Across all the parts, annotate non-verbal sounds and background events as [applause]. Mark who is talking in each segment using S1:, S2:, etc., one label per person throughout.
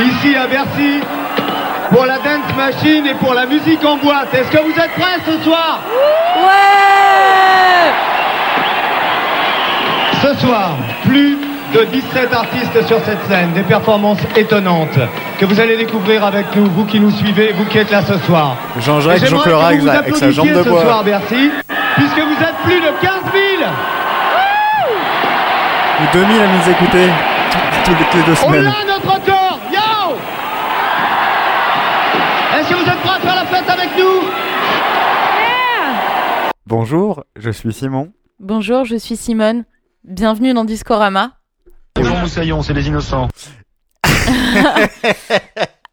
S1: ici à Bercy pour la Dance Machine et pour la musique en boîte. Est-ce que vous êtes prêts ce soir
S2: Ouais
S1: Ce soir, plus de 17 artistes sur cette scène, des performances étonnantes que vous allez découvrir avec nous, vous qui nous suivez, vous qui êtes là ce soir.
S3: Jean-Jacques
S1: Et j'aimerais que
S3: jonglera avec
S1: vous
S3: sa-
S1: vous
S3: avec sa jambe de
S1: applaudissiez
S3: bois.
S1: Ce soir, Bercy, puisque vous êtes plus de 15 000
S3: Ou 2000 à nous écouter [laughs] toutes les deux
S1: On
S3: semaines.
S1: l'a notre corps Yo Est-ce que vous êtes prêts à faire la fête avec nous
S3: Bonjour, je suis Simon.
S2: Bonjour, je suis Simone. Bienvenue dans Discorama.
S4: Les bons moussaillons, c'est les innocents.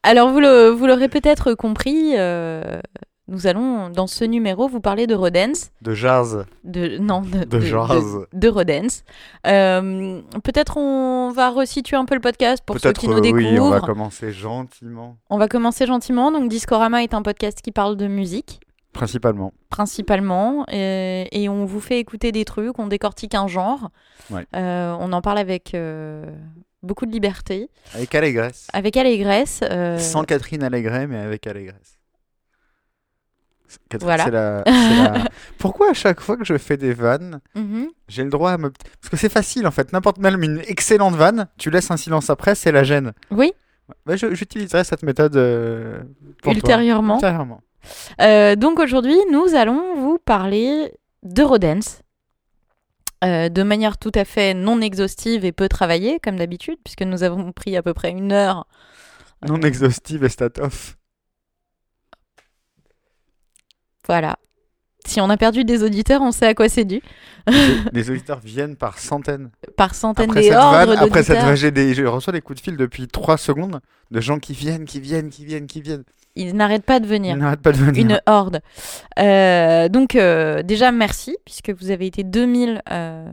S2: Alors, vous, le, vous l'aurez peut-être compris, euh, nous allons, dans ce numéro, vous parler de Rodens.
S3: De Jazz.
S2: De, non, de,
S3: De jazz.
S2: de- de Rodens. Euh, peut-être on va resituer un peu le podcast pour ceux
S3: Peut-être
S2: qui nous
S3: euh,
S2: découvrent.
S3: oui, on va commencer gentiment.
S2: On va commencer gentiment. Donc, Discorama est un podcast qui parle de musique.
S3: Principalement.
S2: principalement euh, et on vous fait écouter des trucs, on décortique un genre,
S3: Ouais.
S2: Euh, on en parle avec euh, beaucoup de liberté,
S3: Avec allégresse.
S2: avec allégresse. euh,
S3: Sans Catherine Allégret, mais avec allégresse. Catherine,
S2: Voilà.
S3: c'est la-
S2: [laughs]
S3: c'est la- Pourquoi à chaque fois que je fais des vannes,
S2: mhm.
S3: j'ai le droit à me... Parce que c'est facile en fait. N'importe même une excellente vanne, tu laisses un silence après, c'est la gêne.
S2: Oui,
S3: Ouais, je- J'utiliserai cette méthode euh, pour toi.
S2: ultérieurement.
S3: Ultérieurement.
S2: Euh, donc aujourd'hui, nous allons vous parler de Rodens. euh, de manière tout à fait non exhaustive et peu travaillée, comme d'habitude, puisque nous avons pris à peu près une heure.
S3: Non exhaustive
S2: [laughs]
S3: et stat-off.
S2: Voilà. Si on a perdu des auditeurs, on sait à quoi c'est dû.
S3: Les auditeurs viennent par centaines.
S2: Par centaines
S3: Après
S2: des
S3: cette,
S2: ordres
S3: vanne, après cette
S2: d'auditeurs.
S3: vanne, j'ai des- je reçois des coups de fil depuis 3 secondes de gens qui viennent, qui viennent, qui viennent, qui viennent.
S2: Ils n'arrêtent pas de venir.
S3: Ils n'arrêtent pas de venir.
S2: une horde. Euh, donc euh, déjà merci puisque vous avez été 2000 euh,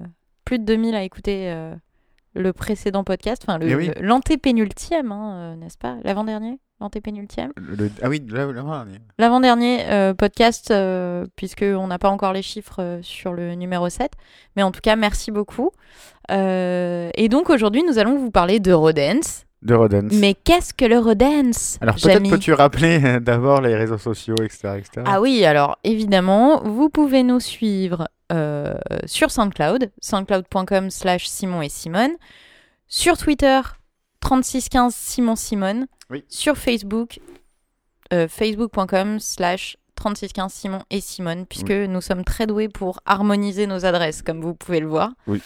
S2: plus de 2000 à écouter euh, le précédent podcast, enfin
S3: Eh
S2: le-
S3: oui.
S2: le- l'antépénultième hein, euh, n'est-ce pas L'avant-dernier, l'antépénultième,
S3: Le- le- ah oui, là, là, là, mais-
S2: l'avant-dernier euh, podcast euh, puisque on n'a pas encore les chiffres euh, sur le numéro 7, mais en tout cas merci beaucoup. Euh, et donc aujourd'hui nous allons vous parler de Rodens.
S3: de Rodens.
S2: Mais qu'est-ce que le Rodens
S3: Alors peut-être
S2: Jamy
S3: peux-tu rappeler euh, d'abord les réseaux sociaux, etc. etc.
S2: Ah oui, alors évidemment, vous pouvez nous suivre euh, sur SoundCloud, soundcloud.com slash Simon et Simone, sur Twitter, 3615 Simon Simone,
S3: Oui.
S2: sur Facebook, euh, facebook.com slash 3615 Simon et Simone, puisque nous sommes très doués pour harmoniser nos adresses, comme vous pouvez le voir.
S3: Oui.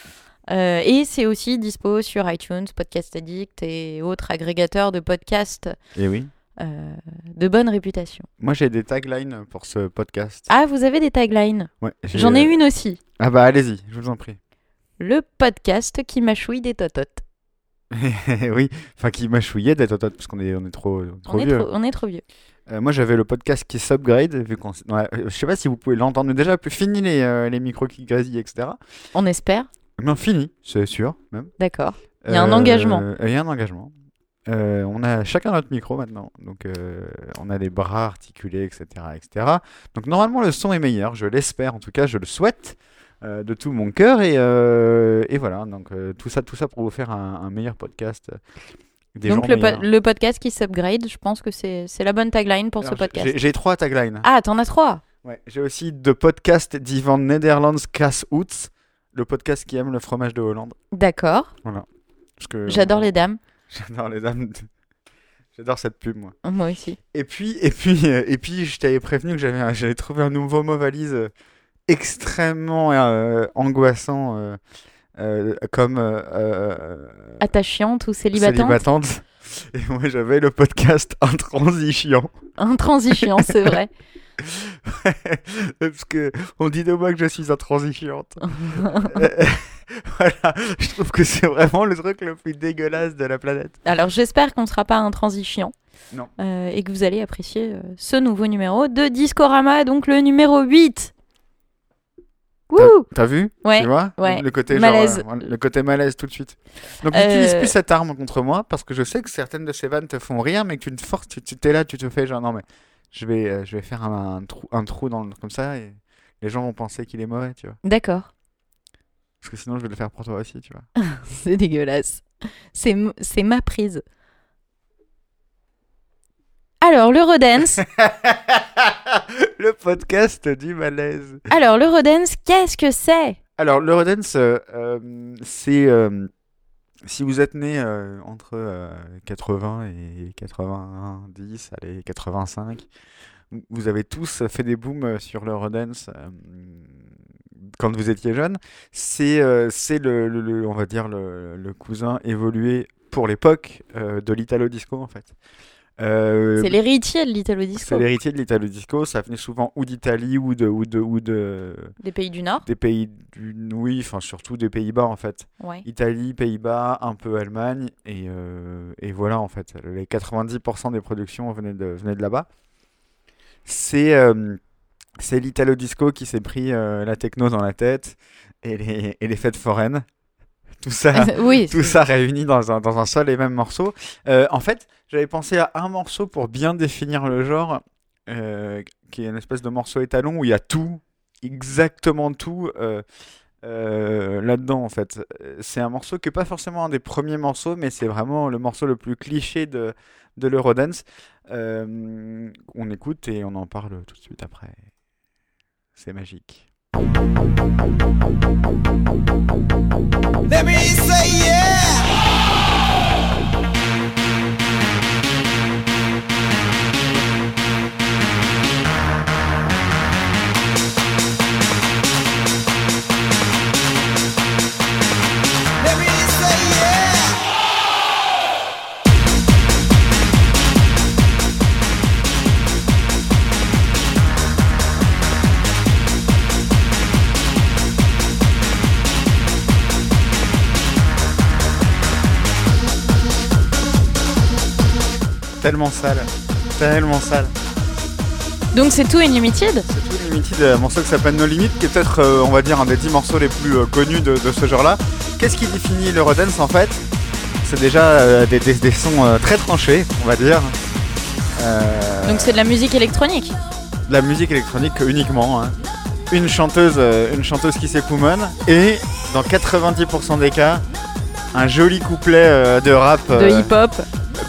S2: Euh, et c'est aussi dispo sur iTunes, Podcast Addict et autres agrégateurs de podcasts
S3: Et oui.
S2: euh, de bonne réputation.
S3: Moi j'ai des taglines pour ce podcast.
S2: Ah, vous avez des taglines
S3: Ouais, j'ai-
S2: J'en ai une aussi.
S3: Ah bah allez-y, je vous en prie. [laughs]
S2: Le podcast qui mâchouille des tototes.
S3: Eh oui, enfin qui m'a chouillé d'être totote parce qu'on est, on est trop, trop
S2: on, est
S3: vieux.
S2: trop, on est trop vieux.
S3: Euh, moi, j'avais le podcast qui s'upgrade, vu qu'on. s- dans la- euh, Je sais pas si vous pouvez l'entendre déjà, plus fini les, euh, les micros qui grésillent, etc.
S2: On espère.
S3: Mais on finit, c'est sûr, même.
S2: D'accord. Il y a un engagement.
S3: euh, Il y a un engagement. Euh, on a chacun notre micro maintenant, donc euh, on a les bras articulés, etc., etc. Donc normalement le son est meilleur, je l'espère, en tout cas je le souhaite euh, de tout mon cœur et, euh, et voilà. Donc euh, tout ça, tout ça pour vous faire un, un meilleur podcast. euh, Des
S2: Donc
S3: gens
S2: le, po-
S3: meilleurs.
S2: le podcast qui s'upgrade, je pense que c'est c'est la bonne tagline pour ce
S3: Alors,
S2: podcast.
S3: j'ai- J'ai trois taglines.
S2: Ah, t'en as trois
S3: Ouais, j'ai aussi deux podcasts d'Ivan Nederlands Kaas Oets, le podcast qui aime le fromage de Hollande.
S2: D'accord.
S3: Parce que
S2: J'adore les dames.
S3: [laughs] J'adore les dames. de- J'adore cette pub, moi.
S2: Moi aussi.
S3: Et puis, et puis, euh, et puis, je t'avais prévenu que j'avais, un- j'avais trouvé un nouveau mot valise euh, extrêmement euh, angoissant, euh, euh, comme euh, euh,
S2: Attachante ou célibatante
S3: célibatante. Et moi, j'avais le podcast [laughs] Intransigeant. [laughs]
S2: Intransigeant, c'est vrai.
S3: Parce que on dit de moi que je suis
S2: [laughs]
S3: intransigeante. [laughs] Euh, voilà, je trouve que c'est vraiment le truc le plus dégueulasse de la planète.
S2: Alors j'espère qu'on ne sera pas intransigeant.
S3: Non.
S2: Euh, et que vous allez apprécier euh, ce nouveau numéro de Discorama, donc le numéro 8. Wouh
S3: T'as vu
S2: Ouais.
S3: Tu vois
S2: ouais.
S3: Le côté genre,
S2: Malaise.
S3: euh, le côté malaise tout de suite. Donc
S2: Euh,
S3: n'utilise plus cette arme contre moi parce que je sais que certaines de ces vannes te font rire, mais que tu ne forces, tu tu t'es là, tu te fais genre non mais je vais, euh, je vais faire un, un trou, un trou dans le comme ça et les gens vont penser qu'il est mauvais, tu vois.
S2: D'accord.
S3: Parce que sinon je vais le faire
S2: [laughs]
S3: pour toi aussi, tu vois.
S2: C'est dégueulasse. C'est, m- c'est ma prise. Alors, l'Eurodance.
S3: [laughs] [laughs] le podcast du malaise.
S2: Alors, l'Eurodance, qu'est-ce que c'est
S3: Alors, l'Eurodance, euh, euh, c'est. euh, si vous êtes né euh, entre euh, 80 et 90, allez, 85, vous- vous avez tous fait des booms euh, sur l'Eurodance euh, quand vous étiez jeune. C'est, euh, c'est le, le- le- on va dire, le, le cousin évolué pour l'époque euh, de l'Italo Disco, en fait. Euh,
S2: C'est l'héritier de l'Italo
S3: c'est
S2: Disco.
S3: l'héritier de l'Italo Disco, ça venait souvent ou d'Italie ou de, ou de, ou de,
S2: Des pays du Nord.
S3: des pays du oui, enfin surtout des Pays-Bas en fait. [laughs]
S2: Ouais.
S3: Italie, Pays-Bas, un peu Allemagne, et, euh, et voilà en fait. Les 90% des productions venaient de, venaient de là-bas. C'est euh, c'est l'Italo Disco qui s'est pris euh, la techno dans la tête et les, et les fêtes foraines. Tout ça,
S2: [laughs] oui.
S3: Ah, tout ça réuni dans un, dans un seul et même morceau. Euh, en fait, j'avais pensé à un morceau pour bien définir le genre, euh, qui est une espèce de morceau étalon où il y a tout, exactement tout. euh, euh, là-dedans en fait Euh, c'est un morceau qui est pas forcément un des premiers morceaux mais c'est vraiment le morceau le plus cliché de, de l'Eurodance Euh, on écoute et on en parle tout de suite après c'est magique
S5: Let me say yeah. Let me say yeah.
S3: tellement sale tellement sale
S2: Donc, c'est tout Unlimited
S3: C'est tout Limited, un morceau qui s'appelle No Limit, qui est peut-être, euh, on va dire, un des 10 morceaux les plus euh, connus de, de ce genre-là. Qu'est-ce qui définit l'Eurodance en fait C'est déjà euh, des, des- des sons euh, très tranchés, on va dire. Euh,
S2: Donc, c'est de la musique électronique.
S3: de la musique électronique uniquement. hein. Une chanteuse, euh, une chanteuse qui s'époumonne et dans 90% des cas, un joli couplet euh, de rap
S2: De
S3: euh,
S2: hip-hop.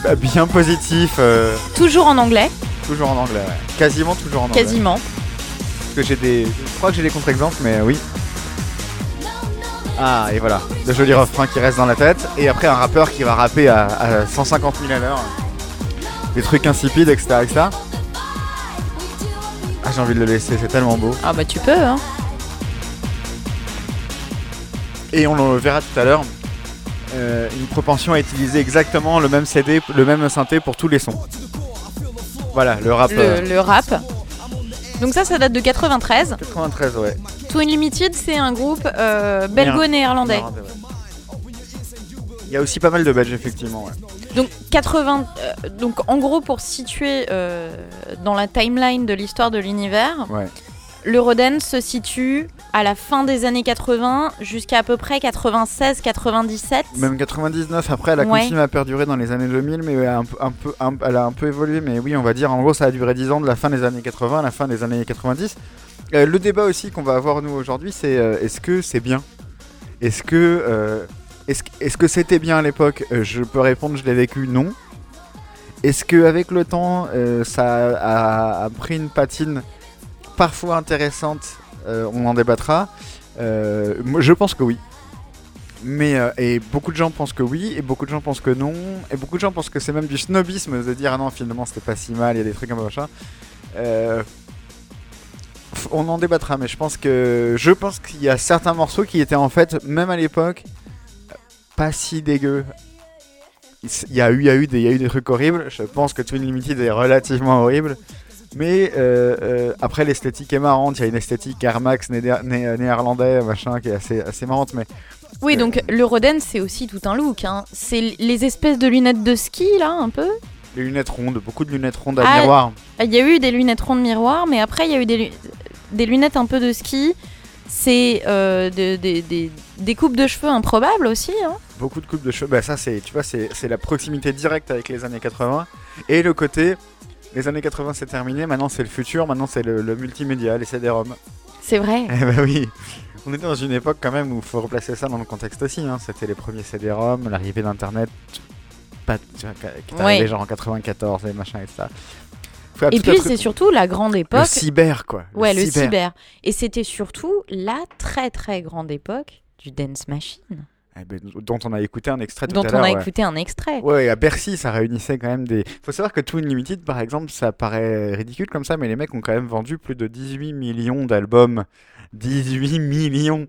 S3: bah, bien positif, euh,
S2: Toujours en anglais.
S3: toujours en anglais, ouais. quasiment toujours en anglais.
S2: Quasiment.
S3: Parce que j'ai des. Je crois que j'ai des contre-exemples, mais oui. Ah, et voilà. Le joli refrain qui reste dans la tête. Et après, un rappeur qui va rapper à, à 150 000 à l'heure. Des trucs insipides, etc. etc. Ah, j'ai envie de le laisser, c'est tellement beau.
S2: Ah, bah, tu peux, hein.
S3: Et on le verra tout à l'heure. euh, une propension à utiliser exactement le même CD, le même synthé pour tous les sons. Voilà, le rap. euh,
S2: Le, le rap. Donc, ça, ça date de 93.
S3: 93, ouais.
S2: Too Unlimited, c'est un groupe euh, belgo-néerlandais.
S3: Il y a aussi pas mal de badges, effectivement. ouais.
S2: Donc 80, euh, donc en gros pour situer euh, dans la timeline de l'histoire de l'univers,
S3: Ouais.
S2: l'Eurodance se situe à la fin des années 80 jusqu'à à peu près 96-97.
S3: Même 99, après, elle a
S2: Ouais.
S3: continué à perdurer dans les années 2000, mais elle a un, peu- un peu, un- elle a un peu évolué. Mais oui, on va dire, en gros, ça a duré 10 ans de la fin des années 80 à la fin des années 90. Euh, le débat aussi qu'on va avoir, nous, aujourd'hui, c'est euh, est-ce que c'est bien Est-ce que euh, est-ce que- est-ce que c'était bien à l'époque Euh, Je peux répondre, je l'ai vécu, non. Est-ce qu'avec le temps, euh, ça a, a pris une patine parfois intéressante Euh, On en débattra. Euh, moi, je pense que oui. Mais euh, et beaucoup de gens pensent que oui, et beaucoup de gens pensent que non, et beaucoup de gens pensent que c'est même du snobisme de dire ah non finalement c'était pas si mal, il y a des trucs un peu machin. Euh, f- on en débattra, mais je pense que je pense qu'il y a certains morceaux qui étaient en fait même à l'époque pas si dégueux. Il s- il y a eu, il y a eu des, il y a eu des trucs horribles. Je pense que Twin Limited est relativement horrible. Mais euh, euh, après l'esthétique est marrante, il y a une esthétique Air Max néder- né- néerlandais machin qui est assez, assez marrante, mais
S2: Oui, donc l'Eurodance c'est aussi tout un look. hein. C'est l- les espèces de lunettes de ski là un peu.
S3: Les lunettes rondes, beaucoup de lunettes rondes à
S2: Ah,
S3: miroir.
S2: Il y a eu des lunettes rondes miroir, mais après il y a eu des, lu- des lunettes un peu de ski. C'est euh, des- des- des- des coupes de cheveux improbables aussi. hein.
S3: Beaucoup de coupes de cheveux. Bah ça c'est, tu vois, c'est c'est la proximité directe avec les années 80 et le côté. Les années 80 c'est terminé, maintenant c'est le futur, maintenant c'est le, le multimédia, les
S2: [laughs]
S3: CD-ROM.
S2: C'est vrai.
S3: Eh bah oui, on était dans une époque quand même où il faut replacer ça dans le contexte aussi. hein. C'était les premiers CD-ROM, l'arrivée d'Internet, pas, tu vois, qui est arrivé
S2: Ouais.
S3: genre en 94 et machin et tout ça. Faut
S2: Et
S3: Ah, tout
S2: puis
S3: un truc-
S2: c'est surtout la grande
S3: le
S2: époque.
S3: cyber quoi.
S2: ouais, le cyber. Et c'était surtout la très très grande époque du dance machine,
S3: Eh ben, dont on a écouté un extrait tout
S2: dont
S3: à
S2: on
S3: l'heure.
S2: a
S3: ouais.
S2: écouté un extrait.
S3: Ouais, et à Bercy, ça réunissait quand même des. Faut savoir que Twin Limited, par exemple, ça paraît ridicule comme ça, mais les mecs ont quand même vendu plus de 18 millions d'albums. 18 millions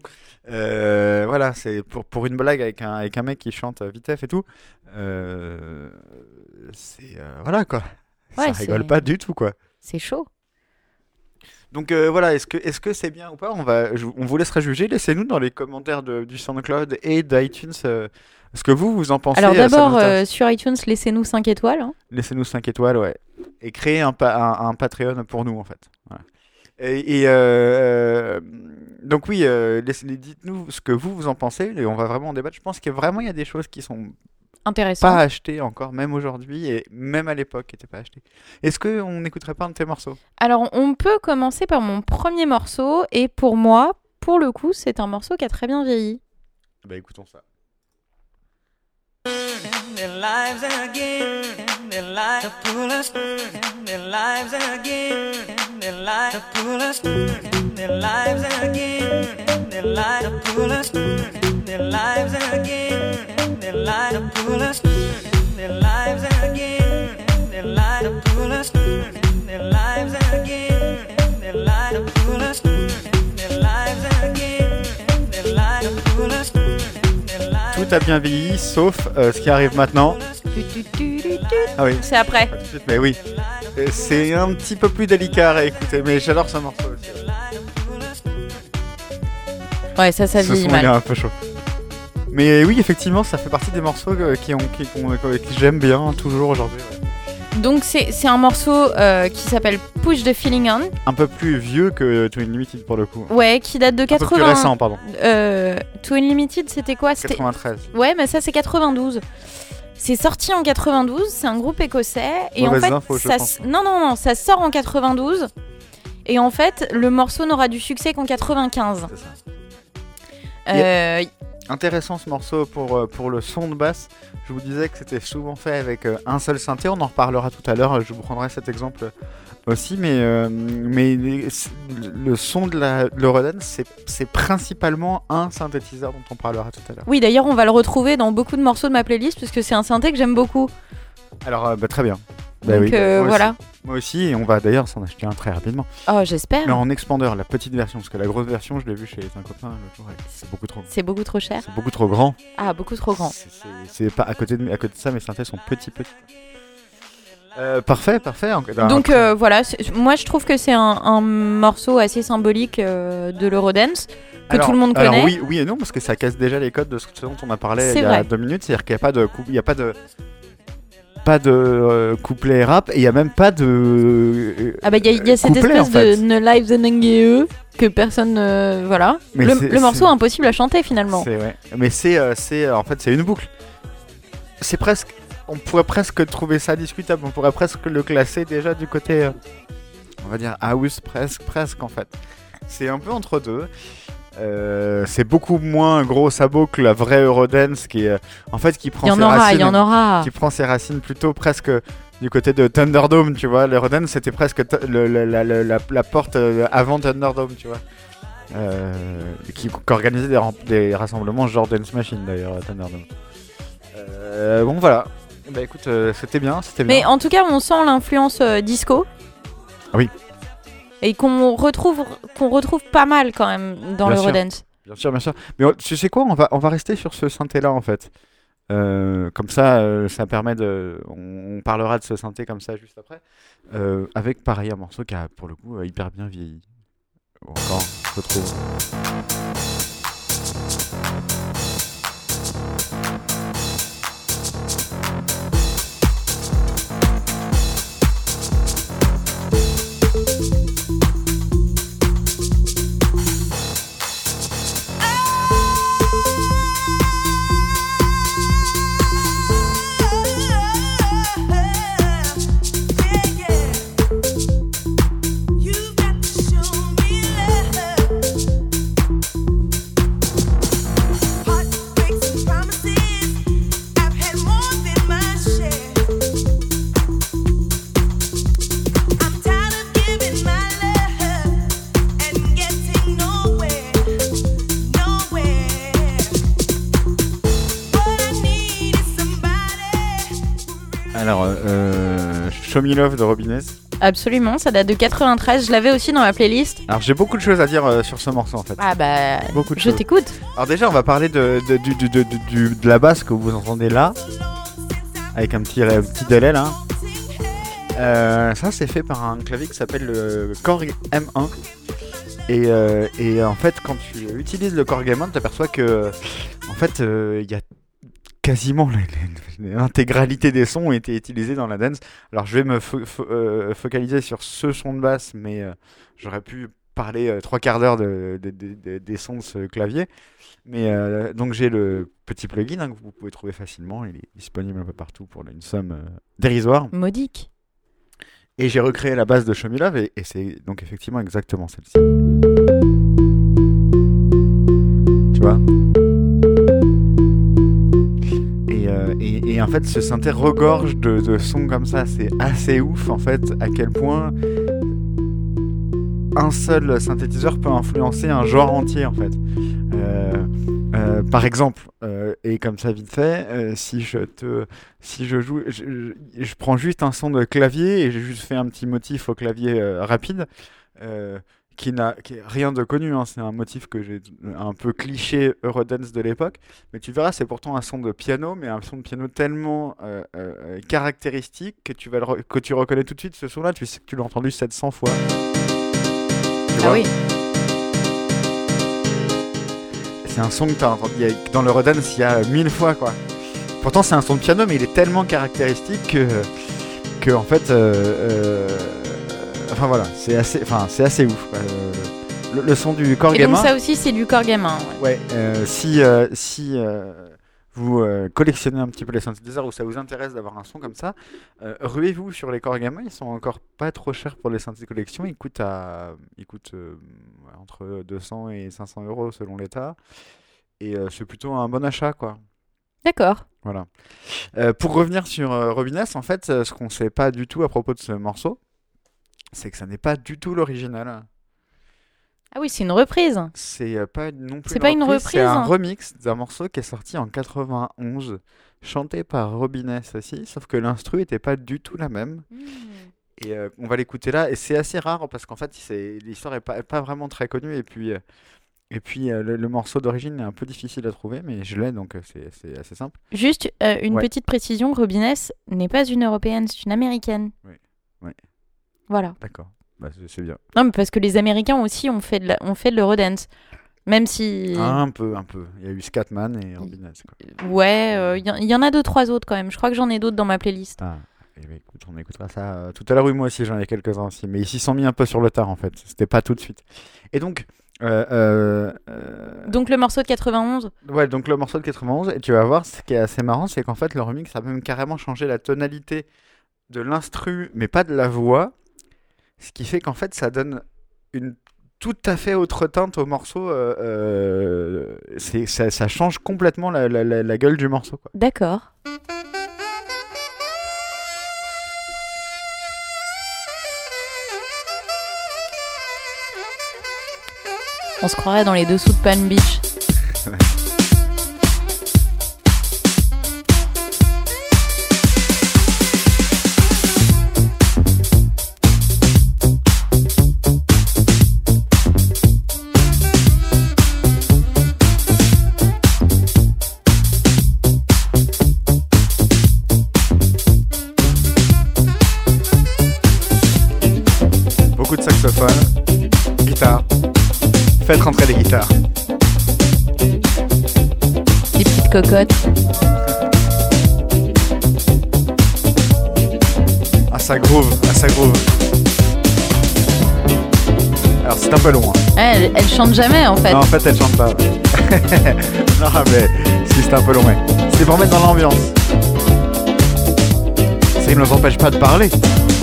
S3: Euh, Voilà, c'est pour, pour une blague avec un, avec un mec qui chante euh, Vitef et tout. euh, C'est. euh, voilà quoi.
S2: Ouais,
S3: ça
S2: c'est-
S3: rigole pas du tout quoi.
S2: C'est chaud.
S3: Donc euh, voilà, est-ce que est-ce que c'est bien ou pas On va, je- on vous laissera juger. Laissez-nous dans les commentaires de- du SoundCloud et d'iTunes euh, ce que vous vous en pensez.
S2: Alors
S3: euh, ça
S2: d'abord,
S3: nous intéresse.
S2: euh, sur iTunes, laissez-nous 5 étoiles. hein.
S3: Laissez-nous 5 étoiles, ouais. Et créez un, pa- un, un Patreon pour nous, en fait. Voilà. Et, et, euh, euh, donc oui, euh, laissez- dites-nous ce que vous, vous en pensez, et on va vraiment en débattre. Je pense qu'il y a vraiment il y a des choses qui sont
S2: Intéressant.
S3: pas achetées encore, même aujourd'hui, et même à l'époque, qui n'étaient pas achetées. Est-ce qu'on n'écouterait pas un de tes morceaux
S2: Alors, on peut commencer par mon premier morceau, et pour moi, pour le coup, c'est un morceau qui a très bien vieilli.
S3: Bah écoutons ça.
S5: Their lives again, their lives to pull us, their lives again, their lives to pull us, their lives again, their lives to pull us, their lives again, their lives to pull us, their lives again, their lives to pull us, their lives again, their lives to pull us, their lives again, their lives to pull us, their lives.
S3: Tout a bien vieilli, sauf euh, ce qui arrive maintenant.
S2: Tu, tu, tu, tu, tu.
S3: Ah oui,
S2: C'est après.
S3: pas tout de suite, mais oui. Euh, C'est un petit peu plus délicat à écouter, mais j'adore ce morceau aussi. ouais.
S2: Ouais, ça, ça
S3: Ce
S2: vieillit
S3: son, il est
S2: mal.
S3: un peu chaud. Mais oui, effectivement, ça fait partie des morceaux euh, qui ont, qui, qu'on- que- que j'aime bien toujours aujourd'hui. ouais.
S2: Donc, c'est c'est un morceau euh, qui s'appelle Push the Feeling On.
S3: Un peu plus vieux que Twin Limited pour le coup.
S2: Ouais, qui date de
S3: Un peu plus
S2: 80.
S3: récent, pardon.
S2: Euh, To Unlimited, c'était quoi C'était
S3: 93.
S2: Ouais, mais ça c'est 92. C'est sorti en 92, c'est un groupe écossais et en
S3: Mauvaise
S2: fait
S3: info, je
S2: ça s-
S3: pense.
S2: non non non, ça sort en 92 et en fait le morceau n'aura du succès qu'en 95.
S3: C'est ça.
S2: Euh,
S3: Intéressant ce morceau pour, euh, pour le son de basse. Je vous disais que c'était souvent fait avec euh, un seul synthé. On en reparlera tout à l'heure. Je vous prendrai cet exemple aussi. Mais, euh, mais les- le son de la de l'Eurodance, c'est c'est principalement un synthétiseur dont on parlera tout à l'heure.
S2: Oui, d'ailleurs, on va le retrouver dans beaucoup de morceaux de ma playlist puisque c'est un synthé que j'aime beaucoup.
S3: Alors, euh, bah, très bien. Bah
S2: Donc
S3: oui,
S2: euh,
S3: moi aussi.
S2: voilà.
S3: Moi aussi, et on va d'ailleurs s'en acheter un très rapidement.
S2: Oh, j'espère.
S3: Mais en expandeur, la petite version, parce que la grosse version, je l'ai vue chez un copain l'autre jour, et c'est beaucoup trop,
S2: C'est beaucoup trop cher.
S3: c'est beaucoup trop grand.
S2: Ah, beaucoup trop grand.
S3: C'est- c'est- C'est pas à côté de, à côté de ça, mes synthés sont petits, petits. Euh, parfait, parfait. en- ben, d'un-
S2: Donc euh, voilà, c'est- moi je trouve que c'est un, un morceau assez symbolique euh, de l'Eurodance que
S3: alors-
S2: tout le monde
S3: alors
S2: connaît.
S3: oui, oui et non, parce que ça casse déjà les codes de ce ce dont on a parlé
S2: C'est
S3: il y a
S2: vrai.
S3: deux minutes, c'est-à-dire qu'il n'y a pas de, coup- il y a pas de, pas de euh, couplet rap, et il n'y a même pas de euh,
S2: Ah bah il y, a- y a cette
S3: couplet,
S2: espèce
S3: en fait.
S2: de Ne Live the Nangue que personne euh, voilà.
S3: Mais
S2: le
S3: c'est-
S2: le morceau
S3: c'est-
S2: impossible à chanter finalement.
S3: C'est ouais. Mais c'est euh, c'est euh, en fait c'est une boucle. C'est presque on pourrait presque trouver ça discutable, on pourrait presque le classer déjà du côté euh, on va dire house presque presque en fait. C'est un peu entre deux. Euh, c'est beaucoup moins gros sabot que la vraie Eurodance qui est, euh, en fait qui prend
S2: Il y en
S3: ses
S2: aura,
S3: racines
S2: il y en aura.
S3: qui prend ses racines plutôt presque du côté de Thunderdome, tu vois. L'Eurodance, c'était presque t- le- le- la, la- la- la porte euh, avant Thunderdome, tu vois. Euh, qui, qui organisait des, ram- des rassemblements genre Dance Machine, d'ailleurs, à Thunderdome. Euh, bon, voilà. Bah écoute, euh, c'était bien, c'était bien.
S2: Mais en tout cas, on sent l'influence euh, disco.
S3: Ah oui.
S2: Et qu'on retrouve qu'on retrouve pas mal quand même dans
S3: Bien
S2: l'Eurodance.
S3: Bien sûr, bien sûr. Mais on- tu sais quoi, on va, on va rester sur ce synthé-là, en fait. Euh, comme ça, euh, ça permet de. On, on parlera de ce synthé comme ça juste après. Euh, avec pareil un morceau qui a pour le coup euh, hyper bien vieilli. Bon, encore, je trouve.
S6: You've got to show me Heartbreaks and promises. I've had more than my share.
S3: Alors, euh, Show Me Love de Robinez.
S2: Absolument, ça date de 93. Je l'avais aussi dans ma playlist.
S3: Alors, j'ai beaucoup de choses à dire euh, sur ce morceau en fait.
S2: Ah bah,
S3: Beaucoup de
S2: je
S3: choses.
S2: t'écoute.
S3: Alors, déjà, on va parler de, de, du- du- du- du- de la basse que vous entendez là, avec un petit, un petit délai là. Euh, ça, c'est fait par un clavier qui s'appelle le Korg M1. Et, euh, et en fait, quand tu utilises le Korg M1, tu aperçois que en fait, euh, il y a quasiment la- la- la- l'intégralité des sons ont été utilisés dans la dance. Alors, je vais me fo- fo- euh, focaliser sur ce son de basse, mais euh, j'aurais pu parler euh, trois quarts d'heure de- de- de- de- des sons de ce clavier. Mais euh, donc, j'ai le petit plugin hein, que vous pouvez trouver facilement. Il est disponible un peu partout pour une somme euh, dérisoire.
S2: Modique.
S3: Et j'ai recréé la base de Show Me Love et, et c'est donc effectivement exactement celle-ci. Tu vois et, euh, et- et en fait, ce synthé regorge de, de sons comme ça. C'est assez ouf en fait à quel point un seul synthétiseur peut influencer un genre entier en fait. Euh, euh, par exemple, euh, et comme ça vite fait, euh, si je te si je joue, je, je- je prends juste un son de clavier et j'ai juste fait un petit motif au clavier euh, rapide, euh, qui n'a qui est rien de connu. hein, c'est un motif que j'ai un peu cliché Eurodance de l'époque, mais tu verras, c'est pourtant un son de piano, mais un son de piano tellement euh, euh, caractéristique que tu vas le re- que tu reconnais tout de suite ce son-là. Tu sais que tu l'as entendu 700 fois. Tu
S2: Ah
S3: vois
S2: oui,
S3: C'est un son que t'as entendu il y a- dans le Rodance il y a mille fois quoi. Pourtant c'est un son de piano mais il est tellement caractéristique que, que en fait, euh, euh, enfin voilà, c'est assez, enfin c'est assez ouf. quoi. Euh, Le, le son du corps
S2: et donc
S3: gamin.
S2: ça aussi c'est du corps gamin. ouais.
S3: Ouais, euh, si euh, si euh, vous euh, collectionnez un petit peu les synthétiseurs ou ça vous intéresse d'avoir un son comme ça, euh, ruez-vous sur les corps gamins. Ils sont encore pas trop chers pour les synthés collection. Ils coûtent, à, ils coûtent euh, entre 200 et 500 euros selon l'état. Et euh, c'est plutôt un bon achat, quoi.
S2: D'accord.
S3: Voilà. Euh, pour revenir sur euh, Robinès, en fait, euh, ce qu'on sait pas du tout à propos de ce morceau, c'est que ça n'est pas du tout l'original.
S2: Ah oui, c'est une reprise.
S3: C'est euh, pas non plus
S2: C'est pas une
S3: C'est
S2: reprise, hein.
S3: un remix d'un morceau qui est sorti en 91, chanté par Robinès aussi, sauf que l'instru était pas du tout la même. Et euh, on va l'écouter là, et c'est assez rare parce qu'en fait, c'est- l'histoire est pas, pas vraiment très connue, et puis, euh, et puis euh, le, le morceau d'origine est un peu difficile à trouver, mais je l'ai donc euh, c'est c'est assez simple.
S2: Juste euh, une
S3: Ouais.
S2: petite précision, Robinès n'est pas une européenne, c'est une américaine.
S3: Oui. Oui.
S2: Voilà.
S3: D'accord, bah, c'est- c'est bien.
S2: Non mais parce que les Américains aussi ont fait de la- ont fait de l'eurodance. Même si...
S3: Un peu, un peu. Il y a eu Scatman et Robinès. Quoi.
S2: Ouais, il y, en a deux, trois autres quand même. Je crois que j'en ai d'autres dans ma playlist.
S3: Ah, eh ben, écoute, on écoutera ça euh, tout à l'heure. Oui, moi aussi, j'en ai quelques-uns aussi. Mais ils s'y sont mis un peu sur le tard, en fait. C'était pas tout de suite. Et donc, euh, euh, euh,
S2: Donc le morceau de 91,
S3: ouais, donc le morceau de 91, et tu vas voir, ce qui est assez marrant, c'est qu'en fait, le remix a même carrément changé la tonalité de l'instru, mais pas de la voix. Ce qui fait qu'en fait, ça donne une tout à fait autre teinte au morceau. euh, euh, c'est- ça, ça change complètement la, la- la- la gueule du morceau. Quoi.
S2: d'accord. On se croirait dans les dessous de Palm Beach.
S3: Beaucoup de saxophones, guitare. Faites rentrer les guitares.
S2: Des petites cocottes.
S3: Ah ça groove, ah ça groove. Alors c'est un peu long. hein.
S2: Ouais, elle, elle chante jamais en fait.
S3: Non en fait elle chante pas. [laughs] non mais si c'est un peu long ouais. C'est pour mettre dans l'ambiance. Ça ne nous empêche pas de parler.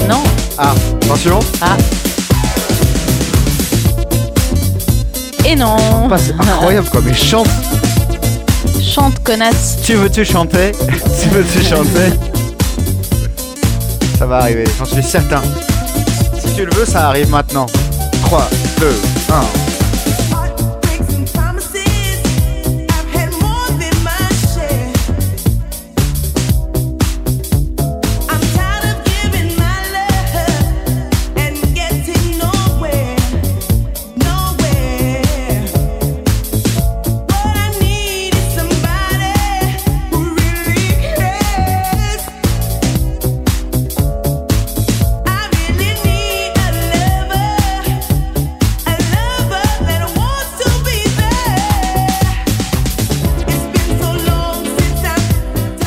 S2: Non.
S3: Ah, attention,
S2: Ah. Et non.
S3: Pas, Ah, bah, c'est incroyable quoi, mais chante.
S2: Chante connasse.
S3: Tu veux-tu chanter [laughs] Tu veux-tu chanter Ça va arriver, j'en suis certain. Si tu le veux, ça arrive maintenant. 3, 2, 1.
S6: had more than my share. I'm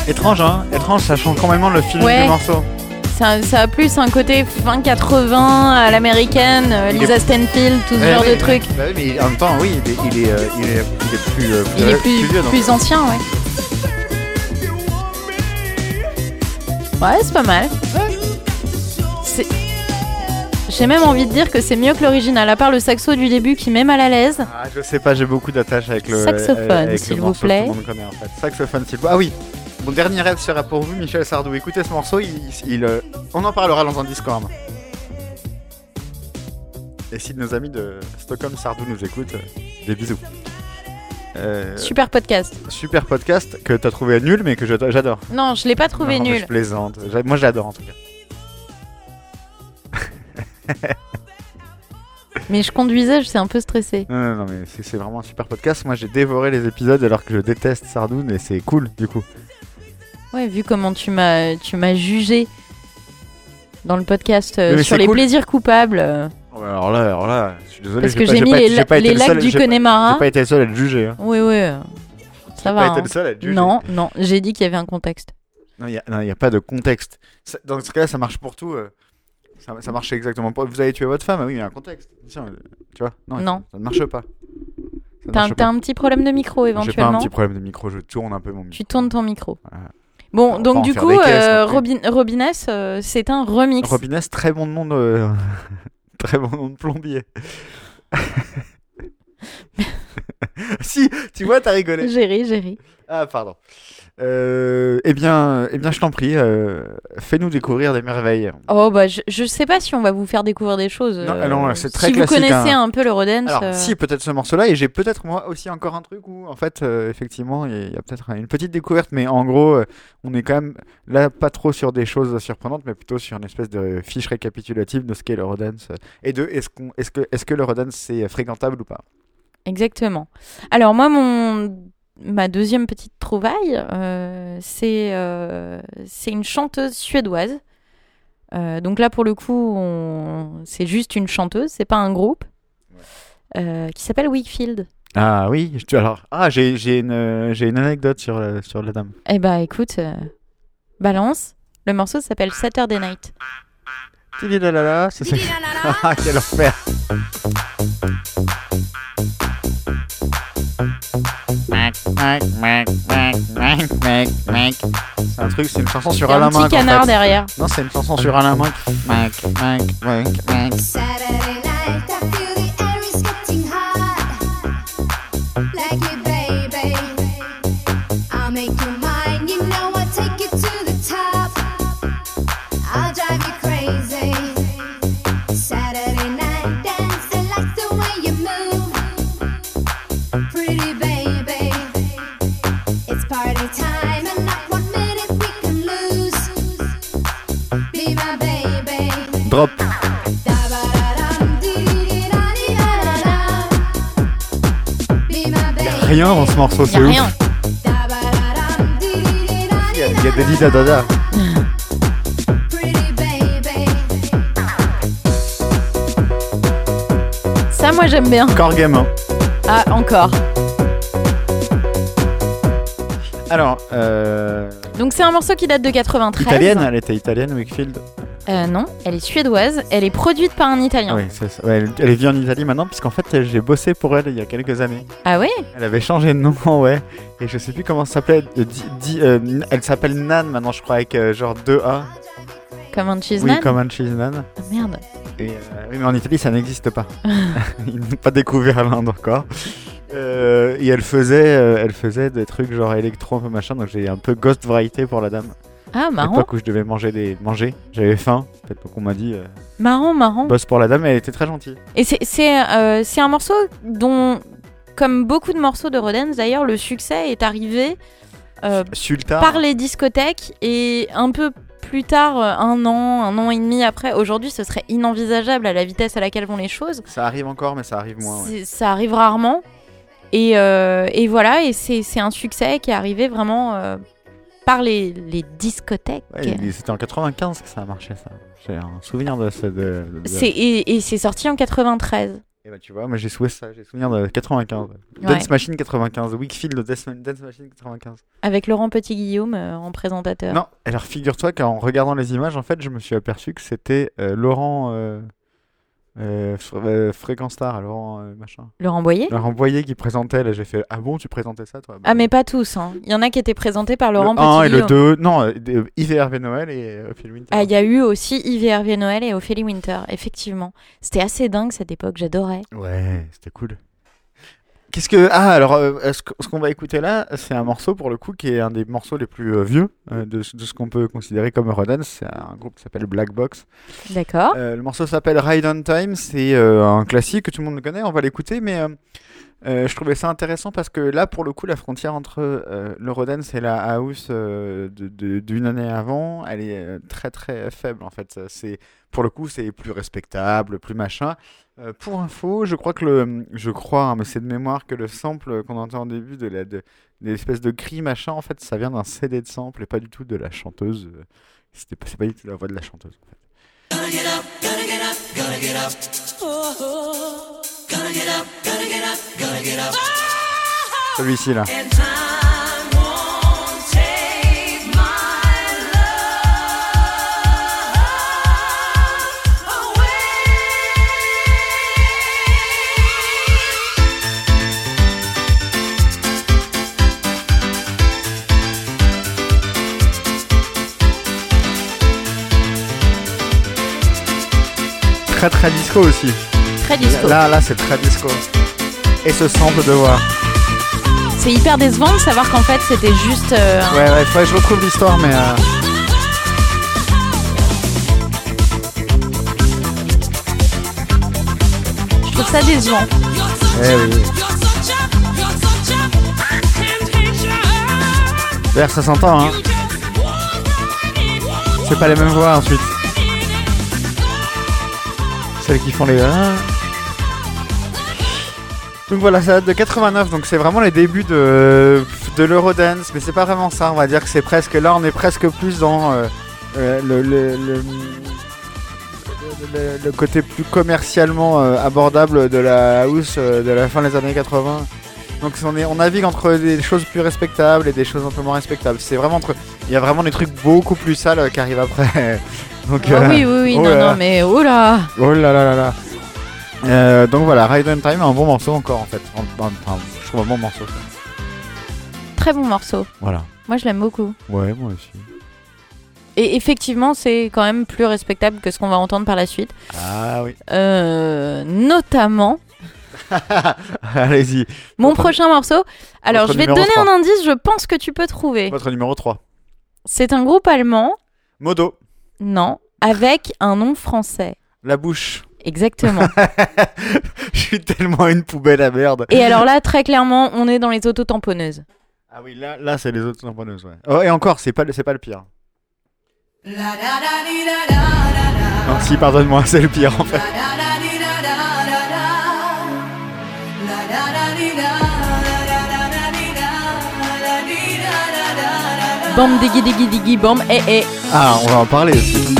S3: étrange, hein. Étrange, ça change complètement le film
S2: Ouais.
S3: du morceau.
S2: Ça, ça a plus un côté fin 80 à l'américaine, euh,
S3: Il
S2: Lisa Stanfield, tout ce
S3: Ouais,
S2: genre
S3: oui,
S2: de truc.
S3: Bah oui, mais en même temps, oui, il est, il est, euh, il est- il est plus, euh,
S2: Il est plus,
S3: vieux. donc.
S2: plus ancien, ouais. Ouais, c'est pas mal. C'est- J'ai même envie de dire que c'est mieux que l'original, à part le saxo du début qui met mal à l'aise.
S3: Ah, je sais pas, j'ai beaucoup d'attaches avec le
S2: Saxophone,
S3: avec le
S2: s'il vous
S3: morceau que
S2: plaît.
S3: tout le monde connaît, en fait. Saxophone, s'il vous plaît. Ah oui, mon dernier rêve sera pour vous, Michel Sardou. Écoutez ce morceau, il, il, euh, on en parlera dans un Discord. Et si nos amis de Stockholm Sardou nous écoutent, euh, des bisous. Euh,
S2: Super podcast.
S3: super podcast que t'as trouvé nul, mais que je- j'adore.
S2: Non, je l'ai pas trouvé
S3: Non, mais
S2: nul.
S3: Je plaisante. J'a- Moi, j'adore en tout cas.
S2: Mais je conduisais, j'étais un peu stressée.
S3: Non, non, non, mais c'est c'est vraiment un super podcast. Moi, j'ai dévoré les épisodes alors que je déteste Sardou, mais c'est cool du coup.
S2: Ouais, vu comment tu m'as tu m'as jugé dans le podcast euh,
S3: Mais
S2: sur
S3: c'est
S2: les
S3: cool.
S2: plaisirs coupables, euh,
S3: Oh, bah Alors là, alors là, je suis désolé.
S2: parce
S3: j'ai
S2: que
S3: pas-
S2: j'ai mis
S3: pas
S2: les,
S3: été-
S2: la-
S3: pas été
S2: les
S3: le
S2: lacs
S3: seul-
S2: du
S3: j'ai pas-
S2: Connemara.
S3: J'ai pas été le seul à le juger. Hein.
S2: Oui, oui, euh, ça
S3: J'ai
S2: va.
S3: pas été
S2: hein.
S3: le seul à le juger.
S2: Non, non, j'ai dit qu'il y avait un contexte.
S3: Non, il n'y a, pas de contexte. Ça- dans ce cas-là, ça marche pour tout. euh. Ça, ça marche exactement pas. Vous avez tué votre femme, ah oui, il y a un contexte. Tiens, euh, tu vois Non,
S2: Non.
S3: Ça ne marche pas. Ça ne
S2: T'as un,
S3: marche
S2: t'as
S3: Bah, pas.
S2: un petit problème de micro
S3: J'ai pas un
S2: éventuellement.
S3: petit problème de micro, je tourne un peu mon micro.
S2: Tu tournes ton micro.
S3: Voilà.
S2: Bon,
S3: On va
S2: donc
S3: en
S2: du
S3: faire
S2: coup,
S3: des caisses,
S2: euh,
S3: non plus.
S2: Robin, Robines, euh, c'est un remix.
S3: Robinès, très bon nom de. [laughs] très bon nom de
S2: [laughs]
S3: plombier. [laughs] si, tu vois, t'as rigolé.
S2: J'ai ri, j'ai ri.
S3: Ah, pardon. Euh, eh bien, eh bien, je t'en prie, euh, fais-nous découvrir des merveilles.
S2: Oh bah je, je sais pas si on va vous faire découvrir des choses.
S3: Non,
S2: euh,
S3: alors, c'est très
S2: Si vous
S3: classique,
S2: connaissez
S3: hein.
S2: un peu le Rodens,
S3: Alors,
S2: euh,
S3: si, peut-être ce morceau-là, et j'ai peut-être moi aussi encore un truc où, en fait, euh, effectivement, il y a- il y a, peut-être une petite découverte, mais en gros, euh, on est quand même là pas trop sur des choses surprenantes, mais plutôt sur une espèce de fiche récapitulative de ce qu'est l'Eurodance, euh, et de est-ce qu'on, est-ce que, est-ce que l'Eurodance c'est fréquentable ou pas
S2: exactement. Alors moi, mon ma deuxième petite trouvaille, euh, c'est euh, c'est une chanteuse suédoise. Euh, donc là, pour le coup, on- c'est juste une chanteuse, c'est pas un groupe, Euh, qui s'appelle Wakefield.
S3: Ah oui, je- alors, ah, j'ai, j'ai une, euh, j'ai une anecdote sur la, sur la dame.
S2: Eh bah écoute, euh, balance. Le morceau s'appelle Saturday Night.
S3: Tididalala, ça, c'est- [laughs] Ah, quel enfer C'est un truc, c'est une chanson sur
S2: Il y a
S3: Alain
S2: un petit
S3: Minc, en
S2: canard
S3: fait.
S2: derrière.
S3: Non, c'est une chanson sur Alain Minc.
S7: Saturday night, I feel the air is getting hot. Like it, baby. I'll make you mine, you know I'll take you to the top. I'll drive you crazy. Saturday night dance, I like the way you move. Pretty baby. It's party time, and not one minute we can lose. Be my baby.
S3: Drop. Rien dans ce morceau,
S2: Y a
S3: c'est
S2: rien.
S3: ouf. Il y a- il y a des didadada.
S2: Ça, moi, j'aime bien.
S3: Encore gamin.
S2: Ah, encore.
S3: Alors, euh,
S2: Donc c'est un morceau qui date de 93.
S3: italienne, elle était italienne, Wakefield.
S2: Euh, Non, elle est suédoise. Elle est produite par un Italien.
S3: Oui, c'est ça. Ouais, elle, elle vit en Italie maintenant, puisqu'en fait, j'ai bossé pour elle il y a quelques années.
S2: Ah ouais
S3: Elle avait changé de nom, [laughs] ouais. Et je sais plus comment ça s'appelait. Euh, Di- Di- euh, N- elle s'appelle Nan maintenant, je crois, avec euh, genre 2A.
S2: Comme un cheese
S3: oui,
S2: man
S3: comme un cheese Nan.
S2: Ah, Merde.
S3: Et, euh, oui, mais en Italie, ça n'existe pas. [laughs] Ils n'ont pas découvert l'Inde encore. Euh, et elle faisait, euh, elle faisait des trucs genre électro, un peu machin. Donc j'ai un peu ghost variété pour la dame.
S2: Ah,
S3: À
S2: marrant.
S3: l'époque où je devais manger, des... manger j'avais faim. Peut-être qu'on m'a dit euh,
S2: Marrant, marrant.
S3: bosse pour la dame, mais elle était très gentille.
S2: Et c'est- c'est euh, c'est un morceau dont, comme beaucoup de morceaux de Rodens d'ailleurs, le succès est arrivé euh,
S3: Sultan.
S2: par les discothèques et un peu plus tard, euh, un an, un an et demi après. Aujourd'hui, ce serait inenvisageable à la vitesse à laquelle vont les choses.
S3: Ça arrive encore, mais ça arrive moins. ouais.
S2: C'est- Ça arrive rarement. Et, euh, et voilà, et c'est c'est un succès qui est arrivé vraiment euh, par les, les discothèques.
S3: Ouais, il- C'était en 95 que ça a marché, ça. J'ai un souvenir de ce. de- de- de-
S2: C'est- et et c'est sorti en 93.
S3: Et bah tu vois, moi j'ai souvé ça, j'ai souvenir de 95.
S2: Ouais.
S3: Dance Machine 95, Wickfield de Dance, Dance Machine 95.
S2: Avec Laurent Petit-Guillaume euh, en présentateur.
S3: Non, alors figure-toi qu'en regardant les images, en fait, je me suis aperçu que c'était euh, Laurent euh, euh, Fr- euh, Fréquence Star, Laurent euh, machin.
S2: Laurent Boyer
S3: Laurent Boyer qui présentait, là j'ai fait Ah bon, tu présentais ça toi Bah,
S2: Ah, mais pas tous. hein. Il y en a qui étaient présentés par
S3: le
S2: Laurent
S3: 1 et le
S2: Petit-Guillaume.
S3: 2, non, euh, des- euh, Yves et Hervé Noël et euh, Ophélie Winter.
S2: Ah, il y a eu aussi Yves et Hervé Noël et Ophélie Winter, effectivement. C'était assez dingue cette époque, j'adorais.
S3: Ouais, c'était cool. Qu'est-ce que. Ah, alors, euh, ce qu- ce qu'on va écouter là, c'est un morceau pour le coup qui est un des morceaux les plus euh, vieux euh, de, ce- de ce qu'on peut considérer comme Eurodance. C'est un groupe qui s'appelle Black Box.
S2: D'accord.
S3: Euh, le morceau s'appelle Ride on Time, c'est euh, un classique que tout le monde connaît, on va l'écouter, mais euh, euh, je trouvais ça intéressant parce que là, pour le coup, la frontière entre euh, l'eurodance et la house euh, de- de- d'une année avant, elle est euh, très très faible en fait. Ça, C'est pour le coup, c'est plus respectable, plus machin. Euh, pour info, je crois que le, je crois, hein, mais c'est de mémoire que le sample qu'on entend au début de la, de, de l'espèce de cri machin, en fait, ça vient d'un CD de sample et pas du tout de la chanteuse. euh, C'était pas, c'est pas du tout la voix de la chanteuse. en fait. Celui-ci là. Très très disco aussi.
S2: Très disco.
S3: Là, là, c'est très disco. Et ce sample de voix.
S2: C'est hyper décevant de savoir qu'en fait c'était juste. euh, un-
S3: Ouais, ouais, faudrait que je retrouve l'histoire, mais. euh,
S2: Je trouve ça
S3: [laughs]
S2: décevant.
S3: eh oui. D'ailleurs, ça s'entend, hein. C'est pas les mêmes voix ensuite. Celles qui font les. Donc voilà, ça date de 89, donc c'est vraiment les débuts de, de l'Eurodance, mais c'est pas vraiment ça, on va dire que c'est presque. Là, on est presque plus dans euh, euh, le, le, le- le- le côté plus commercialement euh, abordable de la house euh, de la fin des années 80. Donc on, est, on navigue entre des choses plus respectables et des choses un peu moins respectables. C'est vraiment entre. Il y a vraiment des trucs beaucoup plus sales euh, qui arrivent après. [laughs] Donc,
S2: Ah
S3: euh,
S2: oui, oui, oui,
S3: oh
S2: non,
S3: là là.
S2: non, mais oh là
S3: Oh là là là là. Euh, donc voilà, Ride on Time est un bon morceau encore en fait. Enfin, je trouve un bon morceau. quoi.
S2: Très bon morceau.
S3: Voilà.
S2: Moi je l'aime beaucoup.
S3: Ouais, moi aussi.
S2: Et effectivement, c'est quand même plus respectable que ce qu'on va entendre par la suite.
S3: Ah oui.
S2: Euh, notamment
S3: [laughs] Allez-y.
S2: mon
S3: Votre-
S2: prochain morceau. Alors
S3: votre
S2: je vais te
S3: numéro
S2: donner
S3: trois.
S2: un indice, je pense que tu peux trouver.
S3: Votre numéro 3.
S2: C'est un groupe allemand,
S3: Modo.
S2: non, avec un nom français.
S3: La bouche. [laughs]
S2: Exactement.
S3: je suis tellement une poubelle à merde.
S2: Et alors là, très clairement, on est dans les autotamponneuses.
S3: Ah oui, là, là c'est les autres tamponneuses, ouais. Oh, et encore, c'est pas, le- c'est pas le pire. Non, si, pardonne-moi, [laughs] c'est le pire en fait.
S2: Bam, digi digi digi, bam, eh eh.
S3: Ah, on va en parler aussi.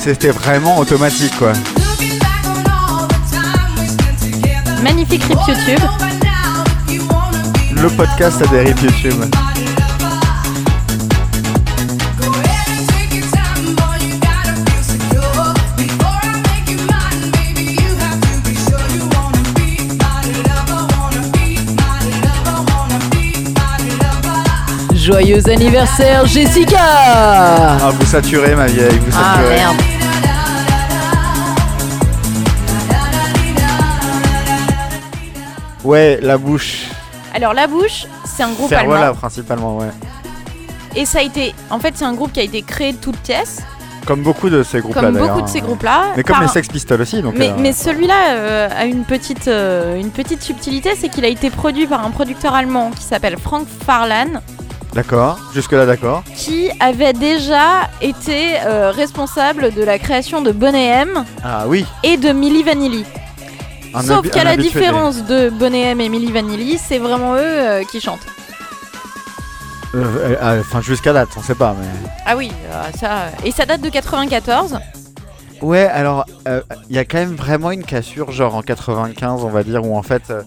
S3: C'était vraiment automatique quoi.
S2: Magnifique rip YouTube.
S3: Le podcast a des rips YouTube.
S2: Joyeux anniversaire, Jessica
S3: Ah, vous saturez ma vieille, vous
S2: Ah
S3: saturez.
S2: merde.
S3: ouais, la bouche.
S2: Alors La Bouche, c'est un groupe
S3: C'est
S2: allemand.
S3: voilà principalement, ouais.
S2: Et ça a été. En fait, c'est un groupe qui a été créé de toutes pièces,
S3: Comme beaucoup de ces groupes-là.
S2: comme
S3: d'ailleurs,
S2: beaucoup de ces
S3: hein.
S2: groupes-là.
S3: Mais comme
S2: par-
S3: les Sex Pistols aussi, donc.
S2: Mais,
S3: euh,
S2: mais celui-là euh, a une petite, euh, une petite subtilité, c'est qu'il a été produit par un producteur allemand qui s'appelle Frank Farlan,
S3: D'accord. Jusque là, d'accord.
S2: qui avait déjà été euh, responsable de la création de Boney M
S3: Ah oui.
S2: et de Milli Vanilli.
S3: un
S2: Sauf
S3: habi-
S2: qu'à
S3: un
S2: la
S3: habitué des-
S2: différence de Boney M et Milli Vanilli, c'est vraiment eux euh, qui chantent.
S3: euh, euh, Enfin, jusqu'à date, on sait pas, mais.
S2: Ah oui, euh, ça. euh, Et ça date de 94.
S3: Ouais, alors euh, il y a quand même vraiment une cassure, genre en 95, on va dire, où en fait. euh,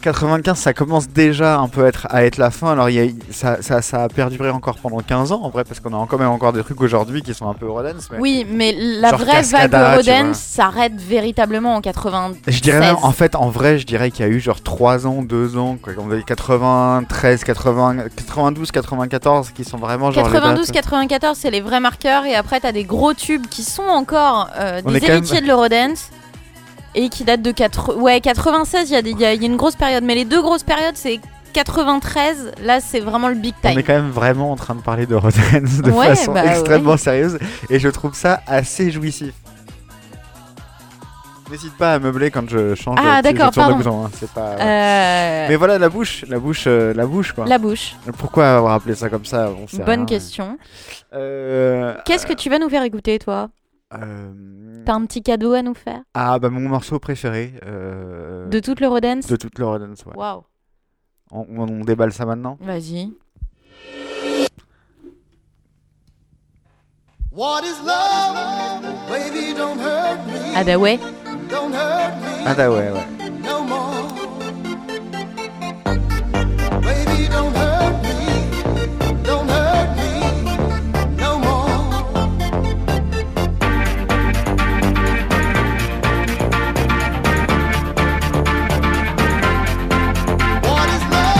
S3: 95, ça commence déjà un peu à être, à être la fin. Alors, il y a- ça, ça, ça a perduré encore pendant 15 ans, en vrai, parce qu'on a quand même encore des trucs aujourd'hui qui sont un peu Eurodance. Mais
S2: Oui, mais la
S3: Genre
S2: vraie vague
S3: Cascada, tu vois.
S2: Eurodance s'arrête véritablement en 90.
S3: Je dirais même, en fait, en vrai, je dirais qu'il y a eu genre 3 ans, 2 ans, quoi, comme 93, 80, 92, 94, qui sont vraiment genre. les dates.
S2: 92-94, c'est les vrais marqueurs. Et après, t'as des gros tubes qui sont encore euh,
S3: On
S2: des
S3: est quand
S2: héritiers de l'Eurodance. Et qui datent de 4... ouais, 96, il y, a des- il y a il y a une grosse période. Mais les deux grosses périodes, c'est 93, là, c'est vraiment le big
S3: On est
S2: time.
S3: quand même vraiment en train de parler de Rodens de
S2: Ouais,
S3: façon
S2: bah ouais.
S3: extrêmement sérieuse et je trouve ça assez jouissif. N'hésite pas à meubler quand je change
S2: Ah,
S3: je- je
S2: d'accord,
S3: tourne de
S2: pardon.
S3: bouton, hein, c'est pas-
S2: Euh,
S3: Mais voilà la bouche, la bouche, euh, la bouche quoi.
S2: La bouche,
S3: Pourquoi avoir appelé ça comme ça on sait
S2: bonne
S3: rien.
S2: question.
S3: Euh,
S2: Qu'est-ce que tu vas nous faire écouter, toi
S3: euh,
S2: T'as un petit cadeau à nous faire
S3: Ah bah mon morceau préféré euh,
S2: De toute l'Eurodance
S3: de toute l'Eurodance. ouais.
S2: Waouh,
S3: On, on déballe ça maintenant.
S2: vas-y.
S8: What is love? Baby, don't hurt me.
S2: Ah bah ouais,
S8: Don't hurt me
S3: Ah bah ouais ouais.
S8: no more. Baby, don't hurt me. Don't hurt me no more. What is love?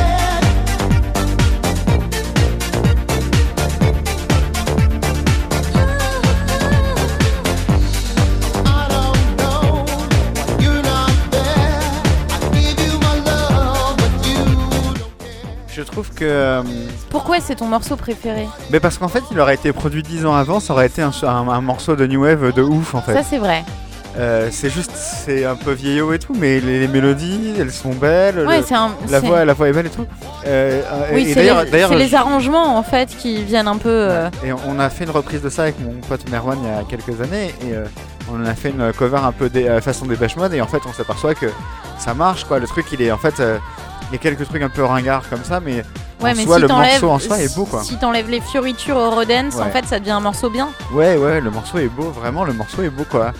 S8: Yeah. I don't know when you're not there. I give you my love, but you don't care.
S3: Je trouve que euh,
S2: pourquoi c'est ton morceau préféré
S3: Mais parce qu'en fait, il aurait été produit 10 ans avant, ça aurait été un, un- un morceau de New Wave de ouf en
S2: Ça
S3: fait.
S2: c'est vrai.
S3: Euh, c'est juste, c'est un peu vieillot et tout, mais les, les mélodies, elles sont belles. le-
S2: Ouais, c'est un...
S3: la,
S2: c'est-
S3: voix, la voix est belle et tout. Euh, euh,
S2: Oui,
S3: et- et
S2: c'est
S3: d'ailleurs,
S2: les,
S3: d'ailleurs,
S2: c'est les
S3: je-
S2: arrangements en fait qui viennent un peu. euh,
S3: Et on a fait une reprise de ça avec mon pote Merwan il y a quelques années et euh, on a fait une cover un peu dé- euh, façon Dépêche Mode et en fait on s'aperçoit que ça marche quoi. Le truc il est en fait euh, il y a quelques trucs un peu ringards comme ça mais
S2: Ouais,
S3: en
S2: mais
S3: soi
S2: si
S3: le
S2: t'enlèves,
S3: morceau en soi est beau quoi.
S2: si t'enlèves les fioritures au Rodens, en
S3: Ouais.
S2: fait, ça devient un morceau bien.
S3: Ouais ouais le morceau est beau vraiment le morceau est beau quoi.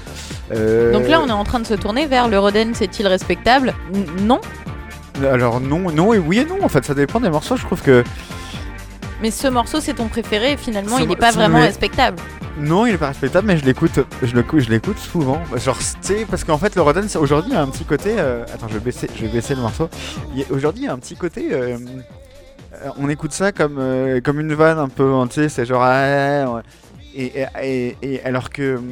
S3: Euh,
S2: Donc là, on est en train de se tourner vers le Rodens est-il respectable N- Non.
S3: Alors non, non et oui et non en fait ça dépend des morceaux. Je trouve que
S2: Mais ce morceau, c'est ton préféré. et Finalement,
S3: Ce
S2: il n'est
S3: mo-
S2: pas
S3: ce-
S2: vraiment
S3: mais-
S2: respectable.
S3: non il est pas respectable mais je l'écoute, je le cou- je l'écoute souvent. Genre tu sais parce qu'en fait le Rodan c'est- aujourd'hui il y a un petit côté. euh, Attends je vais baisser, je vais baisser le morceau. Il y a- Aujourd'hui il y a un petit côté. euh, euh, on écoute ça comme euh, comme une vanne un peu hein, tu sais c'est genre ah, ouais. et, et- et- et alors que hum,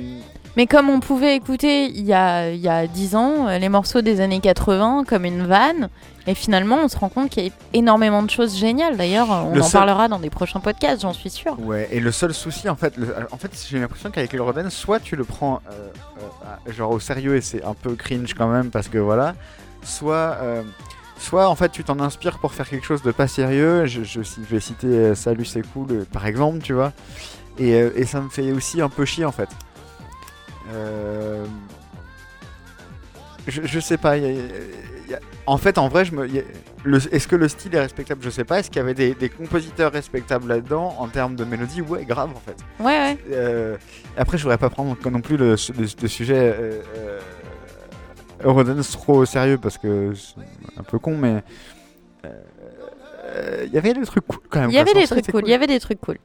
S2: Mais comme on pouvait écouter il y a, il y a 10 ans euh, les morceaux des années 80 comme une vanne, et finalement, on se rend compte qu'il y a énormément de choses géniales. D'ailleurs, euh, on
S3: Le
S2: en
S3: seul-
S2: parlera dans des prochains podcasts, j'en suis sûre.
S3: Ouais, et le seul souci, en fait, le- en fait j'ai l'impression qu'avec le Roden, soit tu le prends euh, euh, genre au sérieux et c'est un peu cringe quand même parce que voilà, soit, euh, soit en fait tu t'en inspires pour faire quelque chose de pas sérieux. Je, je, je vais citer euh, Salut c'est cool euh, par exemple, tu vois, et, euh, et ça me fait aussi un peu chier en fait. Euh, Je, je sais pas, il y a- il y a- en fait en vrai, je me. il y a- le- Est-ce que le style est respectable Je sais pas. Est-ce qu'il y avait des, des compositeurs respectables là-dedans en termes de mélodie Ouais, grave en fait.
S2: Ouais, ouais.
S3: Euh, après, je voudrais pas prendre non plus le, su- le- le sujet euh, euh, Eurodance trop au sérieux parce que c'est un peu con, mais euh, euh, il y avait des trucs cool quand même.
S2: Il y avait
S3: quoi.
S2: des
S3: bah, Ça,
S2: trucs
S3: c'est
S2: cool, il y avait des trucs cool.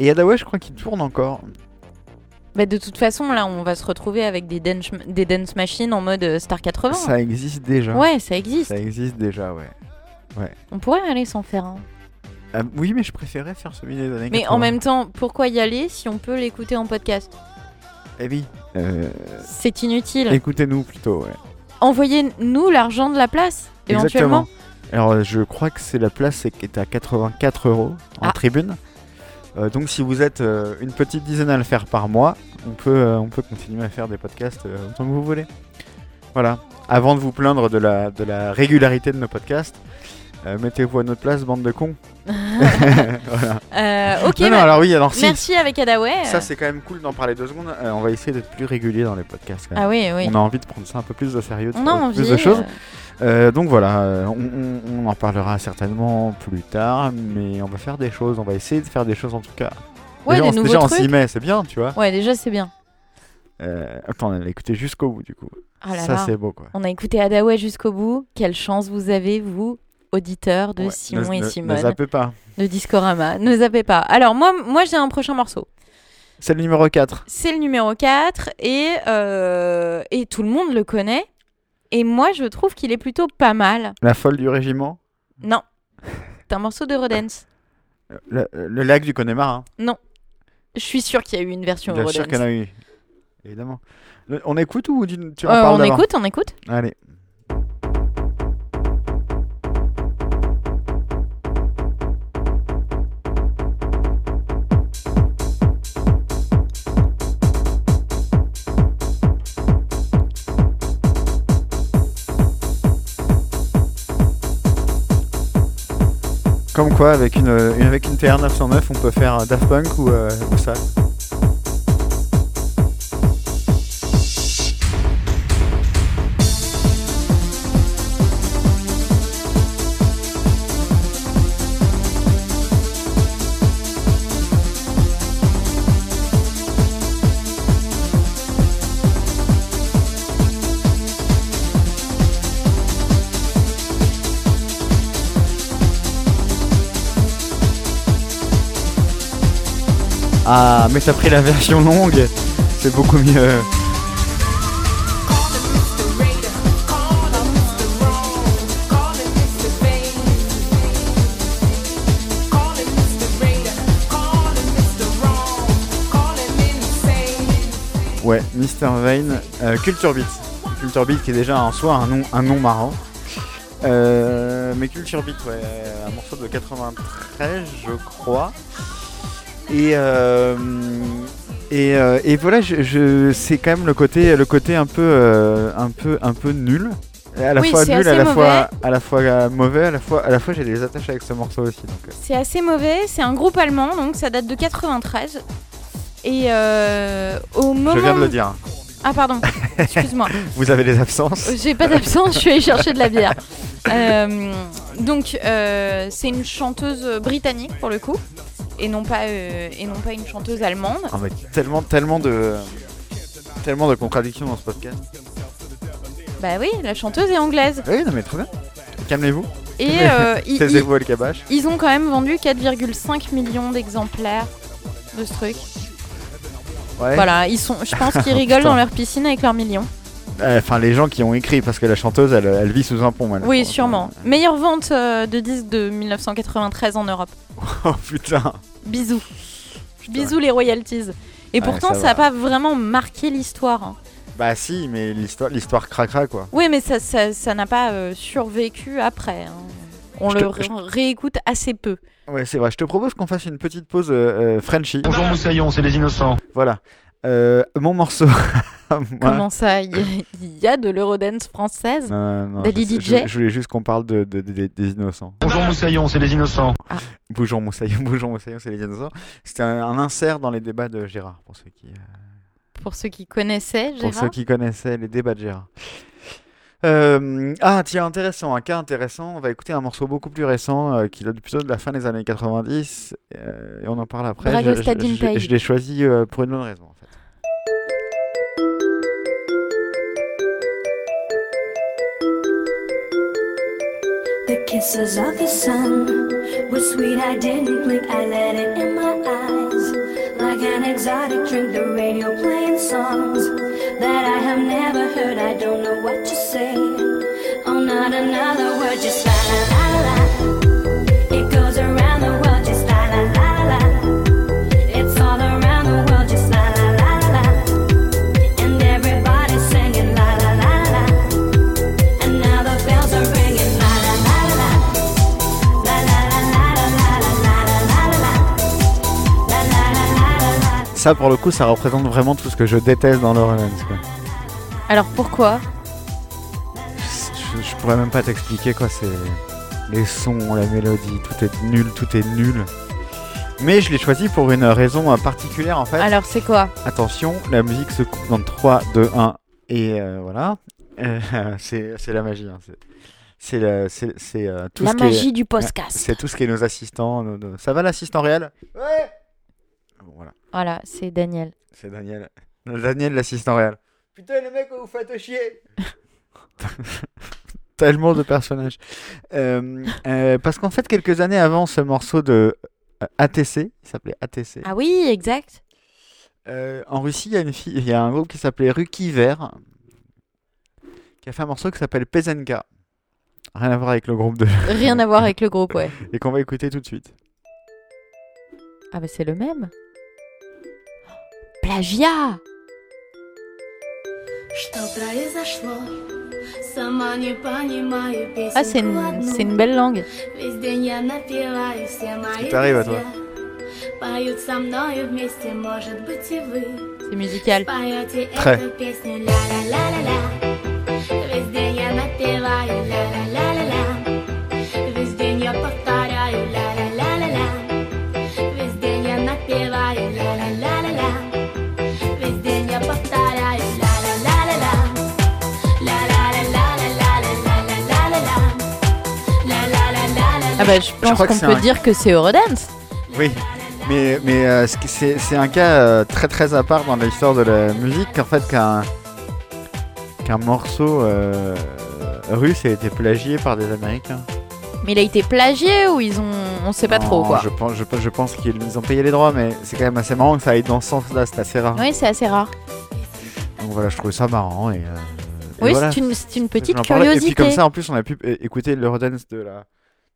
S3: Et Yadawa, je crois qu'il tourne encore.
S2: Bah, de toute façon, là, on va se retrouver avec des dance, des dance machines en mode euh, Star 80.
S3: Ça existe déjà.
S2: ouais, ça existe.
S3: Ça existe déjà, ouais.
S2: On pourrait aller s'en faire un.
S3: Ah, oui, mais je préférais faire celui des années
S2: Mais en
S3: 80.
S2: même temps, pourquoi y aller si on peut l'écouter en podcast
S3: Eh oui. euh,
S2: C'est inutile.
S3: Écoutez-nous plutôt, ouais.
S2: Envoyez-nous l'argent de la place, éventuellement.
S3: Exactement. Alors euh, je crois que c'est la place qui est à 84 euros en
S2: Ah.
S3: tribune. Euh, donc si vous êtes euh, une petite dizaine à le faire par mois, on peut, euh, on peut continuer à faire des podcasts euh, autant que vous voulez. Voilà. Avant de vous plaindre de la, de la régularité de nos podcasts, euh, mettez-vous à notre place, bande de cons.
S2: Euh, ok,
S3: non, non,
S2: bah,
S3: alors oui, alors si.
S2: merci avec Adaway.
S3: Ça, c'est quand même cool d'en parler deux secondes. Euh, on va essayer d'être plus régulier dans les podcasts. quand même.
S2: Ah oui, oui.
S3: On a envie de prendre ça un peu plus au sérieux, de
S2: On a
S3: faire
S2: envie.
S3: plus de choses.
S2: euh,
S3: Euh, donc voilà, euh, on, on- on en parlera certainement plus tard, mais on va faire des choses, on va essayer de faire des choses en tout cas.
S2: Ouais, des
S3: déjà, on-
S2: nouveaux
S3: déjà, on s'y
S2: trucs.
S3: met, c'est bien, tu vois.
S2: Ouais, déjà, c'est bien.
S3: Euh, attends, on l'a écouté jusqu'au bout du coup.
S2: Ah là
S3: ça,
S2: là.
S3: c'est beau quoi.
S2: On a écouté Adaway jusqu'au bout. Quelle chance vous avez, vous, auditeurs de
S3: Ouais,
S2: Simon
S3: ne-
S2: et
S3: ne-
S2: Simone,
S3: Ne zappez pas.
S2: de Discorama. Ne zappez pas. Alors, moi, moi j'ai un prochain morceau.
S3: C'est le numéro 4.
S2: C'est le numéro 4 et, euh, et tout le monde le connaît. Et moi, je trouve qu'il est plutôt pas mal.
S3: La folle du régiment.
S2: Non. C'est un morceau de Rodens.
S3: Euh, Le, le lac du Connemara. hein.
S2: Je suis sûre qu'il y a eu une version
S3: Bien
S2: Rodens.
S3: sûr qu'il y en a eu. Évidemment. Le- on écoute ou tu, tu en
S2: Euh,
S3: parles
S2: on
S3: d'abord
S2: écoute, on écoute.
S3: Allez. Comme quoi, avec une, une- avec une TR-909, on peut faire Daft Punk ou, euh, ou ça. Ah, mais t'as pris la version longue, c'est beaucoup mieux. Ouais, Mr. Vane, euh, Culture Beat. Culture Beat qui est déjà en soi un nom, un nom marrant. Euh, mais Culture Beat, ouais, un morceau de 93, je crois. Et, euh, et, euh, et voilà, je, je- c'est quand même le côté, le côté un peu, euh, un peu, un peu nul. Et À la
S2: Oui,
S3: fois
S2: c'est
S3: nul, à
S2: assez
S3: la fois, à la fois euh, mauvais, à la fois, à la fois j'ai des attaches avec ce morceau aussi. Donc, euh,
S2: C'est assez mauvais, c'est un groupe allemand, donc ça date de 93. Et euh, au moment.
S3: je viens de le dire. hein.
S2: Ah,
S3: [laughs]
S2: pardon, excuse-moi.
S3: Vous avez des absences.
S2: J'ai pas d'absence, je suis allée chercher de la
S3: [laughs]
S2: bière. Euh, donc, euh, c'est une chanteuse britannique pour le coup, et non pas, euh, et non pas une chanteuse allemande.
S3: Ah, mais tellement, tellement de, tellement de contradictions dans ce podcast.
S2: Bah oui, la chanteuse est anglaise.
S3: Ah Oui, non mais très bien. Calmez-vous. [laughs]
S2: Et euh, ils, ils-
S3: Taisez-vous, El Kabash.
S2: ils ont quand même vendu 4,5 millions d'exemplaires de ce truc.
S3: Ouais. Oh,
S2: Voilà, ils sont, je
S3: [laughs]
S2: pense qu'ils rigolent
S3: Putain.
S2: dans leur piscine avec leurs millions.
S3: Euh, Enfin, les gens qui ont écrit, parce que la chanteuse, elle, elle vit sous un pont. elle,
S2: Oui,
S3: pour-
S2: sûrement. Meilleure vente euh, de disques de 1993 en Europe.
S3: [laughs] oh putain.
S2: Bisous. Bisous les royalties. Et
S3: Ouais,
S2: pourtant,
S3: ça
S2: ça n'a pas
S3: va.
S2: vraiment marqué l'histoire. hein.
S3: Bah si, mais l'histoire, l'histoire cracra quoi.
S2: Oui, mais ça ça- ça n'a pas euh, survécu après. hein. On
S3: Je te-
S2: le ré-
S3: je-
S2: réécoute assez peu.
S3: Ouais, c'est vrai. Je te propose qu'on fasse une petite pause euh, euh, Frenchie.
S4: Bonjour Moussaillon, c'est les innocents.
S3: Voilà. Euh, mon morceau. [laughs] à moi-
S2: Comment ça Il y a- il y, a de l'eurodance française
S3: Non, non,
S2: Daddy
S3: je,
S2: DJ?
S3: je- je voulais juste qu'on parle de, de- de- des- des innocents.
S4: Bonjour Moussaillon, c'est les innocents.
S3: Bougeons Moussaillon, [laughs] bougeons Moussaillon, c'est les innocents. C'était un, un insert dans les débats de Gérard, pour ceux qui,
S2: Pour ceux qui connaissaient,
S3: Pour
S2: Gérard.
S3: ceux qui connaissaient les débats de Gérard. Euh, ah tiens, intéressant, un cas intéressant, on va écouter un morceau beaucoup plus récent euh, qui date plutôt de la fin des années 90 euh, et on en parle après.
S2: Drago
S3: je
S2: Stadin
S3: je- je-
S2: Pay.
S3: je l'ai choisi euh, pour une bonne raison en fait.
S9: The kisses of the sun were sweet. I didn't blink. I let it in my eyes. Like an exotic drink, the radio playing songs that I have never heard. I don't know what to say. Oh, not another word. Just la la la la la. It goes around the world. Just la la la la la. It's all around the world. Just la la la la la. And everybody's singing la la la la. And now the bells are ringing la la la la la. La la la la la la la la la la la. La la la la la la.
S3: Ça pour le coup, ça représente vraiment tout ce que je déteste dans Lawrence. quoi.
S2: Alors pourquoi
S3: Je, je pourrais même pas t'expliquer quoi, c'est Les sons, la mélodie, tout est nul, tout est nul. Mais je l'ai choisi pour une raison euh, particulière en fait.
S2: Alors, c'est quoi
S3: Attention, la musique se coupe dans 3, 2, 1. Et euh, voilà. Euh, [laughs] c'est c'est la magie. hein, c'est- C'est la- c'est- c'est, euh, tout
S2: La
S3: ce qui est-
S2: magie du podcast.
S3: C'est tout ce qui est nos assistants. nos- nos- Ça va l'assistant réel Ouais Bon, Voilà,
S2: Voilà, c'est Daniel.
S3: c'est Daniel. [laughs] Daniel, l'assistant réel. Putain, le mec, vous faites chier [laughs] Tellement de personnages. Euh, euh, parce qu'en fait, quelques années avant ce morceau de euh, ATC, il s'appelait ATC,
S2: Ah oui, exact.
S3: euh, en Russie, il y, a une fille, il y a un groupe qui s'appelait Ruki Vert, qui a fait un morceau qui s'appelle Pezenka. Rien à voir avec le groupe de... [laughs]
S2: Rien à voir avec le groupe, ouais.
S3: et qu'on va écouter tout de suite.
S2: Ah bah c'est le même. Plagiat
S9: Что произошло? Сама не понимаю песенку
S2: Ah, c'est une, c'est une belle langue.
S9: Весь день я напила, и все мои
S3: Старый вот,
S9: друзья Поют со мною вместе, может быть и вы
S2: C'est musical.
S9: Поете
S3: Тре.
S9: эту песню ля-ля-ля-ля-ля Весь день я напеваю ля-ля-ля-ля-ля Весь день я повторяю ля-ля-ля-ля-ля Весь день я напеваю ля-ля-ля-ля-ля Весь день я повторяю ля-ля-ля-ля-ля Ля-ля-ля-ля-ля-ля-ля-ля-ля-ля Ля-ля-ля-ля-ля-ля
S2: Ah bah je pense
S3: crois que
S2: qu'on
S3: c'est
S2: peut
S3: un-
S2: dire que c'est Eurodance.
S3: Oui, mais, mais euh, ce qui- c'est c'est un cas euh, très très à part dans l'histoire de la musique en fait qu'un qu'un morceau euh, russe ait été plagié par des Américains.
S2: Mais il a été plagié ou ils ont... On sait pas
S3: Non,
S2: trop quoi.
S3: Je pense, je, je pense qu'ils ont payé les droits, mais c'est quand même assez marrant que ça aille dans ce sens-là, c'est assez rare.
S2: Oui, c'est assez rare.
S3: Donc voilà, je trouvais ça marrant et. euh, et
S2: Oui,
S3: voilà.
S2: c'est une, c'est une petite
S3: J'en parlais.
S2: curiosité.
S3: Et puis comme ça, en plus, on a pu é- écouter l'Eurodance de la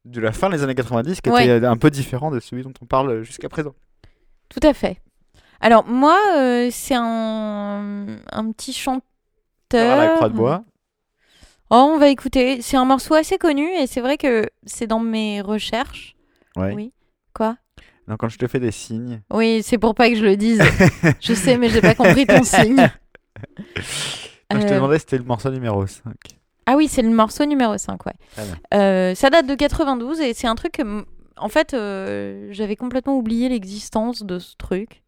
S3: de la fin des années 90, qui
S2: Ouais.
S3: était euh, un peu différent de celui dont on parle jusqu'à présent.
S2: Tout à fait. Alors moi, euh, c'est un... un petit chanteur. Euh,
S3: Ah, la croix de bois.
S2: Oh, on va écouter. C'est un morceau assez connu et c'est vrai que c'est dans mes recherches.
S3: Ouais.
S2: Oui. Quoi
S3: Donc quand je te fais des signes.
S2: Oui, c'est pour pas que je le
S3: [laughs]
S2: dise. je sais, mais j'ai pas compris ton signe.
S3: Non, Je te
S2: Euh,
S3: demandais c'était le morceau numéro 5.
S2: Ah oui, c'est le morceau numéro 5, ouais.
S3: Très bien.
S2: Euh, ça date de 92 et c'est un truc que, m- en fait, euh, j'avais complètement oublié l'existence de ce truc.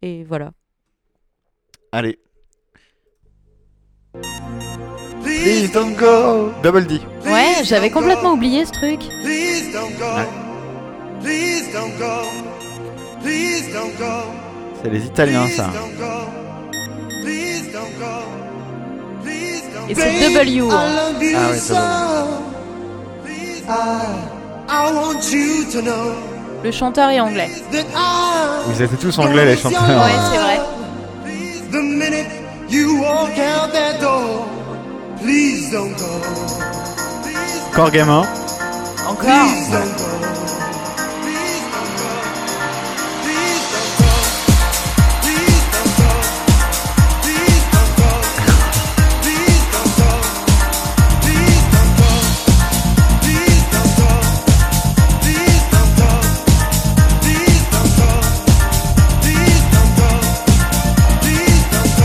S2: Et voilà.
S3: Allez. Please don't go Double D.
S2: Ouais, j'avais complètement oublié ce truc.
S8: Please don't go. Please don't go. Please don't go.
S3: C'est les Italiens ça.
S8: Don't go. Please don't go. Please don't
S2: Et c'est W. hein.
S8: love you
S3: Ah oui, ça va.
S8: so. I, I want you to know
S2: Le chanteur est anglais.
S8: that I
S3: Ils étaient tous anglais les chanteurs.
S2: Ouais, c'est vrai.
S8: Please, the minute you walk out that door, please don't go. Please,
S3: Encore gamin.
S2: Encore.
S8: please don't go. Please don't go. Please don't go. Please don't go. Please don't go. Please don't go. Please don't go. Please don't go. Please don't go. Please don't go. Please don't go. Please don't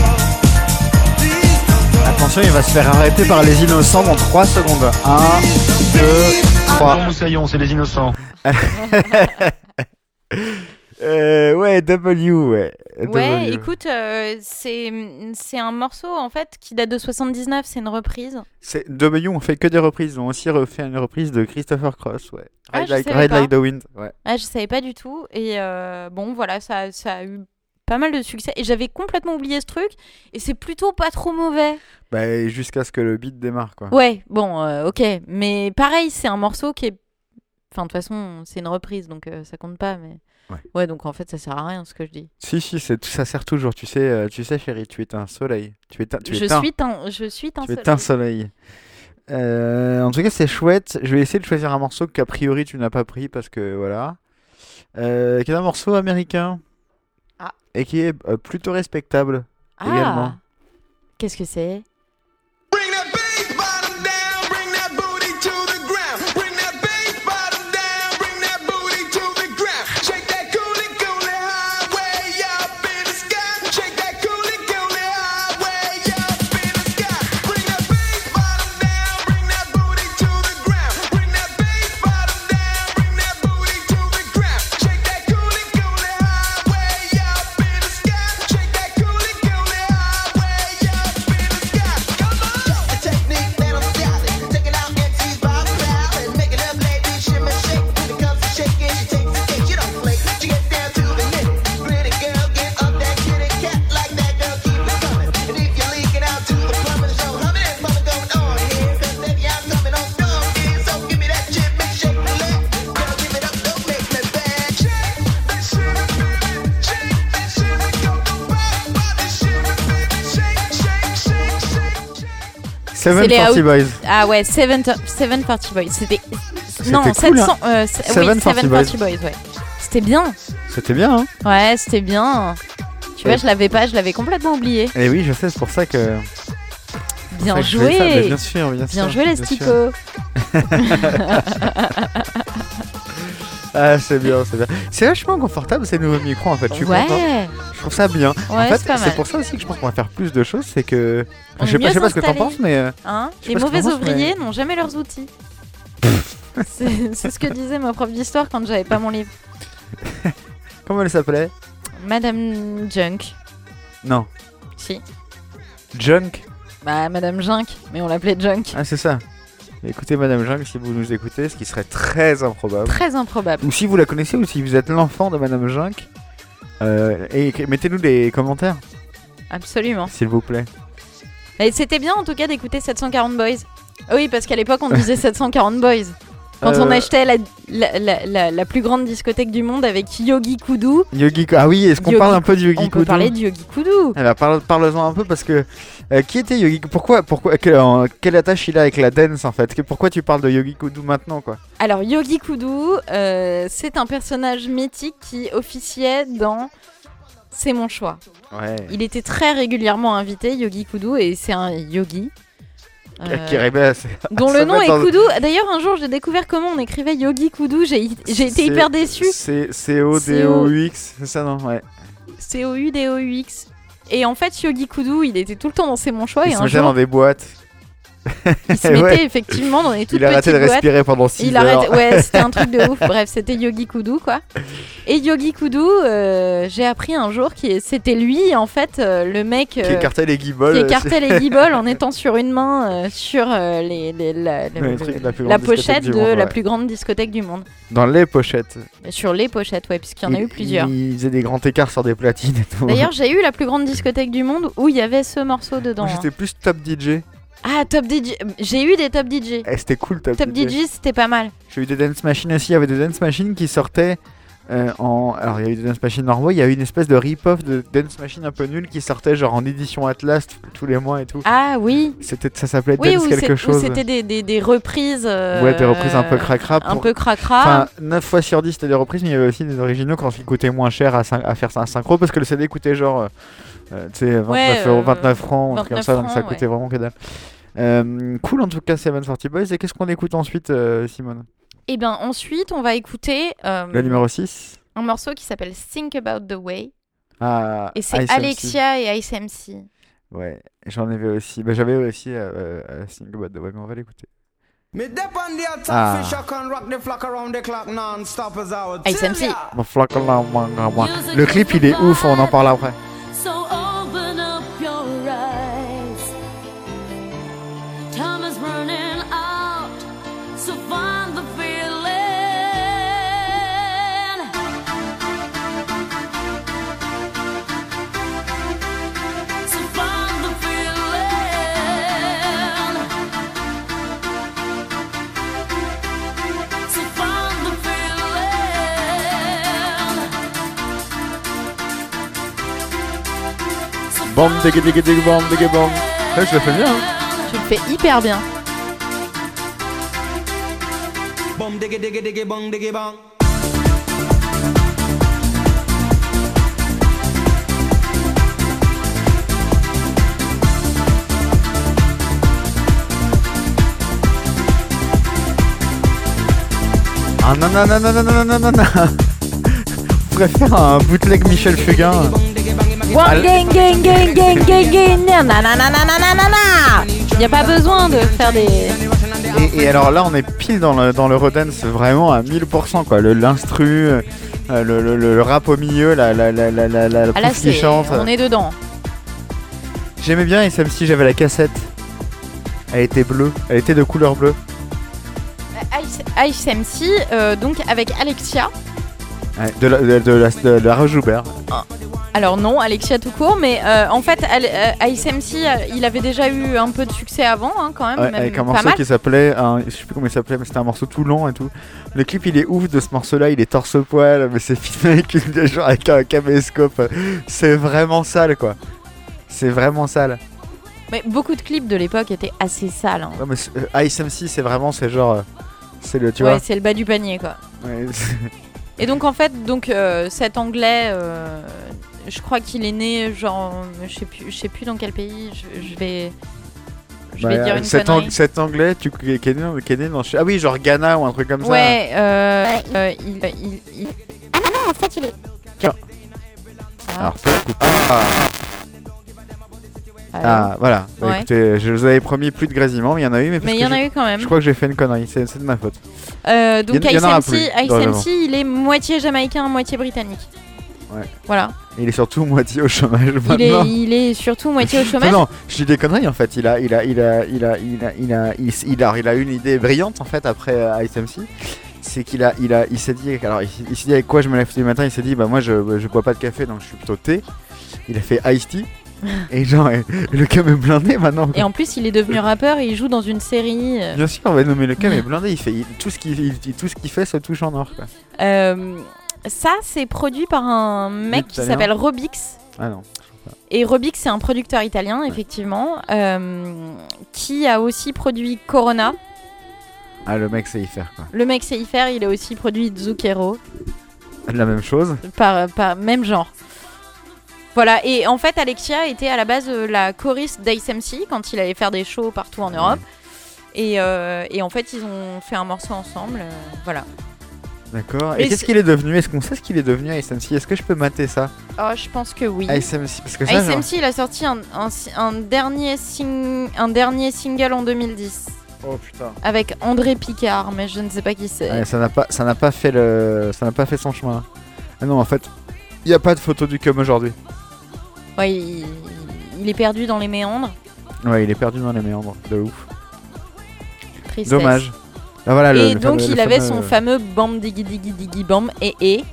S8: go. Please don't go.
S3: Attention, il va se faire arrêter par les innocents dans 3 secondes. 1, 2, 3.
S4: Non, Moussaillon, c'est les innocents.
S3: Euh, ouais, W, ouais.
S2: Ouais,
S3: W.
S2: écoute, euh, c'est c'est un morceau en fait qui date de 79, c'est une reprise.
S3: C'est- W, on fait que des reprises. Ils ont aussi refait une reprise de Christopher Cross, ouais.
S2: Ah,
S3: Ride
S2: je
S3: like,
S2: savais
S3: Ride
S2: pas.
S3: like the Wind. Ouais.
S2: Ah, je savais pas du tout. Et euh, bon, voilà, ça, ça a eu pas mal de succès. Et j'avais complètement oublié ce truc. Et c'est plutôt pas trop mauvais.
S3: Bah, jusqu'à ce que le beat démarre, quoi.
S2: Ouais, bon, euh, ok. Mais pareil, c'est un morceau qui est. Enfin, de toute façon, c'est une reprise, donc euh, ça compte pas. Mais
S3: Ouais.
S2: donc en fait, ça sert à rien ce que je dis.
S3: Si, si, c'est- ça sert toujours. Tu sais, euh, tu sais, chérie, tu es un soleil. Tu es un, tu es
S2: je,
S3: un,
S2: suis un, je suis un
S3: tu es
S2: seul.
S3: un soleil. Euh, en tout cas, c'est chouette. Je vais essayer de choisir un morceau qu'a priori tu n'as pas pris parce que voilà. Euh, qui est un morceau américain.
S2: Ah.
S3: Et qui est euh, plutôt respectable. également.
S2: Ah Qu'est-ce que c'est
S8: Bring that bass bottom down, bring that booty to the ground. Bring that bass bottom down, bring that booty to the ground. Shake that coolie coolie highway up in the sky. Shake that coolie coolie highway up in the sky. Bring that bass bottom down, bring that booty to the ground. Bring that bass bottom
S3: Seven
S2: les
S3: Forty
S2: out-
S3: Boys.
S2: Ah ouais, Seven, Seven Party Boys. C'était. Non,
S3: cool, hein.
S2: 700. euh, c'est- oui, Seven
S3: Seven Party
S2: Party
S3: Boys.
S2: Boys, ouais. C'était bien.
S3: C'était bien, hein
S2: Ouais, c'était bien. Tu vois,
S3: Ouais.
S2: je l'avais pas, je l'avais complètement oublié.
S3: Et Eh oui, je sais, c'est pour ça que.
S2: Bien
S3: c'est pour ça que je
S2: joué.
S3: fais ça, mais Bien sûr, bien,
S2: Bien
S3: sûr,
S2: joué, les
S3: bien
S2: sticos.
S3: sûr. Ah, c'est bien, c'est bien. C'est vachement confortable ces nouveaux micros en fait. Je suis
S2: Ouais.
S3: content. Je trouve ça bien. en
S2: Ouais,
S3: fait,
S2: c'est pas
S3: c'est
S2: mal.
S3: pour ça aussi que je pense qu'on va faire plus de choses. C'est que.
S2: On
S3: je sais
S2: est
S3: pas, je sais
S2: mieux
S3: pas ce que t'en
S2: installés.
S3: penses, mais. euh,
S2: Hein
S3: Je sais
S2: Les
S3: pas ce que
S2: mauvais
S3: t'en penses,
S2: ouvriers n'ont jamais leurs
S3: [laughs]
S2: outils. C'est c'est ce que disait ma prof d'histoire quand j'avais pas mon livre.
S3: Comment elle s'appelait
S2: Madame Junk.
S3: Non.
S2: Si.
S3: Junk
S2: Bah, Madame Junk, mais on l'appelait Junk.
S3: Ah, c'est ça. Écoutez, Madame Junk, si vous nous écoutez, ce qui serait très improbable.
S2: Très improbable.
S3: Ou si vous la connaissez, ou si vous êtes l'enfant de Madame Junk, euh, et écri- mettez-nous des commentaires,
S2: Absolument.
S3: s'il vous plaît.
S2: Mais c'était bien en tout cas d'écouter 740 Boys. Ah Oui, parce qu'à l'époque on disait 740 Boys. Quand on
S3: Euh,
S2: achetait la, la, la- la- la plus grande discothèque du monde avec Yogi Koudou,
S3: Yogi. Ah oui, est-ce qu'on
S2: Yogi-
S3: parle un peu de Yogi
S2: on peut
S3: Koudou
S2: parler de Yogi Koudou.
S3: Eh ben, parle- Parle-en un peu parce que euh, qui était Yogi Pourquoi, pourquoi que- en- quelle attache il a avec la dance en fait Que- Pourquoi tu parles de Yogi Koudou maintenant quoi
S2: Alors Yogi Koudou, euh, c'est un personnage mythique qui officiait dans C'est mon choix.
S3: Ouais.
S2: Il était très régulièrement invité, Yogi Koudou, et c'est un yogi. euh,
S3: Qui arrivait à se-
S2: dont
S3: se
S2: le nom
S3: mettre
S2: est
S3: dans-
S2: Koudou. D'ailleurs, un jour, j'ai découvert comment on écrivait Yogi Koudou. J'ai j'ai été
S3: C'est-
S2: hyper déçue.
S3: C'est C O D O U X, c'est ça non Ouais.
S2: C-O-U-D-O-U-X. Et en fait, Yogi Koudou, il était tout le temps dans C'est mon choix.
S3: il
S2: et
S3: se
S2: un
S3: mettait
S2: jour,
S3: dans des boîtes.
S2: il se
S3: [laughs] ouais.
S2: mettait effectivement
S3: [laughs]
S2: dans les toutes
S3: il arrêtait
S2: petites
S3: de
S2: boîtes.
S3: respirer pendant 6
S2: Il
S3: heures.
S2: arrête.
S3: [laughs]
S2: Ouais, c'était un truc de ouf. Bref, c'était Yogi Koudou, quoi. Et Yogi Koudou, euh, j'ai appris un jour que c'était lui, en fait, euh, le mec.
S3: Qui
S2: euh,
S3: écartait les guibolles.
S2: qui écartait les guibolles en étant sur une main euh, sur euh, les, les- la, la-
S3: Ouais, le truc de la plus
S2: la
S3: grande discothèque
S2: pochette
S3: du
S2: de
S3: monde,
S2: la
S3: ouais.
S2: plus grande discothèque du monde.
S3: [laughs] Dans les pochettes.
S2: Sur les pochettes, ouais, puisqu'il y en a eu
S3: Mm,
S2: plusieurs.
S3: Il faisait des grands écarts sur des platines et tout.
S2: D'ailleurs, j'ai eu la plus grande discothèque du monde où il y avait ce morceau dedans.
S3: [laughs] Moi,
S2: hein.
S3: j'étais plus top DJ.
S2: Ah, Top DJ. J'ai eu des Top DJ.
S3: Eh, c'était cool top,
S2: Top DJ, c'était pas mal.
S3: J'ai eu des dance machines aussi. Il y avait des dance machines qui sortaient euh, en. Alors, il y a eu des dance machines normaux. Il y a eu une espèce de rip-off de dance machine un peu nul qui sortait genre en édition Atlas t- tous les mois et tout.
S2: Ah oui.
S3: C'était, ça s'appelait
S2: Oui,
S3: Dance
S2: ou
S3: quelque
S2: c'est- ou
S3: chose.
S2: c'était des, des, des reprises. euh,
S3: Ouais, des reprises un peu cracra.
S2: Un
S3: pour-
S2: peu cracra.
S3: Enfin, 9 fois sur 10 c'était des reprises, mais il y avait aussi des originaux quand ils coûtaient moins cher à, syn- à faire ça à synchro parce que le CD coûtait genre euh, euh, tu sais, 29,
S2: Ouais,
S3: euros,
S2: euh,
S3: 29 francs, un truc comme
S2: 29
S3: ça, donc ça
S2: francs,
S3: coûtait vraiment que dalle. Euh, cool en tout cas, Seven Forty Boys. Et qu'est-ce qu'on écoute ensuite, euh, Simone
S2: Et Eh bien ensuite, on va écouter euh,
S3: Le numéro 6
S2: un morceau qui s'appelle Think About the Way.
S3: Ah,
S2: Et c'est
S3: Ice MC.
S2: Alexia et Ice MC.
S3: Ouais, j'en avais aussi. Bah, j'avais aussi euh, euh, Think About the Way, mais on va l'écouter.
S8: Me dip on the attack,
S3: Ah.
S8: fish I can rock the flock around the clock non-stop as I would
S2: Hey,
S8: tell
S2: Samsi.
S8: ya.
S3: Bon, flac, on l'a, moi, moi, moi. Le clip il est ouf, on en parle après.
S9: So open up your eyes. Time is running out, so find the feeling. So find the feeling. So find the feeling.
S3: Bam, dégue, dégue, dégue, bam, dégue, bam. Ouais, je le fais bien. hein.
S2: Tu le fais hyper bien.
S8: Bum diggy diggy diggy bum diggy bang.
S3: Ah non, non, non, non, non, non, non, non, [laughs] non. Je préfère un bootleg Michel Fugain.
S2: One gang, gang, gang, gang, gang, gang, Il n'y a pas besoin de faire des.
S3: Et, et alors là, on est pile dans le, dans le Rodance vraiment à 1000%, quoi. Le, l'instru, euh, le, le, le rap au milieu, la, la, la, la, la, la euh,
S2: Ah là,
S3: pouf qui
S2: c'est-
S3: chante.
S2: on est dedans.
S3: J'aimais bien et celle-ci, j'avais la cassette. Elle était bleue, elle était de couleur bleue.
S2: Ice, Ice MC, euh, donc avec Alexia.
S3: Ouais, de, la, de, de la, de la Rage Joubert.
S2: Alors non, Alexia tout court, mais euh, en fait, Al- euh, Ice MC, euh, il avait déjà eu un peu de succès avant, hein, quand même,
S3: Ouais,
S2: même
S3: avec un
S2: pas
S3: morceau
S2: mal.
S3: qui s'appelait, un- je sais plus comment il s'appelait, mais c'était un morceau tout long et tout. Le clip il est ouf de ce morceau-là, il est torse-poil, mais c'est [laughs] filmé avec, une, genre avec un caméscope. C'est vraiment sale quoi. C'est vraiment sale.
S2: Mais beaucoup de clips de l'époque étaient assez sales. hein.
S3: Ouais, mais c'est- euh, Ice MC, c'est vraiment, c'est genre. euh, C'est le, tu
S2: ouais, c'est le bas du panier, quoi.
S3: vois. Ouais,
S2: Et donc en fait, donc euh, cet anglais, euh, je crois qu'il est né genre, je sais plus, je sais plus dans quel pays. Je, je vais, je vais
S3: [laughs] bah,
S2: dire une
S3: cet,
S2: connerie.
S3: ang- cet anglais, tu qui est qui est né, dans- qui est né dans. Ah oui, genre Ghana ou un truc comme
S2: ouais, euh, euh, il, il- il-
S3: ça. Alors, peu- ah, ah, voilà. Bah,
S2: Ouais.
S3: écoutez, je vous avais promis plus de grésillements, mais il y en a eu. Mais, parce
S2: mais il
S3: que
S2: y en a
S3: je-
S2: eu quand même.
S3: Je crois que j'ai fait une connerie, c'est c'est de ma faute.
S2: Euh, donc
S3: Il y en- il y en aura
S2: ICMC,
S3: plus, probablement.
S2: il est moitié jamaïcain, moitié britannique.
S3: Ouais. [laughs]
S2: Voilà.
S3: Il est surtout moitié au chômage
S2: Il est,
S3: maintenant.
S2: il est surtout moitié au
S3: Non,
S2: chômage.
S3: non, je dis des conneries en fait. Il a, il a, il a, il a, il a, il a, il, s- il a, il a eu une idée brillante en fait après euh, Ice MC. C'est qu'il a, il a, il s'est dit, alors il, s- il s'est dit avec quoi je me lève tous les matins. Il s'est dit, bah moi je, je bois pas de café donc je suis plutôt thé. Il a fait
S2: [laughs]
S3: Ice Tea. Et genre, et- et le cam est blindé maintenant. quoi.
S2: Et en plus, il est devenu rappeur et il joue dans une série. euh,
S3: Bien sûr, ouais, non mais le cam est blindé. Il fait il- tout ce qu'il, il- tout ce qu'il fait se touche en or. Quoi.
S2: Euh, ça, c'est produit par un mec qui
S3: Italien.
S2: s'appelle Robix.
S3: Ah non.
S2: Et Robix, c'est un producteur italien, effectivement, euh, qui a aussi produit Corona.
S3: Ah le mec sait y faire quoi.
S2: Le mec sait y faire, il a aussi produit Zucchero,
S3: La même chose.
S2: par, par même genre. Voilà, et en fait, Alexia était à la base euh, la choriste d'ICMC quand il allait faire des shows partout en Europe. Et, euh, et en fait, ils ont fait un morceau ensemble. euh, voilà.
S3: D'accord. Et
S2: Et
S3: qu'est-ce
S2: c'est-
S3: qu'il est devenu Est-ce qu'on sait ce qu'il est devenu Ice MC Est-ce que je peux mater ça
S2: Oh, je pense que oui.
S3: Ice MC parce que ça. genre-
S2: ICMC, il a sorti un, un, un dernier sing- un dernier single en 2010
S3: Oh putain.
S2: avec André Picard, mais je ne sais pas qui c'est.
S3: Ouais, ça n'a pas, ça n'a pas fait le, ça n'a pas fait son chemin. Ah non, en fait, il n'y a pas de photo du cum aujourd'hui.
S2: Ouais, il, il est perdu dans les méandres.
S3: Ouais, il est perdu dans les méandres, de ouf.
S2: Tristesse.
S3: Dommage. Ah, voilà, le-
S2: et
S3: le
S2: donc,
S3: fameux- le
S2: il avait
S3: fameux- euh,
S2: son fameux Bam Diggy Diggy Diggy Bam et et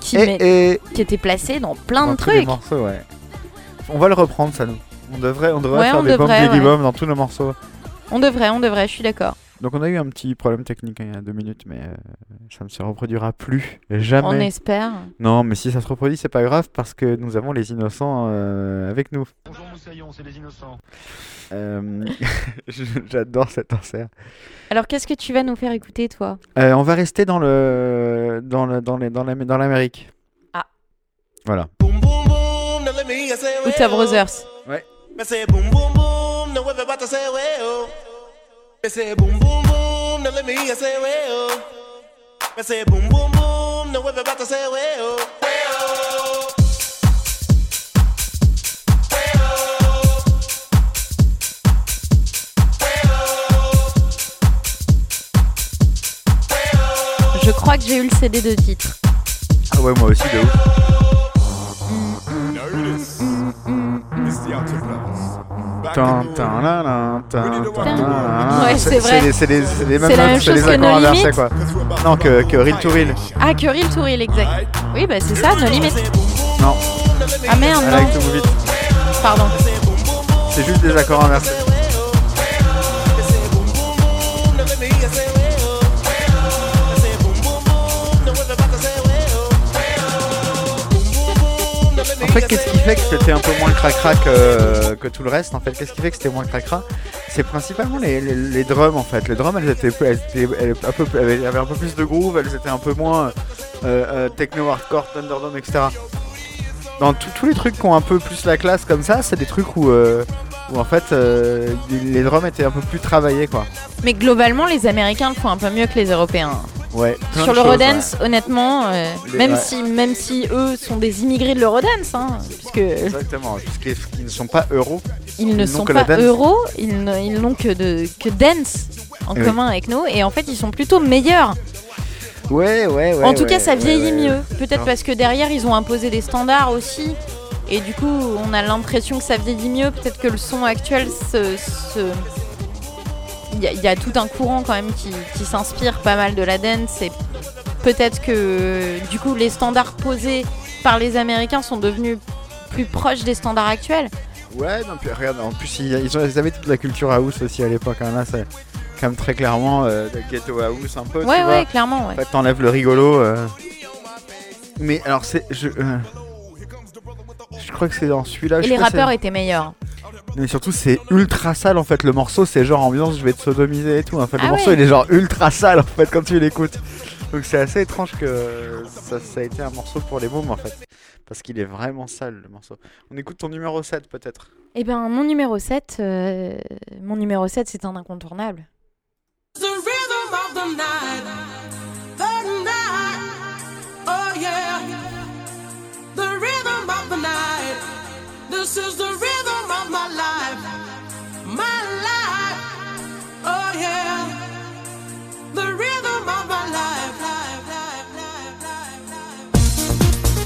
S2: qui, met-
S3: Et, et-
S2: qui était placé dans plein
S3: Eh, dans
S2: de
S3: tous les
S2: trucs.
S3: morceaux, ouais. On va le reprendre, ça nous. On devrait, on devrait
S2: Ouais,
S3: faire
S2: on
S3: des
S2: devrait,
S3: bombes, des
S2: ouais.
S3: bombes dans tous nos morceaux.
S2: On devrait, on devrait, je suis d'accord.
S3: Donc on a eu un petit problème technique hein, il y a deux minutes, mais euh, ça ne se reproduira plus jamais.
S2: On espère.
S3: Non, mais si ça se reproduit, c'est pas grave parce que nous avons les innocents euh, avec nous.
S4: Bonjour Moussaillon, c'est les innocents.
S3: Euh, [laughs] J'adore cet insert.
S2: Alors, qu'est-ce que tu vas nous faire écouter, toi
S3: Euh, on va rester dans le dans le- dans les- dans l'Am- dans l'Amérique.
S2: Ah.
S3: Voilà.
S8: Boom, boom, boom, now let me say,
S2: Outa Brothers.
S8: Me say boom boom boom, no we're about to say way oh. Me say boom boom boom, no let me I say way oh. Me say boom boom boom, no we're about to say way oh. Way oh. Way oh. Way oh. Way oh.
S2: Je crois que j'ai eu le CD de titre.
S3: Ah ouais, moi aussi, de ouf. Tan, tan, nan, nan, tan, tan, nan, nan.
S2: Ouais, c'est vrai.
S3: des- C'est des- c'est les mêmes
S2: C'est la
S3: notes,
S2: même
S3: c'est les
S2: chose que
S3: accords
S2: No
S3: inversés,
S2: Limit.
S3: quoi. Non, que, que Reel to Reel.
S2: Ah, que Real to Real, exact. Oui, bah c'est ça, No Limit.
S3: Non,
S2: Ah merde,
S3: I like to
S2: non,
S3: move it.
S2: pardon.
S3: C'est juste des accords inversés. En fait, qu'est-ce qui fait que c'était un peu moins cracra que, que tout le reste En fait, qu'est-ce qui fait que c'était moins cracra C'est principalement les, les, les drums en fait. Les drums, elles étaient, elles étaient- elles étaient un peu, elles avaient un peu plus de groove, elles étaient un peu moins euh, euh, techno, hardcore, thunderdome, etc. Dans tout- tous les trucs qui ont un peu plus la classe comme ça, c'est des trucs où, euh, où en fait euh, les drums étaient un peu plus travaillés quoi.
S2: Mais globalement, les Américains le font un peu mieux que les Européens.
S3: Ouais. plein
S2: Sur
S3: de
S2: le
S3: choses,
S2: Rodance, honnêtement, euh,
S3: Les-
S2: même,
S3: ouais.
S2: si, même si eux sont des immigrés de l'Eurodance, hein,
S3: ouais.
S2: puisque
S3: Exactement. Puisqu'ils ils ne sont pas euros.
S2: ils ne
S3: Ils n'ont
S2: sont
S3: que la
S2: pas
S3: dance.
S2: euros, ils ne- ils n'ont que, de, que dance en
S3: Eh Oui.
S2: commun avec nous, et en fait, ils sont plutôt meilleurs.
S3: Ouais, ouais, ouais.
S2: en tout cas,
S3: ouais,
S2: ça
S3: ouais,
S2: vieillit
S3: ouais. Ah.
S2: mieux. Peut-être
S3: Non.
S2: parce que derrière, ils ont imposé des standards aussi. Et du coup, on a l'impression que ça vieillit mieux. Peut-être que le son actuel se. se- Il y, a- il y a tout un courant quand même qui, qui s'inspire pas mal de la dance. Et peut-être que du coup, les standards posés par les Américains sont devenus plus proches des standards actuels.
S3: Ouais, non, puis regarde, en plus ils, ils ont- ils avaient toute la culture house aussi à l'époque. hein. Là, c'est quand même très clairement euh, de ghetto house un peu. tu
S2: Ouais,
S3: vois.
S2: ouais, clairement. ouais.
S3: En fait, t'enlèves le rigolo. euh. Mais alors, c'est. Je, euh, je crois que c'est dans celui-là.
S2: Et
S3: je
S2: les
S3: crois que c'est-
S2: rappeurs étaient meilleurs.
S3: Mais surtout, c'est ultra sale en fait. Le morceau, c'est genre ambiance, je vais te sodomiser et tout. hein. Enfin, le
S2: Ah
S3: morceau,
S2: ouais.
S3: il est genre ultra sale en fait quand tu l'écoutes. Donc c'est assez étrange que ça, ça a été un morceau pour les mômes en fait. Parce qu'il est vraiment sale le morceau. On écoute ton numéro 7 peut-être.
S2: Eh ben, mon numéro 7, euh, mon numéro 7, c'est un incontournable.
S6: The rhythm of the night, the night, oh yeah. The rhythm of the night, this is the rhythm of my life, my life, oh yeah. The rhythm of my life, life, life, life, life, life.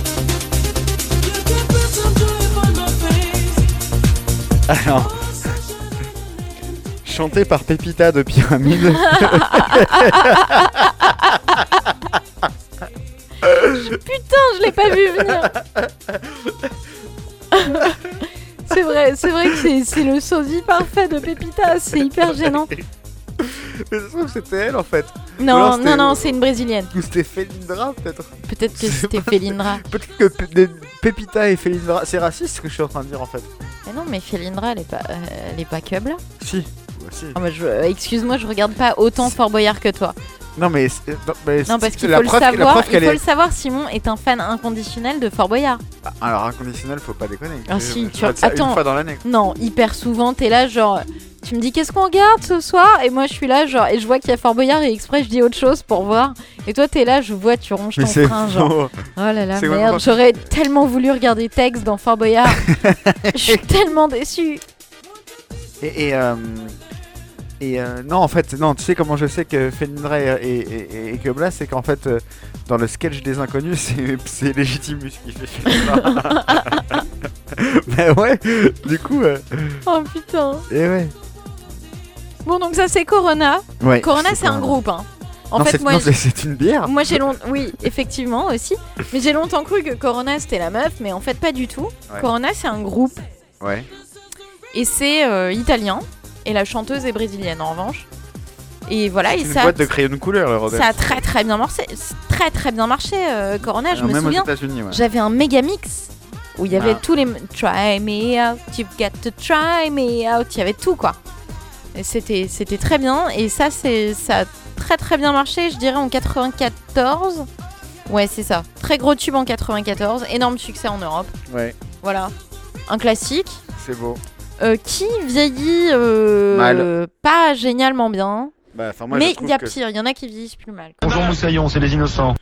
S6: You can put some joy upon my face.
S3: Alors,
S6: Oh, sunshine.
S3: chanté par Pépita de Pyramide.
S2: Putain, je l'ai pas vu venir. c'est vrai, c'est vrai que c'est- c'est le sosie parfait de Pépita. C'est hyper gênant.
S3: [laughs] Mais ça se trouve, c'était elle en fait.
S2: Non,
S3: Alors, c'était-
S2: non, non, c'est une brésilienne.
S3: Ou c'était Felindra peut-être.
S2: Peut-être que
S3: C'est
S2: c'était
S3: pas-
S2: Felindra.
S3: Peut-être que P- des- Pépita et Felindra. C'est raciste ce que je suis en train de dire en fait.
S2: Mais non, mais Felindra, elle est pas, euh, elle est pas que là.
S3: Si. Si.
S2: Ah, bah, je- euh, Excuse-moi, je regarde pas autant Fort Boyard que toi.
S3: Non mais, c'est- non, mais
S2: Non,
S3: c'est-
S2: parce qu'il
S3: la
S2: faut le
S3: preuve- la
S2: savoir.
S3: preuve
S2: Il
S3: qu'elle
S2: faut
S3: est-
S2: le savoir. Simon est un fan inconditionnel de Fort Boyard.
S3: Alors inconditionnel, faut pas déconner.
S2: Ah
S3: Je-
S2: si,
S3: je
S2: tu-
S3: regarde ça
S2: attends.
S3: Une fois dans l'année.
S2: Non, hyper souvent, t'es là, genre, tu me dis qu'est-ce qu'on regarde ce soir Et moi, je suis là, genre, et je vois qu'il y a Fort Boyard et exprès, je dis autre chose pour voir. Et toi, t'es là, je vois, tu ronges ton
S3: Mais c'est
S2: frein, genre,
S3: faux.
S2: oh là là,
S3: C'est vraiment pas-
S2: merde, j'aurais tellement voulu regarder Tex dans Fort Boyard.
S3: [laughs]
S2: Je suis tellement déçue.
S3: [laughs] Et, et, euh, et, euh, non, en fait, non, tu sais comment je sais que Fenindra et, et, et, et Keobla, c'est qu'en fait, euh, dans le sketch des inconnus, [laughs] c'est- c'est Légitimus qui fait [laughs] Fenindra. Mais ouais, du coup, euh,
S2: Oh putain.
S3: et ouais.
S2: Bon, donc ça, c'est Corona.
S3: ouais
S2: Corona, c'est un
S3: pas-
S2: groupe, hein. En
S3: non,
S2: fait,
S3: c'est-
S2: moi,
S3: non,
S2: je-
S3: c'est- c'est une bière.
S2: Moi j'ai longtemps, oui, effectivement aussi, mais j'ai longtemps cru que Corona c'était la meuf, mais en fait pas du tout.
S3: Ouais.
S2: Corona c'est un groupe
S3: Ouais.
S2: et c'est euh, italien et la chanteuse est brésilienne en revanche. Et voilà, et
S3: une
S2: ça,
S3: boîte de crayon de couleur, le Robert.
S2: ça a très très bien marché, très très bien marché euh, Corona. Je
S3: Alors,
S2: me
S3: même
S2: souviens,
S3: aux États-Unis, ouais.
S2: j'avais un méga mix où il y avait
S3: Ah.
S2: tous les m- Try me out, you've got to try me out, il y avait tout quoi. Et C'était c'était très bien et ça c'est ça a très très bien marché, je dirais en 94. Ouais, c'est ça. Très gros tube en 94, énorme succès en Europe.
S3: Ouais,
S2: Voilà. Un classique
S3: c'est beau.
S2: euh, qui vieillit euh,
S3: Mal.
S2: pas génialement bien,
S3: Bah, enfin, moi, je
S2: mais il
S3: trouve
S2: y a
S3: que-
S2: pire, il y en a qui vieillissent plus mal.
S4: Bonjour Moussaillon, c'est les innocents.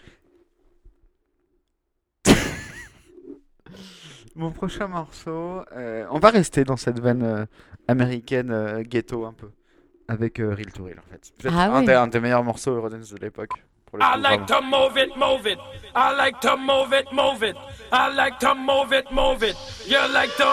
S3: Mon prochain morceau, euh, on va rester dans cette veine euh, américaine euh, ghetto un peu, avec euh, Real to Real en fait. Peut-être
S2: Ah
S3: un,
S2: oui.
S3: des, un des meilleurs morceaux Eurodance de l'époque. pour le
S8: I
S3: coup,
S8: like
S3: vraiment.
S8: to move it, move it. I like to move it, move it. I like to move it, move it. You like to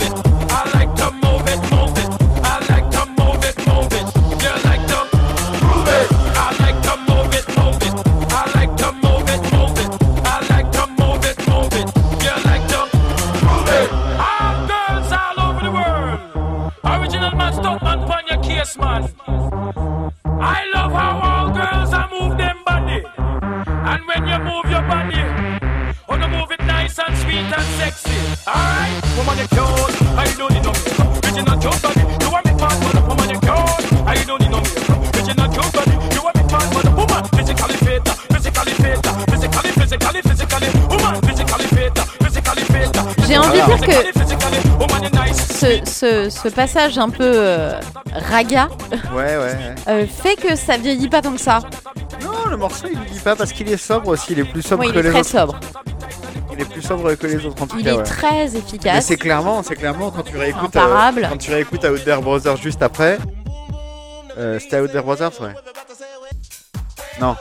S8: it. I like to move it, move it. I like to move it, move it. You like to move it. I like to move it, move it. I like to move it, move it. I like to move it, move it. You like to move it. All girls all over the world. Original man, stop man, on your case, man. I love how all girls are move them body. And when you move your body, wanna move it nice and sweet and sexy. Alright, woman you cute, I don't need no makeup. Bitch you not your body, you want me part mother. Woman you cute, I don't need no makeup. Bitch you not your body, you want me part mother. Woman physically fit, physically fit, physically, physically, physically. Woman physically fit, physically fit.
S2: J'ai envie de dire que
S8: physically, physically, woman you nice.
S2: ce, ce- ce passage un peu euh, raga
S3: Ouais, ouais, ouais.
S2: euh, fait que ça vieillit pas tant que ça.
S3: Non, le morceau il ne dit pas parce qu'il est sobre aussi, il est plus sobre
S2: Moi, il
S3: que
S2: est
S3: les
S2: très sobre.
S3: autres. Il est plus sobre que les autres en tout
S2: Il
S3: cas.
S2: est
S3: ouais.
S2: très
S3: Mais
S2: efficace.
S3: c'est clairement, c'est clairement quand tu réécoutes, euh,
S2: Imparable.
S3: quand tu réécoutes Outer Brothers juste après. Euh, C'était Outer Brothers, ouais. Non,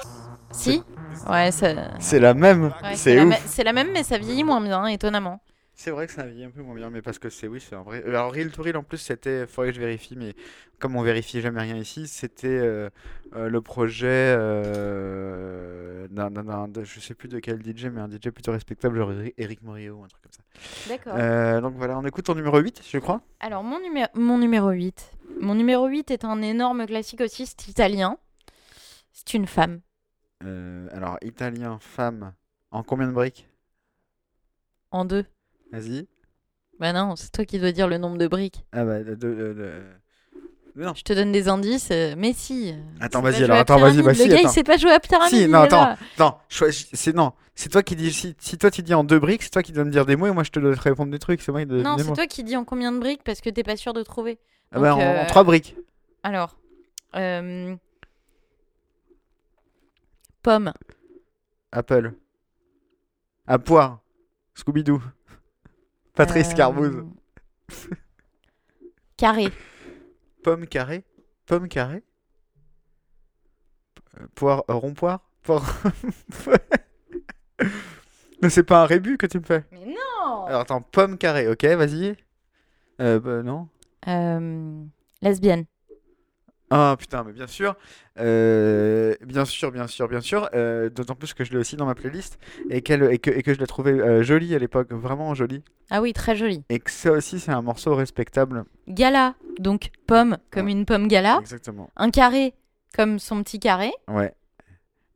S2: Si Ouais, ça- ouais,
S3: c'est la même.
S2: c'est la,
S3: ouf.
S2: mê- c'est la même, mais ça vieillit moins bien, étonnamment.
S3: C'est vrai que ça vieillit un peu moins bien, mais parce que c'est oui, c'est un vrai. Alors, Real to Real, en plus, c'était. euh, Faudrait que je vérifie, mais comme on vérifie jamais rien ici, c'était euh, euh, le projet euh, d'un, d'un- d'un- de- je sais plus de quel DJ, mais un DJ plutôt respectable, genre Eri- Eric Morillo, un truc comme ça.
S2: D'accord.
S3: Euh, donc voilà, on écoute ton numéro 8, je crois.
S2: Alors, mon, numé- mon numéro 8. Mon numéro 8 est un énorme classique aussi, c'est italien. C'est une femme.
S3: Euh, alors, italien, femme, en combien de briques?
S2: En deux.
S3: Vas-y.
S2: Bah non, c'est toi qui dois dire le nombre de briques.
S3: Ah bah, de, de- de- de- Non.
S2: Je te donne des indices, euh, mais si.
S3: Attends,
S2: C'est
S3: vas-y,
S2: pas jouer
S3: alors,
S2: à
S3: attends, vas-y,
S2: pyramide.
S3: bah si,
S2: Le gars, il
S3: attends.
S2: sait pas jouer à pyramide.
S3: Si,
S2: il
S3: non,
S2: est là.
S3: Non, choisis- c'est non, c'est toi qui dis si, si toi tu dis en deux briques, c'est toi qui dois me dire des mots et moi je te dois te répondre des trucs, c'est moi qui dois
S2: Non,
S3: deviner
S2: c'est
S3: moi.
S2: toi qui dis en combien de briques parce que t'es pas sûr de trouver.
S3: Ah bah,
S2: donc,
S3: en, en
S2: euh,
S3: trois briques.
S2: Alors, euh, pomme,
S3: Apple. À poire. Scooby Doo. Patrice
S2: euh,
S3: Carbouze.
S2: [laughs] carré,
S3: Pomme carrée. Pomme carrée. P- euh, Poire euh, rond poire. Poire. [laughs] Mais c'est pas un rébut que tu me fais.
S2: Mais non
S3: Alors attends, pomme carrée, ok, vas-y. Euh, bah, non.
S2: euh, lesbienne,
S3: Ah putain, mais bien sûr, Euh, bien sûr, bien sûr, bien sûr. euh, d'autant plus que je l'ai aussi dans ma playlist et, qu'elle, et, que, et que je l'ai trouvée euh, jolie à l'époque, vraiment jolie.
S2: ah oui, très joli.
S3: Et que ça aussi, c'est un morceau respectable.
S2: Gala, donc pomme comme une pomme gala,
S3: Exactement.
S2: un carré comme son petit carré.
S3: Ouais.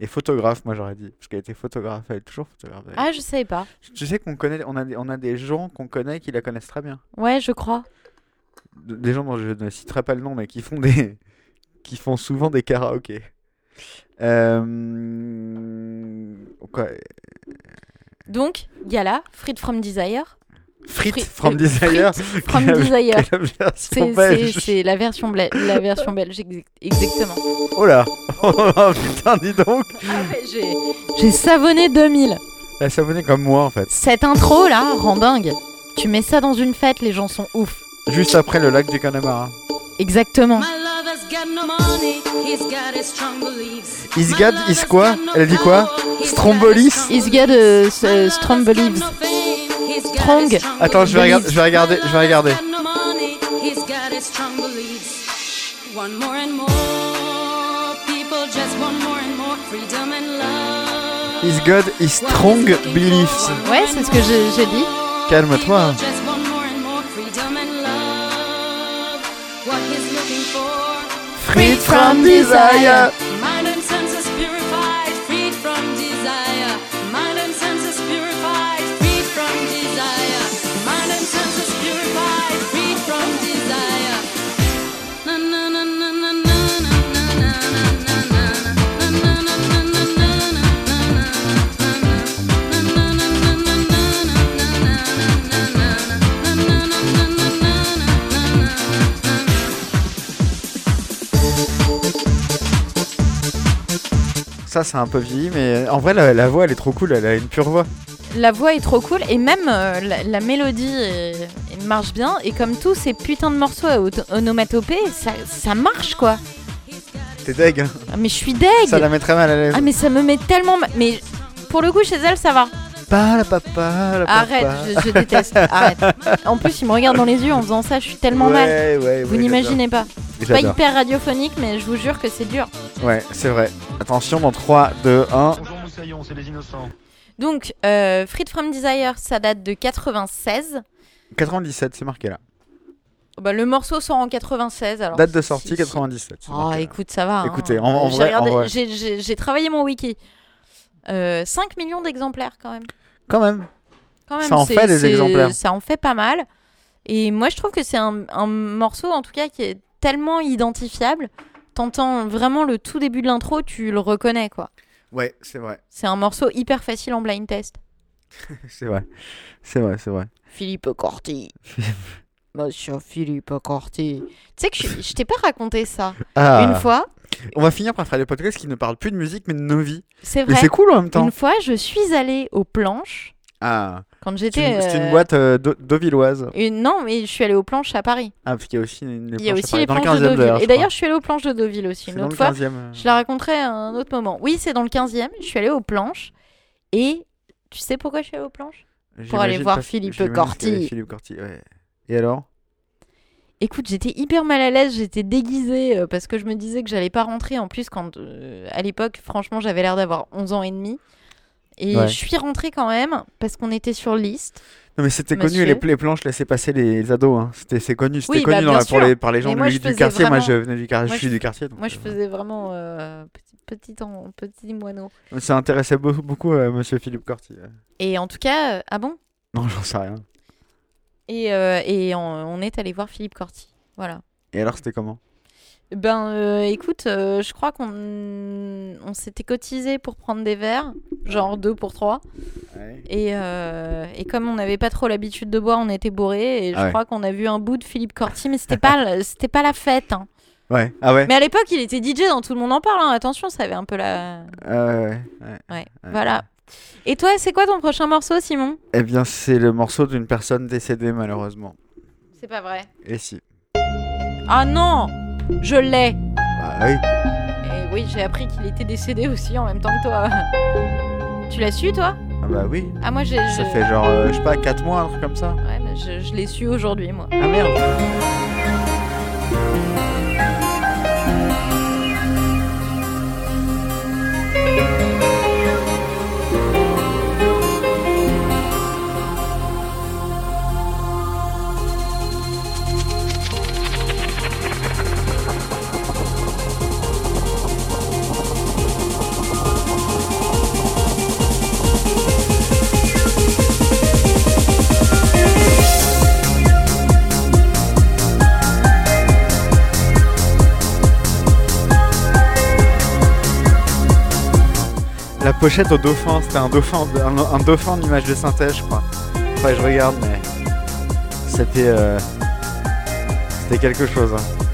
S3: Et photographe, moi j'aurais dit, parce qu'elle était photographe, elle est toujours photographe. elle.
S2: Ah, je savais pas.
S3: Tu sais qu'on connaît, on a, des- on a des gens qu'on connaît qui la connaissent très bien.
S2: Ouais, je crois.
S3: De- Des gens dont je ne citerai pas le nom, mais qui font des, [laughs] qui font souvent des karaokés. Euh... Quoi
S2: Donc, Gala, Fruit from Desire.
S3: Frites
S2: Frites,
S3: from
S2: euh,
S3: Desire. [laughs]
S2: from
S3: Quelle-
S2: Desire.
S3: quelle version
S2: C'est- C'est
S3: belge.
S2: c'est la version, bla- la version belge, ex- exactement.
S3: Oh là [laughs] Oh putain, dis donc
S2: Ah ouais, j'ai- J'ai savonné 2000.
S3: Elle savonnait comme moi en fait.
S2: Cette intro là rend dingue. Tu mets ça dans une fête, les gens sont ouf.
S3: Juste après le lac du Connemara.
S2: Exactement.
S6: My lover's got no money, he's got his strong beliefs.
S3: Is
S6: My
S3: God
S6: lover's
S3: is quoi
S6: got no
S3: Elle dit quoi
S6: power, he's
S3: Strombolis
S6: got his strong
S2: Is got a s- a
S6: beliefs.
S2: strong
S6: My lover's got
S2: beliefs.
S6: no fame, he's got
S2: Strong.
S6: his strong
S3: Attends, je vais,
S6: beliefs.
S3: regarder, je vais regarder, je vais
S6: My
S3: regarder.
S6: lover's got no money, he's got his strong beliefs. One more and more people just want more and more freedom and love.
S3: Is God is strong beliefs.
S2: Ouais, c'est ce que j'ai j'ai dit.
S3: Calme-toi.
S6: Just want more and more freedom and love. What he's looking for.
S3: Frites from Desire.
S6: Mind and senses purified, freed from desire. Mind and senses purified, freed from desire. Mind and senses purified, freed from desire. Na na na na na na na na na na na na na na na na na na
S3: Ça, c'est un peu vieilli, mais en vrai, la, la voix, elle est trop cool. Elle a une pure voix.
S2: La voix est trop cool et même euh, la, la mélodie est- elle marche bien. Et comme tous ces putains de morceaux à auto- onomatopée, ça, ça marche quoi.
S3: T'es deg. hein
S2: Ah, Mais je suis deg.
S3: Ça la met très mal à l'aise.
S2: Ah mais ça me met tellement. ma- Mais pour le coup chez elle ça va.
S3: Pas la papa, la
S2: Arrête,
S3: papa.
S2: je, je
S3: [laughs]
S2: déteste. Arrête. En plus il me regarde dans les yeux en faisant ça, je suis tellement mal.
S3: Ouais, ouais,
S2: Vous
S3: ouais,
S2: n'imaginez pas.
S3: j'adore.
S2: Pas
S3: J'adore.
S2: hyper radiophonique, mais je vous jure que c'est dur.
S3: Ouais, c'est vrai. Attention, dans 3, 2, 1.
S4: Bonjour Moussaillon, c'est les innocents.
S2: Donc, euh, Freed from Desire, ça date de 96.
S3: 97, c'est marqué là.
S2: Bah, le morceau sort en 96. Alors,
S3: Date de
S2: si-
S3: sortie
S2: si-
S3: 97. c'est
S2: Oh,
S3: marqué là.
S2: écoute, ça va. hein.
S3: Écoutez, en- en
S2: J'ai
S3: vrai- en
S2: regardé-
S3: vrai.
S2: J'ai, j'ai- j'ai travaillé mon wiki. Euh, 5 millions d'exemplaires quand même.
S3: Quand même.
S2: Quand même
S3: Ça en
S2: c'est-
S3: fait des
S2: c'est-
S3: exemplaires.
S2: Ça en fait pas mal. Et moi, je trouve que c'est un, un morceau, en tout cas, qui est tellement identifiable. T'entends vraiment le tout début de l'intro, tu le reconnais, quoi.
S3: Ouais, c'est vrai.
S2: C'est un morceau hyper facile en blind test.
S3: [laughs] C'est vrai. C'est vrai, c'est vrai.
S2: Philippe
S3: [laughs]
S2: Corti. Monsieur Philippe Corti. Tu sais que je, je t'ai pas raconté ça
S3: Ah.
S2: une fois.
S3: On va finir par faire des podcasts qui ne parlent plus de musique mais de nos vies.
S2: C'est
S3: Mais
S2: vrai.
S3: c'est cool en même temps.
S2: Une fois, je suis allée aux planches
S3: Ah.
S2: quand
S3: C'est
S2: j'étais.
S3: une, c'est une
S2: euh,
S3: boîte euh, d'Au- dauvilloise.
S2: une- non, mais je suis allée aux planches à Paris.
S3: Ah, parce qu'il y a aussi une,
S2: Il y a aussi
S3: à
S2: les
S3: Paris.
S2: planches
S3: dans le
S2: de
S3: 15e
S2: Deauville.
S3: je
S2: Et d'ailleurs,
S3: crois.
S2: je suis allée aux planches de Deauville aussi
S3: c'est
S2: une
S3: dans le
S2: autre fois.
S3: 15e. euh.
S2: Je la raconterai à un autre moment. Oui, c'est dans le 15e. Je suis allée aux planches. Et tu sais pourquoi je suis allée aux planches Pour aller
S3: J'imagine
S2: voir
S3: pas-
S2: Philippe
S3: j'imagine parce
S2: Corti.
S3: qu'il y avait Philippe Corti, ouais. Et alors
S2: Écoute, j'étais hyper mal à l'aise, j'étais déguisée euh, parce que je me disais que j'allais pas rentrer. En plus, quand euh, à l'époque, franchement, j'avais l'air d'avoir 11 ans et demi. Et
S3: Ouais.
S2: je suis rentrée quand même parce qu'on était sur liste.
S3: Non mais c'était connu,
S2: Monsieur.
S3: les, les planches laissaient passer les, les ados, hein. c'était c'est connu, c'était
S2: Oui,
S3: connu
S2: bah,
S3: dans
S2: bien
S3: la- pour
S2: sûr.
S3: les, par les gens
S2: Mais moi,
S3: du,
S2: je
S3: du
S2: faisais
S3: quartier, moi
S2: vraiment-
S3: je venais du quartier,
S2: Moi,
S3: je suis
S2: je
S3: du quartier. donc,
S2: Moi, je
S3: euh,
S2: faisais vraiment euh, petit, petit, en- petit moineau.
S3: Ça intéressait beaucoup, beaucoup euh, monsieur Philippe Corti. euh.
S2: Et en tout cas, euh, ah bon
S3: Non j'en sais rien.
S2: Et, euh, et on, on est allé voir Philippe Corti. Voilà.
S3: Et alors c'était comment
S2: Ben, euh, écoute, euh, je crois qu'on on s'était cotisé pour prendre des verres, genre deux pour trois. Et, euh, et comme on n'avait pas trop l'habitude de boire, on était bourrés. Et je
S3: Ah ouais.
S2: crois qu'on a vu un bout de Philippe Corti, mais c'était pas,
S3: [laughs]
S2: la- c'était pas la fête. hein.
S3: Ouais, ah ouais
S2: Mais à l'époque, il était DJ dans Tout le monde en parle. hein. Attention, ça avait un peu la.
S3: euh, ouais, ouais.
S2: Ouais, voilà. Et toi, c'est quoi ton prochain morceau, Simon
S3: Eh bien c'est le morceau d'une personne décédée malheureusement.
S2: C'est pas vrai.
S3: Et si.
S2: Ah non Je l'ai
S3: Bah oui.
S2: Et oui, j'ai appris qu'il était décédé aussi en même temps que toi. [laughs] Tu l'as su, toi
S3: Ah bah oui.
S2: Ah, moi, j'ai.
S3: Ça
S2: je-
S3: fait genre, euh, je sais pas, 4 mois, un truc comme ça.
S2: Ouais, mais je, je l'ai su aujourd'hui, moi.
S3: Ah merde. La pochette au dauphin, c'était un dauphin, en- un, un dauphin en image de synthèse, je crois. Enfin, je regarde, mais c'était, euh, c'était quelque chose. hein.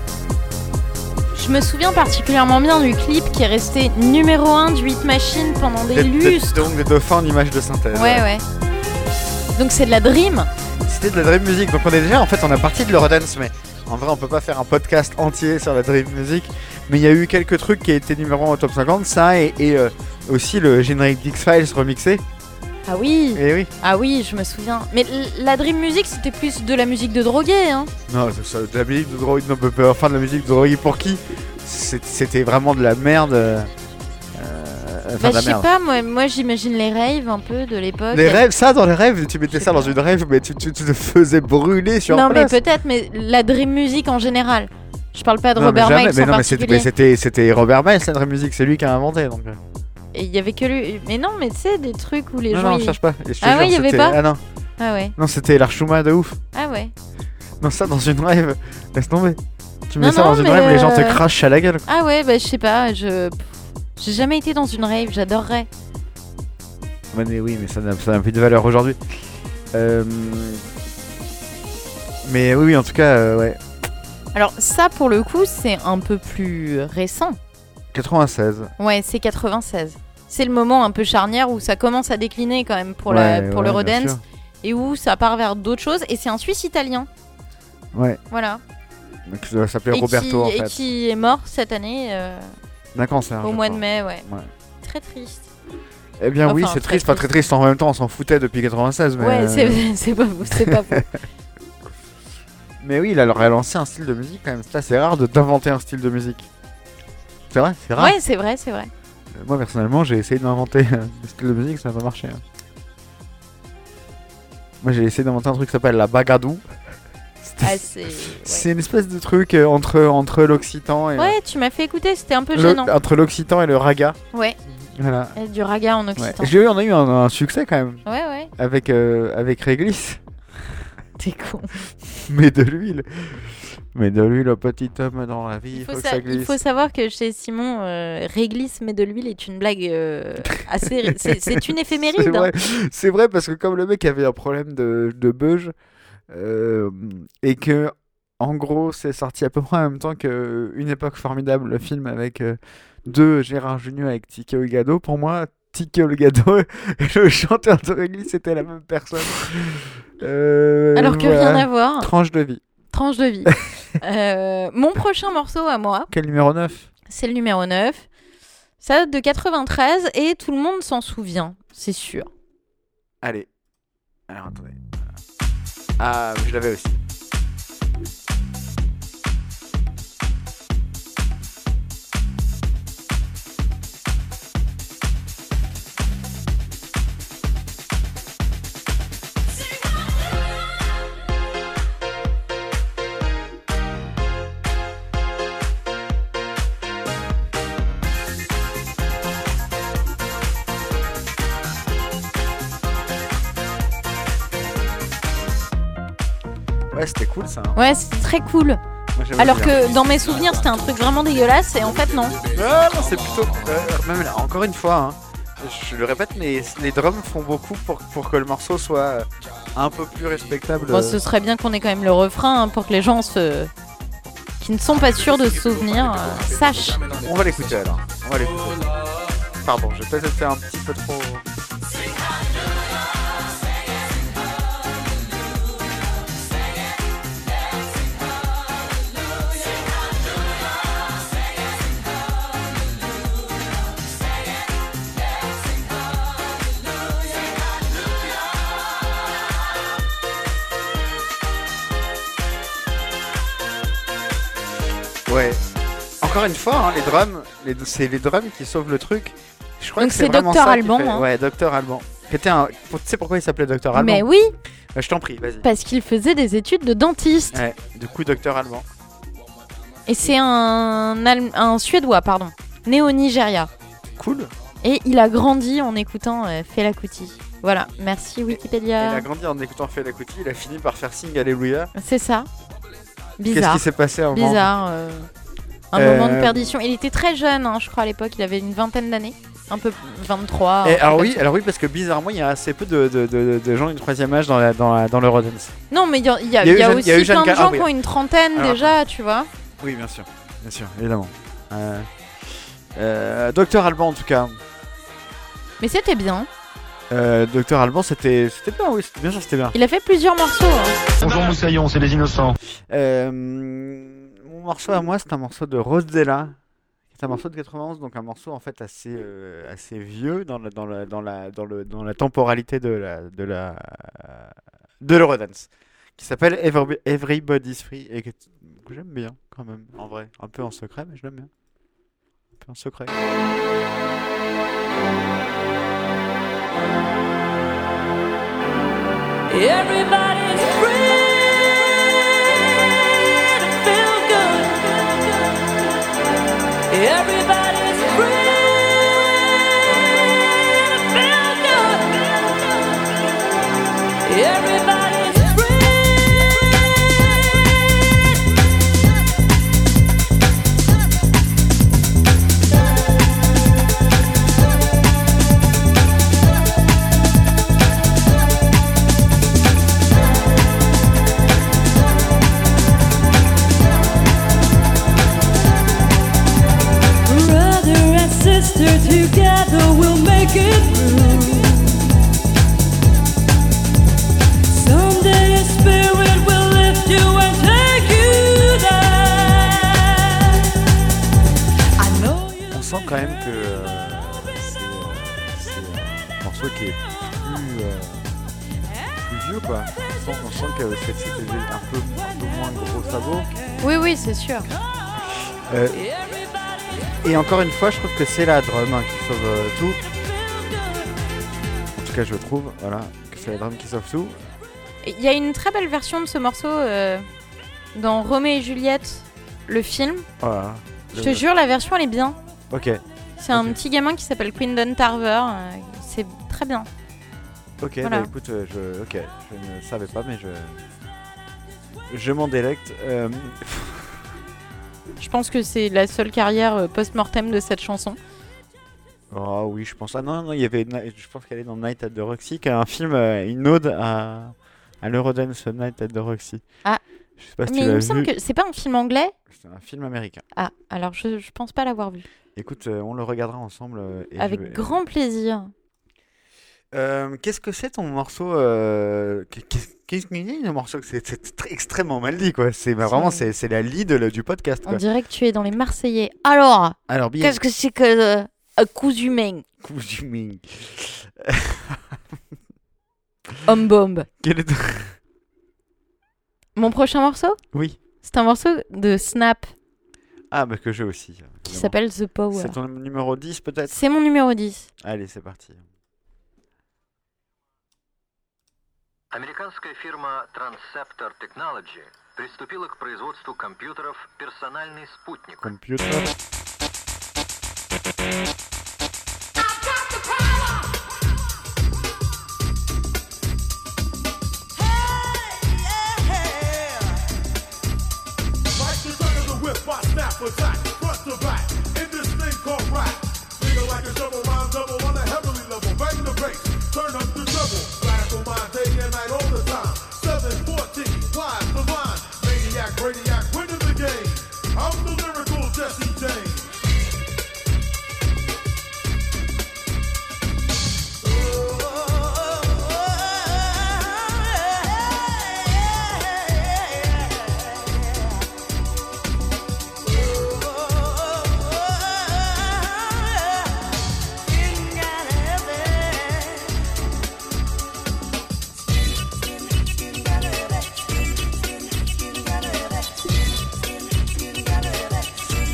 S2: Je me souviens particulièrement bien du clip qui est resté numéro 1 du Hit Machine pendant des
S3: Des- des-
S2: lustres.
S3: donc des dauphins en image de synthèse.
S2: Ouais, ouais. Donc c'est de la dream.
S3: C'était de la dream music. Donc on est déjà, en fait, on a parti de l'eurodance, mais en vrai, on peut pas faire un podcast entier sur la dream music. Mais il y a eu quelques trucs qui étaient numéro 1 au top 50, ça et, et, euh, aussi le générique d'X Files remixé.
S2: Ah oui,
S3: Et oui.
S2: ah oui, je me souviens. Mais l- la dream music, c'était plus de la musique de drogué, hein.
S3: Non, c'est ça, de la musique de drogue, non, euh, enfin de la musique de drogue pour qui C'est- C'était vraiment de la merde. euh, euh, enfin,
S2: Bah,
S3: de la
S2: je sais
S3: merde.
S2: pas, moi, moi j'imagine les raves un peu de l'époque.
S3: Les rêves, ça dans les rêves, tu mettais
S2: sais
S3: ça dans
S2: pas.
S3: une rêve, mais tu, tu- tu te faisais brûler sur
S2: Non, mais
S3: place.
S2: peut-être, mais la dream music en général. Je parle pas de
S3: Non, mais
S2: Robert
S3: jamais,
S2: Miles
S3: mais
S2: en
S3: non, mais c'était-
S2: particulier.
S3: mais c'était c'était Robert Miles, la dream music, c'est lui qui a inventé. Donc... euh.
S2: Et Il y avait que lui. Mais non, mais tu sais, des trucs où les
S3: Non,
S2: gens.
S3: non,
S2: ils-
S3: cherche pas. Et je te
S2: Ah
S3: jure,
S2: ouais, il y avait
S3: c'était-
S2: pas
S3: Ah non,
S2: Ah ouais,
S3: non c'était l'Archuma de ouf.
S2: ah ouais.
S3: Non, ça dans une rêve, laisse tomber. Tu mets
S2: Non,
S3: ça
S2: non,
S3: dans une
S2: mais
S3: rêve, les gens te
S2: euh,
S3: crachent à la gueule.
S2: Ah ouais, bah je sais pas, je. pff, J'ai jamais été dans une rave, j'adorerais.
S3: Ouais, mais oui, mais ça n'a ça n'a plus de valeur aujourd'hui. Euh, Mais oui, oui, en tout cas, euh, ouais.
S2: Alors ça, pour le coup, c'est un peu plus récent.
S3: 96.
S2: Ouais, c'est 96. C'est le moment un peu charnière où ça commence à décliner quand même pour, la,
S3: Ouais,
S2: pour
S3: ouais, bien
S2: l'Eurodance
S3: sûr.
S2: et où ça part vers d'autres choses. Et c'est un Suisse italien,
S3: Ouais,
S2: voilà.
S3: donc ça doit s'appeler
S2: Et qui,
S3: Roberto en
S2: et
S3: fait.
S2: qui est mort cette année euh,
S3: D'un cancer.
S2: au
S3: je
S2: mois de
S3: crois.
S2: mai, ouais.
S3: Ouais.
S2: Très triste.
S3: Eh bien, oui,
S2: Enfin,
S3: c'est
S2: très
S3: triste. Pas très triste en même temps, on s'en foutait depuis 96. Mais,
S2: Ouais,
S3: euh,
S2: c'est, [laughs] c'est pas beau, c'est
S3: [laughs]
S2: pas beau.
S3: mais oui, il a leur a lancé un style de musique quand même. C'est assez rare de d'inventer un style de musique. C'est vrai, c'est rare.
S2: ouais, c'est vrai, c'est vrai.
S3: Euh, Moi, personnellement, j'ai essayé [laughs] d'inventer euh, un style de musique, ça n'a pas marché. hein. Moi, j'ai essayé d'inventer un truc qui s'appelle la bagadou. C'était- [laughs]
S2: Ah, c'est... Ouais.
S3: C'est une espèce de truc euh, entre, entre l'occitan et. euh,
S2: Ouais, tu m'as fait écouter, c'était un peu
S3: le-
S2: gênant.
S3: entre l'occitan et le raga.
S2: Ouais,
S3: Voilà.
S2: et du raga en
S3: Ouais.
S2: occitan.
S3: J'ai eu, on a eu un, un succès quand même
S2: Ouais, ouais,
S3: avec, euh, avec Réglisse. [laughs]
S2: t'es con.
S3: Mais de l'huile. Mais de l'huile au petit homme dans la vie.
S2: Il faut,
S3: que
S2: sa-
S3: ça
S2: il
S3: glisse.
S2: faut savoir que chez Simon, euh, réglisse mais de l'huile est une blague euh, assez. ré- c'est- C'est une
S3: C'est
S2: éphéméride. hein.
S3: vrai. C'est vrai parce que comme le mec avait un problème de, de beuge euh, et que en gros c'est sorti à peu près en même temps que Une époque formidable, le film avec euh, deux Gérard Junior avec Tiki Olgado, pour moi Tiki Olgado [laughs] et le chanteur de Réglisse c'était la même personne. Euh,
S2: Alors que
S3: voilà.
S2: rien à voir.
S3: Tranche de vie.
S2: Tranche de
S3: [laughs]
S2: vie. Euh, mon prochain morceau à moi,
S3: Quel numéro 9
S2: c'est le numéro 9. Ça date de 93 et tout le monde s'en souvient, c'est sûr.
S3: Allez. Alors attendez. Ah, je l'avais aussi. Ouais, c'était cool ça. hein.
S2: Ouais, c'est très cool.
S3: Moi, j'aime
S2: Alors
S3: bien.
S2: que dans mes souvenirs, c'était un truc vraiment dégueulasse et en fait, non.
S3: Ah non, c'est plutôt. euh, même là, encore une fois, hein, je le répète, mais les drums font beaucoup pour, pour que le morceau soit euh, un peu plus respectable.
S2: Bon, ce serait bien qu'on ait quand même le refrain hein, pour que les gens se... qui ne sont pas sûrs de se souvenir euh, sachent.
S3: On va l'écouter alors. On va l'écouter. Pardon, j'ai peut-être fait un petit peu trop. Ouais. Encore une fois, hein, les drums, les- c'est les drums qui sauvent le truc. Je crois
S2: Donc
S3: que c'est
S2: c'est
S3: vraiment
S2: Dr.
S3: ça qui
S2: Alban,
S3: fait-
S2: hein.
S3: Ouais, Docteur Alban. Qui était un- Tu sais pourquoi il s'appelait Docteur Alban
S2: Mais oui,
S3: Euh, Je t'en prie, vas-y.
S2: parce qu'il faisait des études de dentiste.
S3: Ouais, du coup, Docteur Alban.
S2: Et c'est un, Allem- un Suédois, pardon, né au Nigeria.
S3: Cool.
S2: Et il a grandi en écoutant euh, Fela Kuti. Voilà, merci
S3: Il
S2: Wikipédia.
S3: a grandi en écoutant Fela Kuti, il a fini par faire Sing Alléluia.
S2: C'est ça.
S3: Qu'est-ce
S2: Bizarre.
S3: qui s'est passé avant
S2: Bizarre. euh, un
S3: Euh,
S2: moment de perdition. Il était très jeune, hein, je crois, à l'époque. Il avait une vingtaine d'années. Un peu 23. un
S3: Eh,
S2: truc
S3: alors
S2: comme
S3: oui, alors oui, parce que bizarrement, il y a assez peu de, de, de, de gens du troisième âge dans, la, dans, la- dans l'Eurodance.
S2: Non, mais il y a, il y a-
S3: Il y a eu
S2: il y a
S3: Jeanne- il y a eu
S2: aussi
S3: Jeanne
S2: plein de
S3: Car- ah
S2: gens
S3: oui.
S2: qui ont une trentaine
S3: Alors,
S2: déjà, tu vois.
S3: Oui, bien sûr, bien sûr, évidemment. Euh, euh, Docteur Alban, en tout cas.
S2: Mais c'était bien.
S3: Euh, Docteur Alban, c'était, c'était bien, oui, c'était- bien sûr, c'était bien.
S2: Il a fait plusieurs morceaux. hein.
S4: Bonjour Moussaillon, c'est les innocents.
S3: Euh, mon morceau à moi, c'est un morceau de Rosella. C'est un morceau de 91, donc un morceau en fait assez, euh, assez vieux dans la, dans la, dans la, dans le, dans la temporalité de la, de la, de l'Eurodance, qui s'appelle Every- Everybody's Free et que, que j'aime bien quand même, en vrai, un peu en secret, mais je l'aime bien, un peu en secret.
S5: Everybody's free to feel good. Everybody's free to feel good. Everybody's Brother and sister together we'll make it through. Someday a spirit will lift you and take you down. I know you
S3: On sent quand même que euh, c'est, euh, c'est un morceau qui est plus, euh, plus vieux, quoi. On sent, on sent que c'est- c'était un peu, un peu moins gros sabot.
S2: Oui, oui, c'est sûr.
S3: Euh, et encore une fois, je trouve que c'est la drum hein, qui sauve euh, tout. En tout cas, je trouve, voilà, que c'est la drum qui sauve tout.
S2: Il y a une très belle version de ce morceau euh, dans Roméo et Juliette, le film.
S3: Voilà.
S2: Je te jure, la version, elle est bien.
S3: Ok,
S2: C'est un
S3: Euh. Ok.
S2: petit gamin qui s'appelle Quindon Tarver. euh, c'est très bien.
S3: ok,
S2: Voilà.
S3: bah écoute, euh, je, ok, je ne savais pas, mais je, je m'en délecte. Euh,
S2: Je pense que c'est la seule carrière euh, post-mortem de cette chanson.
S3: Oh oui, je pense. Ah non, non, il y avait. une- Je pense qu'elle est dans Night at the Roxy, qui est un film, euh, une ode à, à l'Eurodance Night at the Roxy.
S2: Ah.
S3: Je sais pas si
S2: Mais
S3: tu
S2: il
S3: l'as
S2: me
S3: vu.
S2: semble que c'est pas un film anglais.
S3: C'est un film américain.
S2: Ah, alors je, je pense pas l'avoir vu.
S3: Écoute, euh, on le regardera ensemble. euh, et
S2: Avec
S3: je-
S2: grand plaisir.
S3: Euh, Qu'est-ce que c'est ton morceau euh... Qu'est-ce qu'est-ce que c'est le morceau C'est c'est très- extrêmement mal dit, quoi. C'est bah, vraiment, c'est c'est la lead le- du podcast.
S2: On
S3: Quoi.
S2: dirait que tu es dans les Marseillais. Alors,
S3: Alors bien.
S2: qu'est-ce que c'est que euh,
S3: [laughs]
S2: un cousu humain
S3: Coup du Ming.
S2: Homme bombe.
S3: Quel est...
S2: Mon prochain morceau,
S3: [laughs] Oui.
S2: c'est un morceau de Snap
S3: Ah, bah que j'ai aussi. évidemment.
S2: qui s'appelle The Power.
S3: C'est ton numéro 10 peut-être
S2: C'est mon numéro 10.
S3: Allez, c'est parti.
S10: Американская фирма Transceptor Technology приступила к производству компьютеров «Персональный спутник».
S3: Computer.
S5: Like the sound of the whip, I snap attack, front to back, in this thing called rap. Nigga like a shovel, rhyme double on a heavenly level, bang the bass, turn up the treble. Black on my day and night all the time. 714, wide the line. Maniac, radiac, winning the game. I'm the lyrical Jesse James.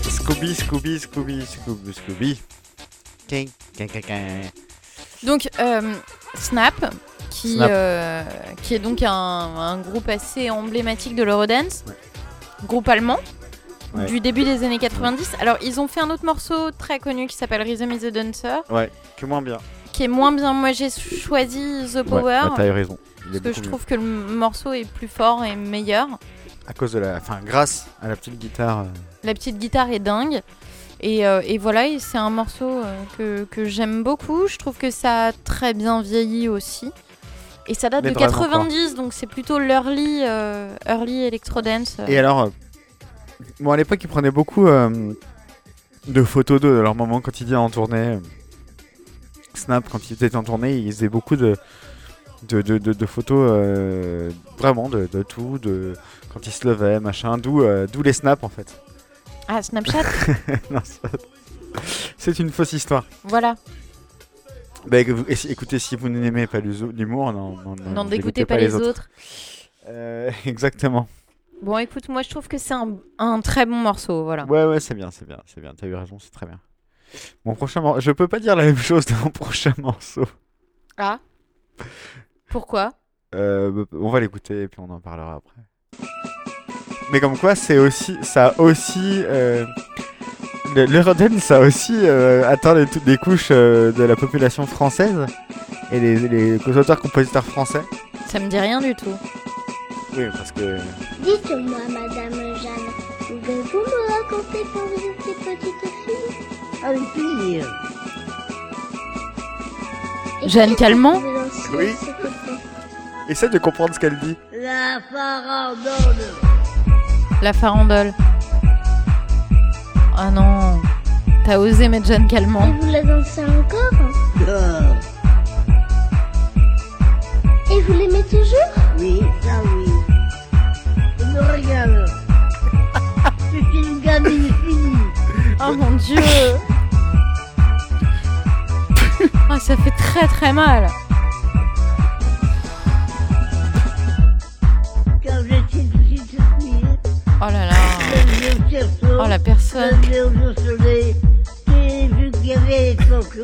S3: Scooby, Scooby, Scooby, Scooby, Scooby. Quin, quin, quin, quin.
S2: Donc, euh, Snap, qui,
S3: Snap.
S2: euh, qui est donc un, un groupe assez emblématique de l'Eurodance,
S3: Ouais.
S2: groupe allemand,
S3: Ouais.
S2: du début des années 90. Alors, ils ont fait un autre morceau très connu qui s'appelle Rhythm is a Dancer,
S3: Ouais, que moins bien.
S2: qui est moins bien. Moi, j'ai choisi The
S3: Ouais,
S2: Power.
S3: bah, t'as eu raison. Il
S2: parce
S3: est
S2: que
S3: beaucoup
S2: je
S3: mieux.
S2: trouve que le morceau est plus fort et meilleur.
S3: À cause de la. Enfin, grâce à la petite guitare. euh,
S2: La petite guitare est dingue. Et, euh, et voilà, et c'est un morceau euh, que, que j'aime beaucoup. Je trouve que ça a très bien vieilli aussi. Et ça date
S3: Les
S2: de
S3: drums encore.
S2: 90, donc c'est plutôt l'early euh, early electro dance.
S3: Et alors, euh, bon, à l'époque, ils prenaient beaucoup euh, de photos de leur moment quotidien en tournée. euh, Snap, quand ils étaient en tournée, ils faisaient beaucoup de, de, de, de- de photos euh, vraiment de, de tout, de quand ils se levaient, machin, d'où euh, d'où les snaps en fait. [laughs]
S2: Ah, Snapchat,
S3: Non, ça- C'est une fausse histoire.
S2: voilà.
S3: Bah, éc- vous- éc- écoutez, si vous n'aimez pas l'uso- l'humour, non, non, non,
S2: N'en dégoûtez
S3: n'écoutez
S2: Euh, pas, les autres.
S3: Euh, [laughs] exactement.
S2: Bon, écoute, moi je trouve que c'est un, un très bon morceau, voilà.
S3: Ouais, ouais, c'est bien, c'est bien, c'est bien. T'as eu raison, c'est très bien. Mon prochain morceau, je peux pas dire la même chose dans mon prochain morceau.
S2: Ah Pourquoi
S3: Euh, on va l'écouter et puis on en parlera après. Mais comme quoi, c'est aussi, ça a aussi, euh, le- l'Eurodance, ça a aussi euh, atteint les, toutes les couches euh, de la population française et les, les auteurs-compositeurs français.
S2: Ça me dit rien du tout.
S3: Oui, parce que
S7: Dites-moi, Madame Jeanne, pouvez-vous me raconter quand vous étiez petite fille Un pire
S2: Jeanne Calment
S3: Oui. essaie de comprendre ce qu'elle dit.
S7: La farandole
S2: La farandole. Ah non, t'as osé mettre Jeanne
S7: Et
S2: Calment.
S7: vous la dansez encore hein
S2: Ah,
S7: Et vous l'aimez toujours
S8: Oui, ça Ah, oui. Je me
S2: [laughs]
S8: régale. C'est une gamine finie.
S2: Oh mon dieu Ah, ça fait très très mal
S8: Quand j'étais une petite fille,
S2: Oh là là
S8: je venais au cerceau,
S2: Oh la
S8: je
S2: personne
S8: venais au jour soleil, et vu qu'il y avait à l'époque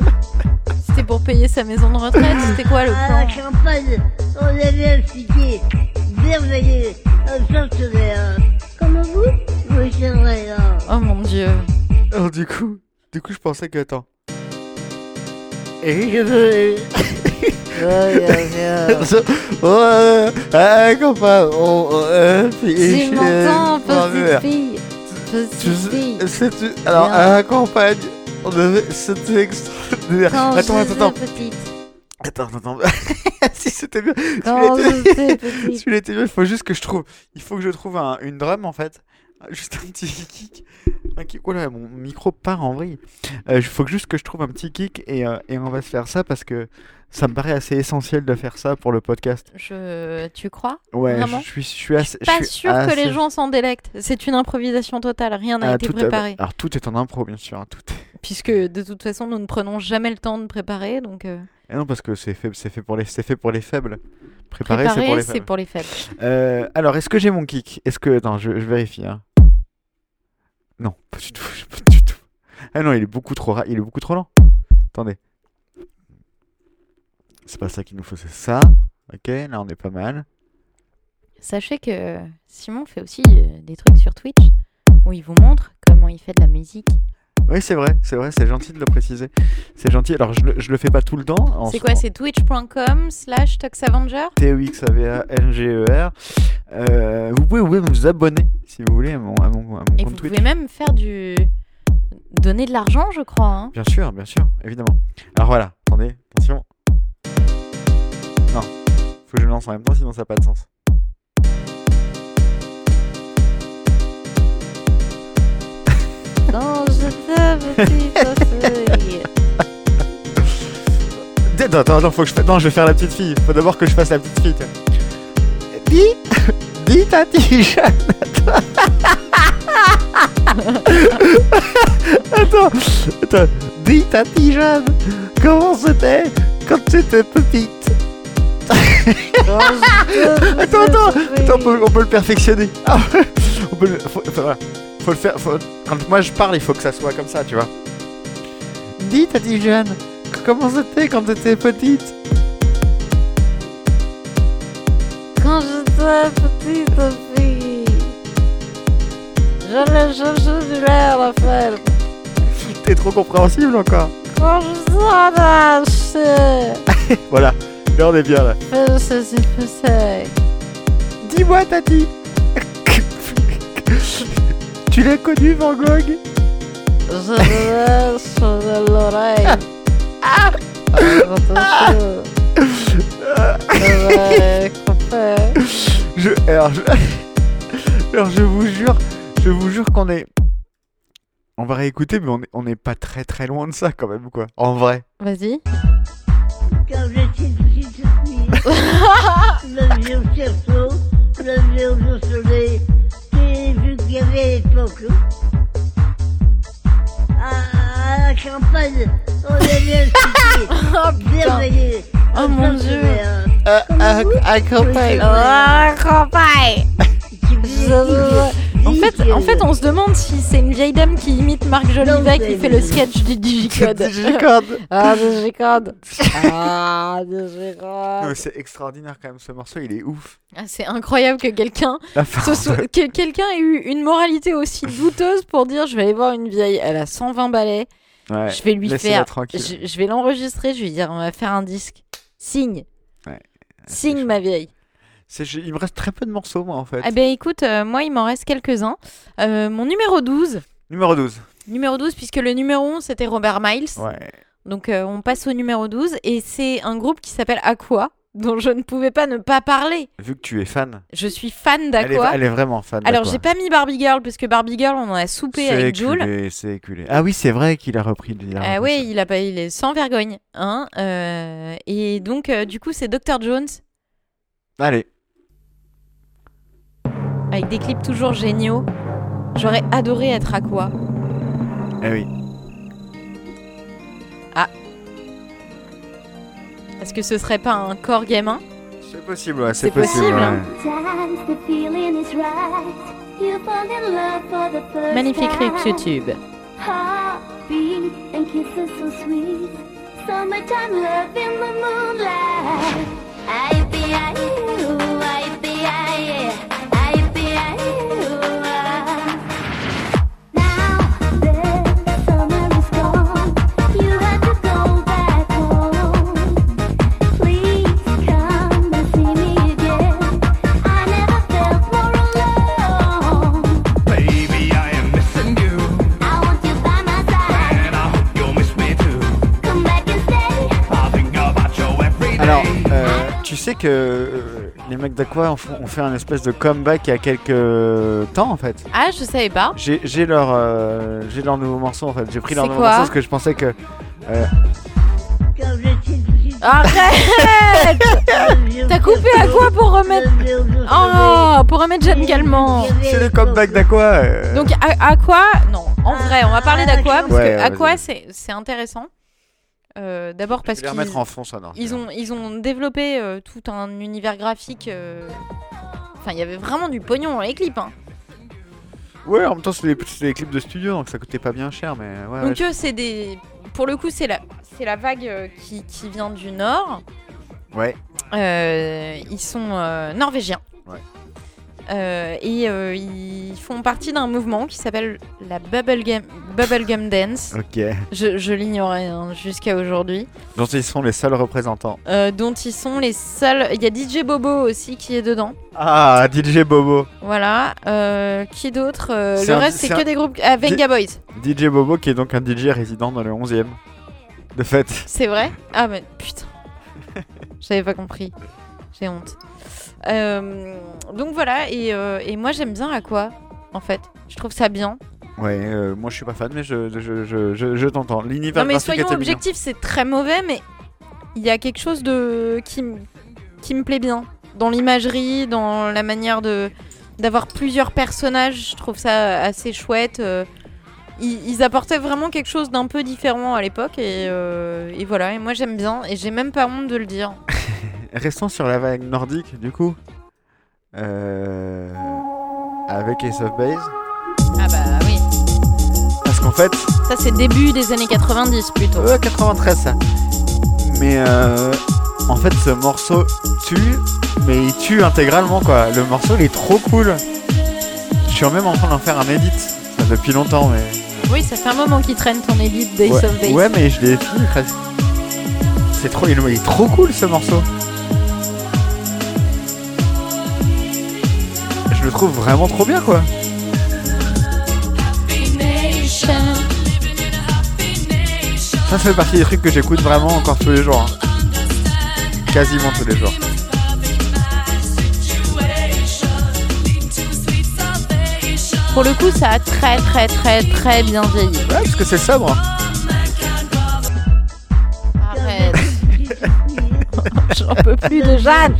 S2: C'était pour payer sa maison de retraite C'était quoi [laughs] le
S8: à
S2: plan
S8: la campagne, on avait un ticket merveilleux, un centenaire.
S7: Comme vous
S8: Oui, c'est vrai. hein.
S2: Oh mon dieu
S3: Alors du coup, du coup, je pensais que attends.
S8: Et
S3: [laughs]
S8: je veux...
S2: Oh,
S3: Ouais, euh, copain, on- on- euh, puis-
S2: Tu
S3: je-
S2: m'entends,
S3: ma
S2: petite
S3: mère.
S2: fille
S3: Tu
S2: Petite fille
S3: sais- sais-tu- alors,
S2: Bien.
S3: à la campagne, on avait. C'était extraordinaire.
S2: Quand
S3: attends,
S2: j'étais
S3: attends, attends,
S2: petite
S3: attends, attends, [laughs] si c'était bien.
S2: Quand
S3: Celui-là était-
S2: j'étais
S3: [laughs]
S2: petite
S3: celui-là était bien. Il faut juste que je trouve. Il faut que je trouve un- une drum en fait. Juste un petit kick. Un kick. Oh là, mon micro part en vrille. Il faut que juste que je trouve un petit kick et, euh, et on va se faire ça parce que ça me paraît assez essentiel de faire ça pour le podcast.
S2: Je... Tu crois
S3: Ouais,
S2: Vraiment
S3: je suis, je suis assez. Ah, je
S2: Pas
S3: suis
S2: sûr que les
S3: assez-
S2: gens s'en délectent. C'est une improvisation totale, rien n'a
S3: Ah,
S2: été
S3: tout est-
S2: préparé.
S3: Alors tout est en impro, bien sûr. hein, Tout est-
S2: Puisque de toute façon, nous ne prenons jamais le temps de préparer, donc... euh,
S3: Eh non, parce que c'est fait, c'est fait, pour les- c'est fait pour les faibles. Préparer, c'est pour
S2: Préparer,
S3: les
S2: c'est
S3: faibles.
S2: pour les faibles.
S3: Euh, alors, est-ce que j'ai mon kick Est-ce que. Attends, je, je vérifie. hein. Non, pas du tout. [laughs] Pas du tout. Ah non, il est beaucoup trop, ra- il est beaucoup trop lent. Attendez. C'est pas ça qu'il nous faut, c'est ça. Ok, là on est pas mal.
S2: Sachez que Simon fait aussi euh, des trucs sur Twitch où il vous montre comment il fait de la musique.
S3: Oui, c'est vrai, c'est vrai, c'est gentil de le préciser. C'est gentil. Alors, je, le- je le fais pas tout le temps. en- E
S2: C'est quoi C'est twitch.com slash toxavenger
S3: T-O-X-A-V-A-N-G-E-R. E Euh, vous pouvez, vous pouvez vous abonner si vous voulez à mon, à mon- à mon
S2: Et vous
S3: compte Twitch.
S2: pouvez même faire du... Donner de l'argent, je crois. [laughs] hein.
S3: Bien sûr, bien sûr, évidemment. Alors voilà, attendez, attention. Non, faut que je lance en même temps, sinon ça n'a pas de sens.
S2: Dans un petit portefeuille.
S3: Attends, attends, attends, faut que je fasse. Non, je vais faire la petite fille. Faut d'abord que je fasse la petite fille. tiens. [laughs] Dis, dis ta Jeanne. [laughs] Attends, attends, dis ta Jeanne. Comment c'était quand tu étais petite [laughs] Attends, attends, attends, on peut, on peut le perfectionner. [laughs] Ah, on peut le, faut, faut- voilà. Faut le faire. faut- quand moi je parle, il faut que ça soit comme ça, tu vois. Dis, Tati Jeanne, comment c'était quand t'étais petite [laughs]
S2: Quand j'étais petite fille, j'allais chercher du lait à la ferme.
S3: T'es trop compréhensible encore.
S2: Quand je sors d'un chien,
S3: Voilà, là on est bien là.
S2: je suis poussée.
S3: Dis-moi, Tati. [laughs] tu l'as connu, Van Gogh
S2: Je
S3: [laughs]
S2: devais sur l'oreille. Ah!
S3: Je, alors, je, [laughs] alors, je vous jure, je vous jure qu'on est. On va réécouter, mais on n'est on est pas très très loin de ça quand même, quoi. En vrai.
S2: Vas-y.
S8: Quand j'étais petite fille, le vieux cerceau, le vieux le soleil, c'est vu qu'il y avait à l'époque. À, à la Ah, campagne, Oh, on
S7: [laughs]
S8: avait
S7: Oh,
S8: un petit merveilleux.
S2: Oh mon Dieu.
S3: À, à, à campagne.
S2: En fait, en fait, on se demande si c'est une vieille dame qui imite Marc Jolivet qui fait le sketch du Digicode.
S3: Digicode.
S2: [laughs] Ah, Digicode. Ah, Digicode.
S3: [laughs] Non, mais C'est extraordinaire quand même, ce morceau, il est ouf.
S2: [laughs] Ah, c'est incroyable que quelqu'un
S3: La fin
S2: se
S3: [laughs]
S2: sou- que quelqu'un ait eu une moralité aussi douteuse pour dire je vais aller voir une vieille, elle a 120 balais,
S3: Ouais.
S2: je vais lui
S3: laissez-la
S2: faire,
S3: tranquille.
S2: je, je vais l'enregistrer, je vais lui dire on va faire un disque, signe,
S3: Ouais.
S2: signe ma vieille.
S3: C'est- je- Il me reste très peu de morceaux, moi, en fait.
S2: Eh ben écoute, euh, moi il m'en reste quelques-uns. Euh, mon numéro 12,
S3: Numéro 12.
S2: numéro 12 puisque le numéro 11 c'était Robert Miles,
S3: Ouais.
S2: donc euh, on passe au numéro 12 et c'est un groupe qui s'appelle Aqua dont je ne pouvais pas ne pas parler.
S3: Vu que tu es fan.
S2: Je suis fan
S3: Elle est,
S2: d'Aqua.
S3: elle est vraiment fan.
S2: Alors
S3: d'Aqua.
S2: j'ai pas mis Barbie Girl parce que Barbie Girl on en a soupé avec
S3: C'est
S2: Jules.
S3: culé, C'est culé. Ah oui, c'est vrai qu'il a repris le
S2: Ah oui, il a pas, il est sans vergogne, hein. euh, et donc euh, du coup c'est Dr Jones
S3: Allez.
S2: avec des clips toujours géniaux. J'aurais adoré être Aqua.
S3: Ah oui.
S2: Est-ce que ce serait pas un corps gamin
S3: C'est possible, ouais,
S2: C'est
S3: c'est possible.
S2: possible,
S3: ouais.
S2: hein.
S9: Sometimes the feeling is right. You fall in love for the first
S2: Magnifique
S9: time.
S2: clip YouTube.
S9: Heartbeat and kisses so sweet. Summertime love in the moonlight. I be I you, I be I, I be I you. Now the summer is gone. You have to go back home. Please come and see me again. I never felt more alone.
S11: Baby, I am missing you,
S9: I want you by my side.
S11: and I hope you'll miss me too.
S9: Come back and stay.
S11: I think about you every day.
S3: Alors, euh, tu sais que euh, les mecs d'Aqua ont, font- ont fait un espèce de comeback il y a quelques temps, en fait.
S2: Ah, je savais pas.
S3: J'ai j'ai leur, euh, j'ai leur nouveau morceau, en fait. J'ai pris leur
S2: C'est
S3: nouveau
S2: quoi
S3: morceau parce que je pensais que.
S8: Quand j'étais petite,
S2: Arrête
S8: le vieux
S2: T'as coupé
S8: cerceau,
S2: Aqua pour remettre.
S8: le vieux le soleil,
S2: Oh, pour remettre Jeanne Calment.
S8: c'est vu qu'il y avait
S3: C'est
S8: à
S3: le comeback
S8: l'époque.
S3: d'Aqua. euh,
S2: Donc à, à quoi Non, en vrai, on va parler d'Aqua parce
S3: Ouais,
S2: que
S3: ouais,
S2: Aqua
S3: vas-y.
S2: c'est c'est intéressant. Euh, D'abord parce
S3: Je vais les
S2: qu'ils
S3: remettre en fond, ça, non.
S2: ils ont, ils ont développé euh, tout un univers graphique. euh, Enfin, il y avait vraiment du pognon dans les clips. hein.
S3: Ouais, en même temps, c'est des, c'est des clips de studio, donc ça coûtait pas bien cher, mais ouais. Ah ouais,
S2: Donc
S3: je-
S2: eux, c'est des. Pour le coup, c'est la, c'est la vague euh, qui, qui vient du nord.
S3: ouais.
S2: Euh, ils sont euh, norvégiens.
S3: Ouais.
S2: Euh, et euh, ils font partie d'un mouvement qui s'appelle la bubblegum, bubblegum dance.
S3: Ok.
S2: Je, je l'ignorais hein, jusqu'à aujourd'hui.
S3: Dont ils sont les seuls représentants.
S2: Euh, dont ils sont les seuls. Il y a DJ Bobo aussi qui est dedans. [laughs]
S3: Ah, DJ Bobo.
S2: Voilà. Euh, qui d'autre Euh,
S3: C'est
S2: Le
S3: un-
S2: reste, c'est
S3: c'est
S2: que
S3: un-
S2: des groupes. Ah, Venga Boys.
S3: DJ Bobo qui est donc un DJ résident dans le 11 e De fait.
S2: C'est
S3: [laughs]
S2: vrai Ah, mais putain. J'avais pas compris. J'ai honte. Euh, donc voilà. Et, euh, et moi, j'aime bien à quoi en fait. Je trouve ça bien.
S3: Ouais, euh, moi je suis pas fan, mais je, je, je, je, je t'entends. L'univers
S2: Non mais
S3: graphique
S2: soyons
S3: était mignon.
S2: objectifs, c'est très mauvais, mais il y a quelque chose de qui me qui me plaît bien dans l'imagerie, dans la manière de d'avoir plusieurs personnages. Je trouve ça assez chouette. euh, Ils, ils apportaient vraiment quelque chose d'un peu différent à l'époque et, euh, et voilà. Et moi j'aime bien et j'ai même pas honte de le dire.
S3: Restons sur la vague nordique, du coup. Euh... Avec Ace of Base.
S2: Ah bah oui.
S3: Parce qu'en fait,
S2: Ça c'est début des années 90 plutôt.
S3: Euh, 93 ça. Mais euh, en fait, ce morceau tue, mais il tue intégralement quoi. Le morceau il est trop cool. Je suis même en train d'en faire un edit Enfin, depuis longtemps, mais.
S2: Oui, ça fait un moment qu'ils traînent ton édite d'Ace
S3: ouais.
S2: of Base.
S3: Ouais, mais je l'ai fini presque. C'est trop, il est trop cool ce morceau. Je le trouve vraiment trop bien quoi. Ça fait partie des trucs que j'écoute vraiment encore tous les jours. hein. Quasiment tous les jours.
S2: Pour le coup, ça a très très très très bien vieilli.
S3: Ouais, parce que c'est sobre. hein.
S2: Arrête. J'en peux plus de Jeanne.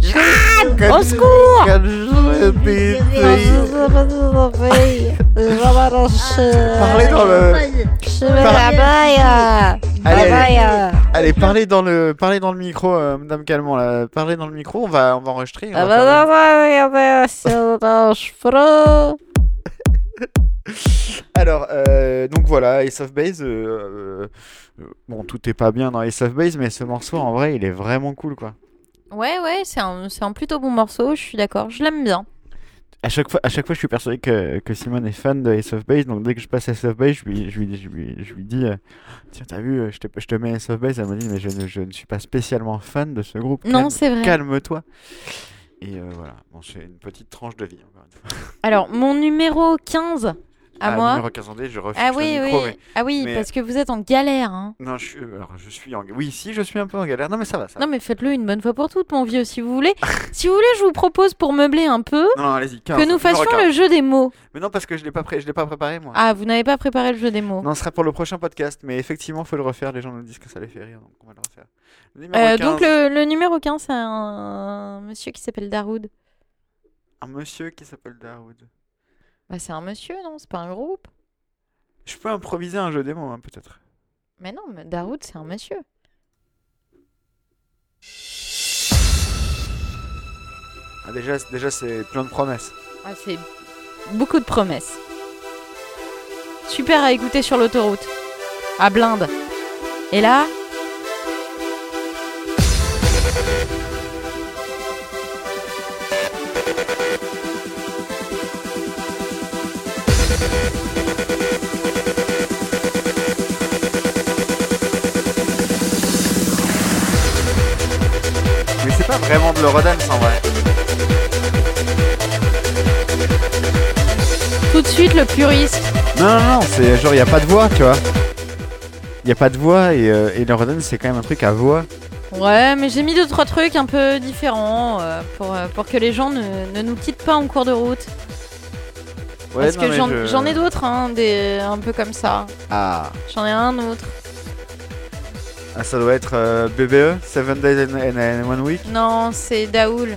S2: Jeanne Au secours
S3: Parlez dans le. Allez, allez, allez, parlez dans le, parlez dans le micro, euh, Madame Calmont. Là. Parlez dans le micro, on va, on va enregistrer. on
S2: Ah
S3: va
S2: bah
S3: faire le- Alors, euh, donc voilà, Ace of Base. euh, euh, bon, tout est pas bien dans Ace of Base, mais ce morceau, en vrai, il est vraiment cool, quoi.
S2: Ouais, ouais, c'est un, c'est un plutôt bon morceau, je suis d'accord, je l'aime bien.
S3: À chaque fois, à chaque fois, je suis persuadé que, que Simone est fan de Ace of Base, donc dès que je passe Ace of Base, je lui, je lui, je lui, je lui dis, euh, tiens, t'as vu, euh, je te, je te mets Ace of Base, elle me dit, mais je ne, je ne suis pas spécialement fan de ce groupe.
S2: Non,
S3: Calme-
S2: c'est vrai.
S3: Calme-toi. Et euh, voilà, bon, c'est une petite tranche de vie. Encore une fois.
S2: Alors, mon numéro 15 à
S3: Ah,
S2: moi.
S3: numéro 15 en D, je refuse
S2: Ah
S3: le
S2: oui,
S3: micro,
S2: oui.
S3: mais-
S2: Ah oui,
S3: mais-
S2: parce que vous êtes en galère. hein.
S3: Non, je suis, alors, je suis en, oui, si, je suis un peu en galère. Non, mais ça va, ça. va.
S2: Non, mais faites-le une bonne fois pour toutes, mon vieux, si vous
S3: [laughs]
S2: voulez. si vous voulez, je vous propose pour meubler un peu
S3: Non, non, allez-y, 15.
S2: que nous
S3: numéro
S2: fassions
S3: 15.
S2: le jeu des mots.
S3: Mais non, parce que je l'ai pas, pré- je l'ai pas préparé, moi.
S2: Ah, vous n'avez pas préparé le jeu des mots.
S3: Non, ce sera pour le prochain podcast, mais effectivement, faut le refaire. Les gens nous disent que ça les fait rire, donc on va le refaire. Numéro
S2: Euh, donc,
S3: 15.
S2: le, le numéro 15, c'est un monsieur qui s'appelle Daroud.
S3: Un monsieur qui s'appelle Dawood.
S2: Bah, c'est un monsieur, non C'est pas un groupe.
S3: Je peux improviser un jeu des mots, hein, peut-être.
S2: Mais non, mais Daroud, c'est un monsieur.
S3: Ah, déjà, c'est- déjà c'est plein de promesses.
S2: Ah, c'est beaucoup de promesses. Super à écouter sur l'autoroute. À blinde. Et là.
S3: Mais c'est pas vraiment de l'eurodance en vrai.
S2: Tout de suite, le puriste.
S3: Non, non, non, c'est genre, y a pas de voix, tu vois. Y a pas de voix et, euh, et l'eurodance c'est quand même un truc à voix.
S2: Ouais, mais j'ai mis deux trois trucs un peu différents euh, pour, euh, pour que les gens ne, ne nous quittent pas en cours de route.
S3: Ouais,
S2: Parce
S3: non,
S2: que
S3: mais
S2: j'en
S3: je-
S2: j'en ai d'autres, hein, des, un peu comme ça.
S3: Ah,
S2: J'en ai un autre.
S3: Ah, ça doit être euh, BBE, 7 Days and, and- and One Week.
S2: Non, c'est Daoul.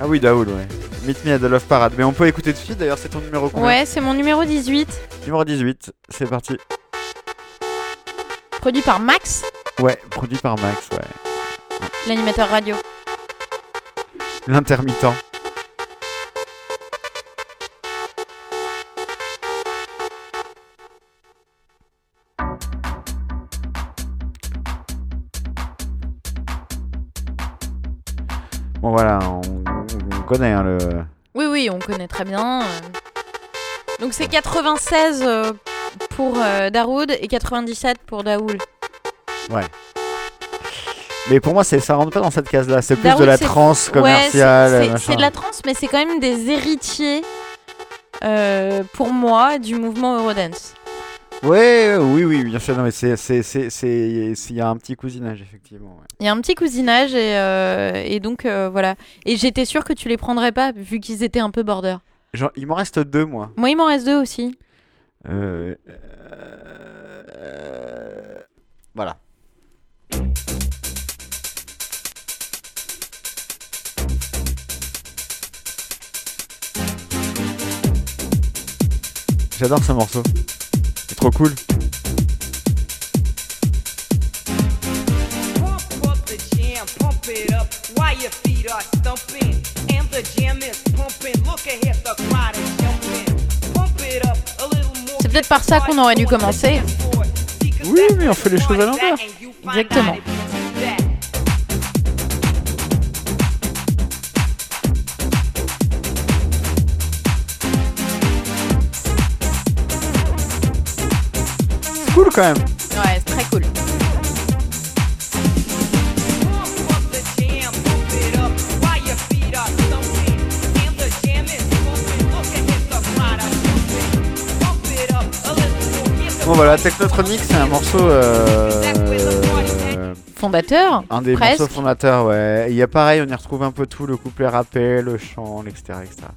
S3: Ah oui, Daoul, ouais. Meet Me at the Love Parade. Mais on peut écouter tout de suite, d'ailleurs, c'est ton numéro combien
S2: Ouais, c'est mon numéro 18.
S3: Numéro 18, c'est parti.
S2: Produit par Max,
S3: Ouais, produit par Max, ouais.
S2: l'animateur radio.
S3: L'intermittent. Bon voilà, on, on connaît hein, le...
S2: Oui, oui, on connaît très bien. euh. Donc c'est 96 euh, pour euh, Daroud et 97 pour Daoul.
S3: Mais pour moi, c'est- ça rentre pas dans cette case-là. C'est plus
S2: Daoud,
S3: de la
S2: Bah c'est-
S3: trance
S2: Ouais, c'est-
S3: commerciale.
S2: c'est-
S3: machin.
S2: c'est de la trance, mais c'est quand même des héritiers, euh, pour moi, du mouvement Eurodance.
S3: Ouais, oui, oui, bien sûr. Non, mais c'est, c'est, c'est, c'est, c'est- il y a un petit cousinage effectivement. ouais.
S2: Il y a un petit cousinage et, euh, et donc euh, voilà. Et j'étais sûre que tu les prendrais pas vu qu'ils étaient un peu border.
S3: Genre, il m'en reste deux moi.
S2: Moi, il m'en reste deux aussi.
S3: Euh, euh, Voilà. J'adore ce morceau. C'est trop cool.
S12: Pump up the jam, pump it up while your feet are stumping. And the jam is pumping. Look ahead, the crowd is jumping. Pump it up a little more.
S2: C'est peut-être par ça qu'on aurait dû commencer.
S3: Oui, mais on fait les choses à l'envers.
S2: Exactement.
S3: C'est cool quand même.
S2: Ouais, c'est très cool.
S12: While your feet are stumping. And the jam is pumping. Look ahead, the crowd are jumping. Pump it up a little more.
S3: Bon voilà, Technotronic, c'est un morceau. euh,
S2: Fondateur,
S3: Un des
S2: presque.
S3: morceaux fondateurs, ouais. Et Il y a pareil, on y retrouve un peu tout, le couplet rappel, le chant, etc. etc.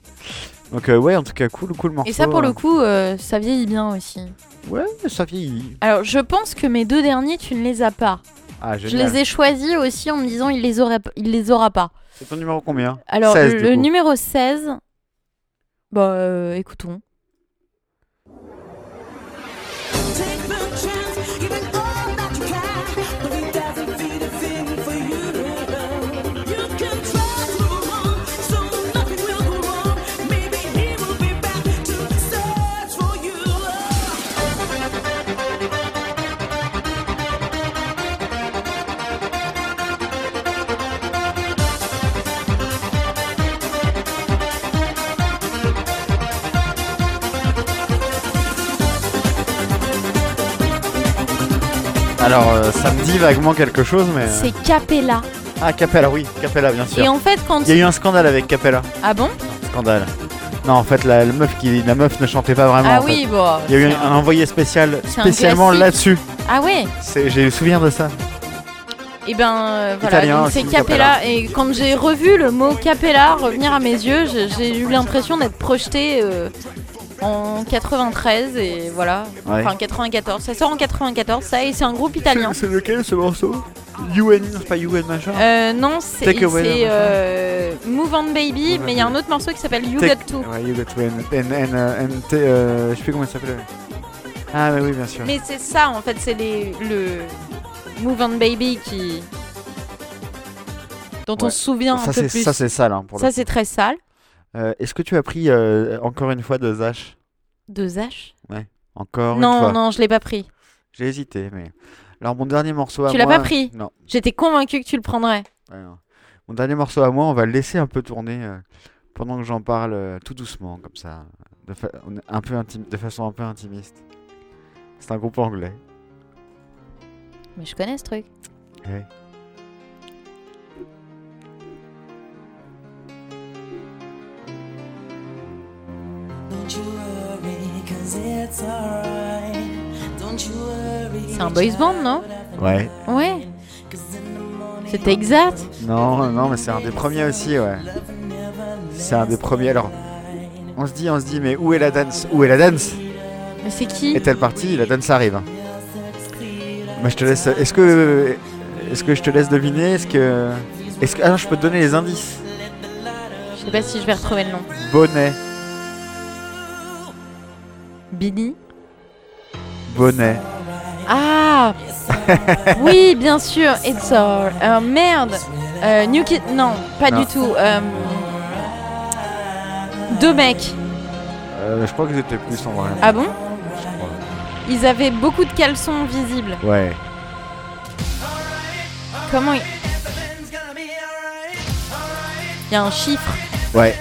S3: Donc euh, ouais, en tout cas, cool, cool morceau.
S2: Et ça, pour
S3: hein.
S2: le coup, euh, ça vieillit bien aussi.
S3: Ouais, ça vieillit.
S2: Alors, je pense que mes deux derniers, tu ne les as pas.
S3: Ah,
S2: Je
S3: génial.
S2: les ai choisis aussi en me disant il les aura, il les aura pas.
S3: C'est ton numéro combien
S2: Alors,
S3: 16, du
S2: le
S3: coup.
S2: numéro 16, bah, euh, écoutons.
S3: Alors, euh, ça me dit vaguement quelque chose, mais... euh,
S2: C'est Capella.
S3: Ah, Capella, oui, Capella, bien sûr.
S2: Et en fait, quand.
S3: Il y a eu un scandale avec Capella.
S2: Ah bon
S3: Scandale. Non, en fait, la, la meuf, qui, la meuf ne chantait pas vraiment.
S2: Ah
S3: en
S2: oui,
S3: fait.
S2: bon.
S3: Il y a eu
S2: c'est
S3: un, envoyé spécial,
S2: c'est un
S3: spécialement
S2: classique.
S3: là-dessus.
S2: Ah ouais
S3: C'est- J'ai le souvenir de ça.
S2: Et ben euh, voilà,
S3: Italien,
S2: donc c'est
S3: aussi,
S2: Capella.
S3: Capella.
S2: Et quand j'ai revu le mot Capella revenir à mes yeux, j'ai- j'ai eu l'impression d'être projetée euh, en 93 et voilà.
S3: Ouais.
S2: Enfin, 94. Ça sort en 94, ça, et c'est un groupe italien. Ah.
S3: C'est lequel ce morceau UN, pas UN machin
S2: Euh, non, c'est
S3: Hein. Take
S2: c'est,
S3: away, machin.
S2: euh, Move on Baby, mais il y a un autre morceau qui s'appelle You
S3: Take-
S2: Got To.
S3: Ouais, You Got To. And, and- and, euh, and t- euh, je sais plus comment il s'appelait. Ah, mais oui, bien sûr.
S2: Mais c'est ça en fait, c'est les, le Move on Baby qui. dont on
S3: Ouais.
S2: se souvient un
S3: ça,
S2: peu
S3: c'est,
S2: plus.
S3: ça, c'est sale. hein, pour le
S2: Ça,
S3: coup.
S2: c'est très sale.
S3: Euh, est-ce que tu as pris euh, encore une fois de Zach
S2: Deux H
S3: Encore une
S2: Non,
S3: fois.
S2: non, je l'ai pas pris.
S3: J'ai hésité, mais. Alors, mon dernier morceau à
S2: Tu l'as
S3: moi-
S2: pas pris
S3: Non.
S2: J'étais convaincu que tu le prendrais.
S3: ouais, non. Mon dernier morceau à moi, on va le laisser un peu tourner euh, pendant que j'en parle euh, tout doucement, comme ça. De, fa- on est un peu intime- de façon un peu intimiste. C'est un groupe anglais.
S2: Mais je connais ce truc.
S3: Ouais.
S13: Don't you worry, 'cause it's alright. Don't you worry.
S2: C'est un boys band, non
S3: Ouais.
S2: Ouais. C'était exact.
S3: Non, non, mais c'est un des premiers aussi, ouais. C'est un des premiers. Alors, on se dit, on se dit, mais où est la danse Où est la danse
S2: Mais c'est qui
S3: Est-elle partie La danse arrive. Bah, je te laisse. Est-ce que, est-ce que je te laisse deviner Est-ce que, est-ce que, ah, non, je peux te donner les indices.
S2: Je sais pas si je vais retrouver le nom.
S3: Bonnet,
S2: Billy
S3: bonnet.
S2: Ah Oui, bien sûr, It's All. Euh, merde Euh, New Kid. Non, pas
S3: Non.
S2: du tout. Euh, Deux mecs.
S3: Euh, je crois qu'ils étaient plus en vrai.
S2: Ah bon Ils avaient beaucoup de caleçons visibles.
S3: Ouais.
S2: Comment il. Il y a un chiffre.
S3: Ouais.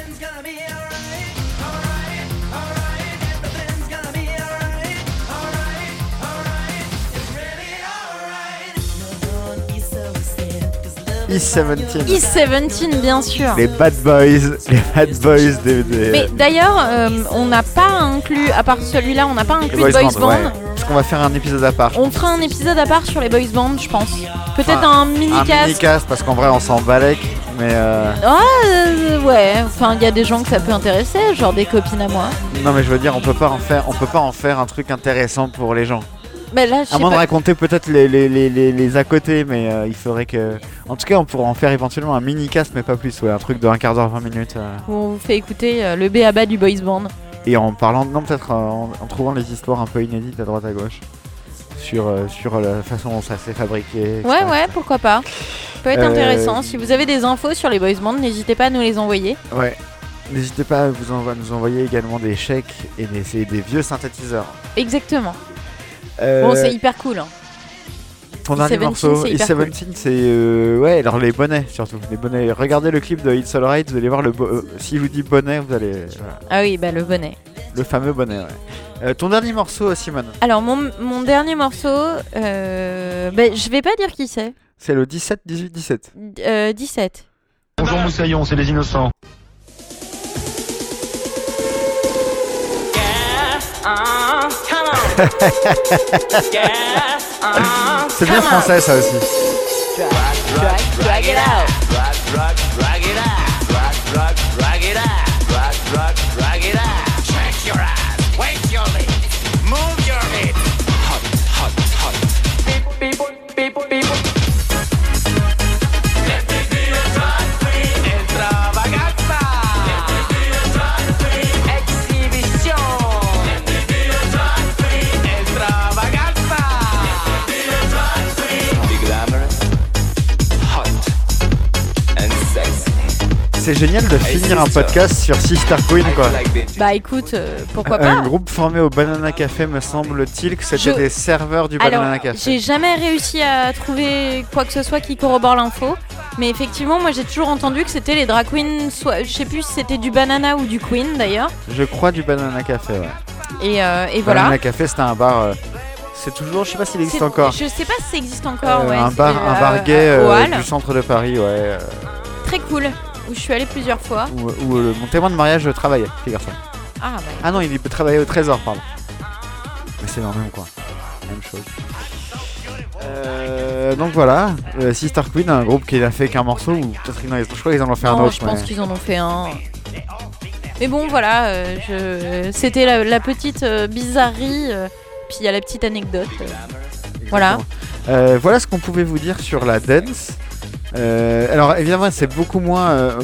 S3: E17.
S2: E17, E bien sûr.
S3: Les euh, Bad Boys, les Bad Boys des. des-
S2: Mais d'ailleurs, euh, on n'a pas inclus, à part celui-là, on n'a pas
S3: des
S2: inclus de Boys Band.
S3: ouais. Parce qu'on va faire un épisode à part.
S2: On fera un épisode à part sur les Boys Band, je pense. Peut-être
S3: Enfin,
S2: un
S3: Un
S2: mini-cast.
S3: mini-cast, parce qu'en vrai, on s'en balèque. Mais euh,
S2: Ah, euh, ouais, enfin, il y a des gens que ça peut intéresser, genre des copines à moi.
S3: non, mais je veux dire, on peut pas en faire, on peut pas en faire un truc intéressant pour les gens.
S2: Mais là, je
S3: À
S2: sais
S3: moins de
S2: pas.
S3: raconter peut-être les, les, les, les, les à côté, mais euh, il faudrait que. En tout cas, on pourrait en faire éventuellement un mini-cast, mais pas plus, ouais, un truc de un quart d'heure, 20 minutes. euh.
S2: On vous fait écouter euh, le B.A.B.A. du Boys Band.
S3: Et en parlant, non, peut-être euh, en, en trouvant les histoires un peu inédites à droite à gauche. Sur, euh, sur la façon dont ça s'est fabriqué.
S2: Ouais,
S3: etc.
S2: ouais, pourquoi pas. Ça peut être
S3: Euh,
S2: intéressant. Si vous avez des infos sur les Boys Band, n'hésitez pas à nous les envoyer.
S3: Ouais. N'hésitez pas à vous envo- nous envoyer également des chèques et des, et des vieux synthétiseurs.
S2: Exactement.
S3: Euh,
S2: Bon, c'est hyper cool. hein. E17,
S3: Ton dernier morceau,
S2: c'est hyper
S3: E17, c'est. euh, ouais, alors les bonnets surtout. Les bonnets. Regardez le clip de It's Alright, vous allez voir le. bo- euh, si je vous dis bonnet, vous allez. euh, voilà.
S2: Ah oui, bah le bonnet.
S3: Le fameux bonnet, ouais. Euh, ton dernier morceau, Simone,
S2: Alors, mon, mon dernier morceau, euh, bah, je vais pas dire qui c'est.
S3: c'est le 17, 18, 17.
S2: D- euh, 17.
S4: Bonjour Moussaillon, c'est les innocents.
S3: [laughs]
S12: uh-huh.
S2: Ah.
S3: C'est bien français, ça aussi.
S8: Drag it out. Rock, rock, rock it out. Rock, rock, rock it out. Rock, rock, rock it out. Check your eyes. Wake your lips. Move your hips. Hot, hot, hot. Beep, beep, beep, beep. Let me be your drag queen. Extravaganza. Let me be your drag queen. Exhibition. Let me be your drag queen. Extravaganza. Let me be your drag queen. Be glamorous. Hot. And sexy.
S3: C'est génial
S2: Ah,
S3: de finir un podcast sur Sister Queen, quoi.
S2: Bah écoute, euh, pourquoi
S3: Un
S2: pas
S3: groupe formé au Banana Café, me semble-t-il, que c'était
S2: Je-
S3: des serveurs du Banana
S2: Alors,
S3: Café.
S2: j'ai jamais réussi à trouver quoi que ce soit qui corrobore l'info. Mais effectivement, moi j'ai toujours entendu que c'était les drag queens, soit, je sais plus si c'était du banana ou du queen d'ailleurs.
S3: Je crois du Banana Café, ouais.
S2: Et, euh, et voilà.
S3: Banana Café, c'était un bar. euh, c'est toujours, je sais pas s'il existe
S2: C'est-
S3: encore.
S2: Je sais pas si ça existe encore.
S3: Euh,
S2: ouais,
S3: un
S2: c'est,
S3: bar,
S2: euh,
S3: un bar gay
S2: à
S3: euh,
S2: Roanne.
S3: du centre de Paris, ouais. euh,
S2: Très cool, où je suis allée plusieurs fois.
S3: où, où, euh, mon témoin de mariage travaillait, figure ça.
S2: Ah, bah.
S3: Ah non, il peut travailler au Trésor, pardon. Mais c'est dans le même coin. Même chose. Euh, donc voilà, euh, Sister Queen, un groupe qui n'a fait qu'un morceau, ou peut-être qu'ils en- je crois qu'ils en ont fait un
S2: Non,
S3: autre.
S2: Oh, je pense
S3: mais-
S2: qu'ils en ont fait un. Mais bon, voilà, euh, je... c'était la, la petite euh, bizarrerie, euh, puis il y a la petite anecdote. euh. Voilà.
S3: Euh, voilà ce qu'on pouvait vous dire sur la dance. Euh, alors évidemment c'est beaucoup moins, euh,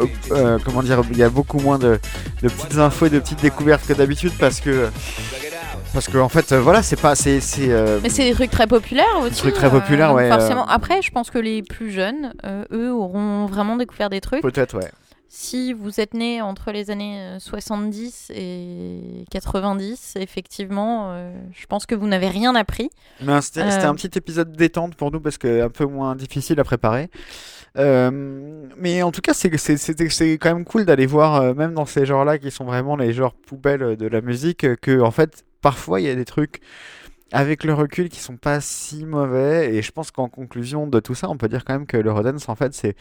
S3: euh, euh, comment dire, il y a beaucoup moins de, de petites infos et de petites découvertes que d'habitude parce que parce que en fait euh, voilà c'est pas c'est c'est euh,
S2: Mais c'est des trucs très populaires aussi.
S3: trucs très populaires, ouais,
S2: Forcément.
S3: euh.
S2: Après, je pense que les plus jeunes, euh, eux, auront vraiment découvert des trucs.
S3: peut-être ouais.
S2: Si vous êtes né entre les années euh, 70 et 90, effectivement, euh, je pense que vous n'avez rien appris.
S3: Mais un- c'était c'était
S2: Euh,
S3: un petit épisode détente pour nous parce que un peu moins difficile à préparer. Euh, mais en tout cas, c'est c'est- c'était- c'est quand même cool d'aller voir, euh, même dans ces genres-là qui sont vraiment les genres poubelles de la musique, euh, que en fait, parfois il y a des trucs avec le recul qui sont pas si mauvais. Et je pense qu'en conclusion de tout ça, on peut dire quand même que le Rodens, en fait, c'est.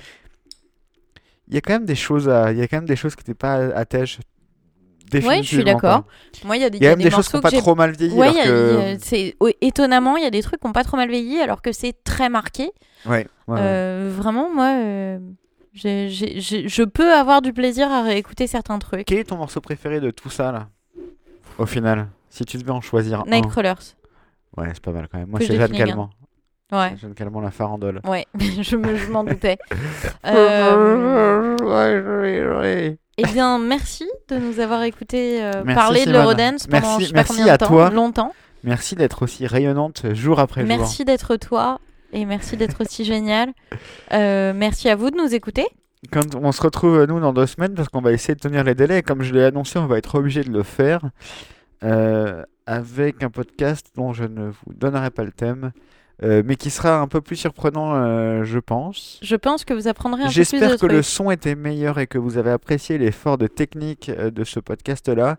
S3: Il y a quand même des choses à... Il y a quand même des choses qui n'étaient pas à tèche.
S2: Oui, je suis
S3: définitivement, quoi.
S2: d'accord. Moi, il y a des,
S3: Il y a même
S2: des
S3: des choses
S2: morceaux
S3: qui ont
S2: que
S3: pas
S2: j'ai-
S3: trop mal vieilli,
S2: Ouais,
S3: alors
S2: il y a- euh,
S3: que-
S2: il y a- c'est ouais, étonnamment, il y a des trucs qui ont pas trop mal vieilli, alors que c'est très marqué.
S3: Ouais, ouais, ouais.
S2: Euh, Vraiment, moi, euh, j'ai- j'ai- j'ai- je peux avoir du plaisir à réécouter certains trucs.
S3: Quel est ton morceau préféré de tout ça là Au final, si tu devais en choisir un.
S2: Nightcrawlers.
S3: Ouais, c'est pas mal quand même. Moi,
S2: Que
S3: c'est
S2: j'ai
S3: Jeanne
S2: fini, hein.
S3: Calment.
S2: Ouais.
S3: Jeanne Calment, la farandole.
S2: Ouais, [laughs] je me- je m'en
S3: [laughs]
S2: doutais. Euh, Eh bien, merci de nous avoir écouté euh,
S3: Merci,
S2: parler de
S3: Simone.
S2: l'Eurodance pendant
S3: Merci-
S2: je sais pas
S3: merci
S2: combien de
S3: à
S2: temps,
S3: toi.
S2: longtemps.
S3: Merci d'être aussi rayonnante jour après jour.
S2: Merci d'être toi et merci d'être aussi génial. Euh, merci à vous de nous écouter.
S3: Quand on se retrouve, nous, dans deux semaines, parce qu'on va essayer de tenir les délais. Comme je l'ai annoncé, on va être obligé de le faire euh, avec un podcast dont je ne vous donnerai pas le thème, euh, mais qui sera un peu plus surprenant, euh, je pense.
S2: Je pense que vous apprendrez un peu plus de
S3: J'espère que
S2: trucs.
S3: le son était meilleur et que vous avez apprécié l'effort de technique euh, de ce podcast-là.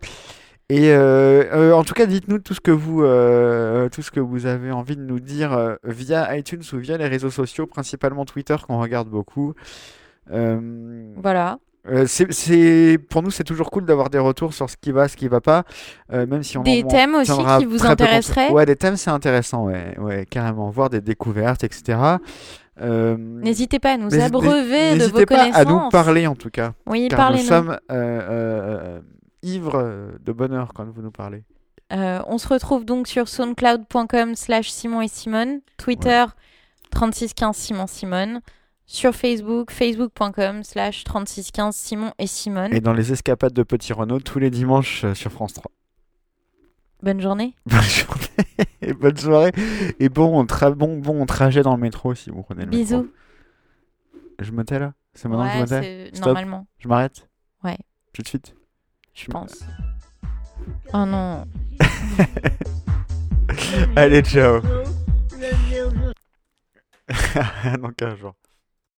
S3: Et euh, euh, en tout cas, dites-nous tout ce que vous, euh, tout ce que vous avez envie de nous dire euh, via iTunes ou via les réseaux sociaux, principalement Twitter qu'on regarde beaucoup. Euh,
S2: Voilà.
S3: euh, c'est, c'est- pour nous, c'est toujours cool d'avoir des retours sur ce qui va, ce qui va pas, euh, même si on
S2: Des
S3: on
S2: thèmes aussi
S3: tiendra
S2: qui vous
S3: très peu compte.
S2: intéresseraient
S3: Ouais, des thèmes, c'est intéressant, ouais, ouais, carrément, voir des découvertes, etc. Euh,
S2: N'hésitez pas à nous
S3: n'hési-
S2: abreuver de
S3: n'hésitez
S2: vos
S3: pas
S2: connaissances.
S3: à nous parler en tout cas.
S2: Oui,
S3: car
S2: parlez-nous.
S3: Nous sommes euh, euh, euh, ivres euh, de bonheur quand vous nous parlez.
S2: Euh, on se retrouve donc sur soundcloud.com slash Simon et Simone, Twitter 3615 Simon Simone, sur Facebook, facebook.com slash 3615 Simon et Simone.
S3: Et dans les escapades de Petit Renault tous les dimanches euh, sur France 3.
S2: Bonne journée.
S3: [laughs] Bonne journée et bonne soirée. Et bon, tra- bon, bon trajet dans le métro si vous prenez le métro.
S2: Bisous.
S3: Je me tais là C'est maintenant que je
S2: Ouais,
S3: me tais
S2: c'est
S3: Stop.
S2: normalement.
S3: Je m'arrête
S2: Ouais.
S3: Tout de suite
S2: Je pense. Oh non.
S3: [laughs] Allez, ciao. À Dans 15 jours.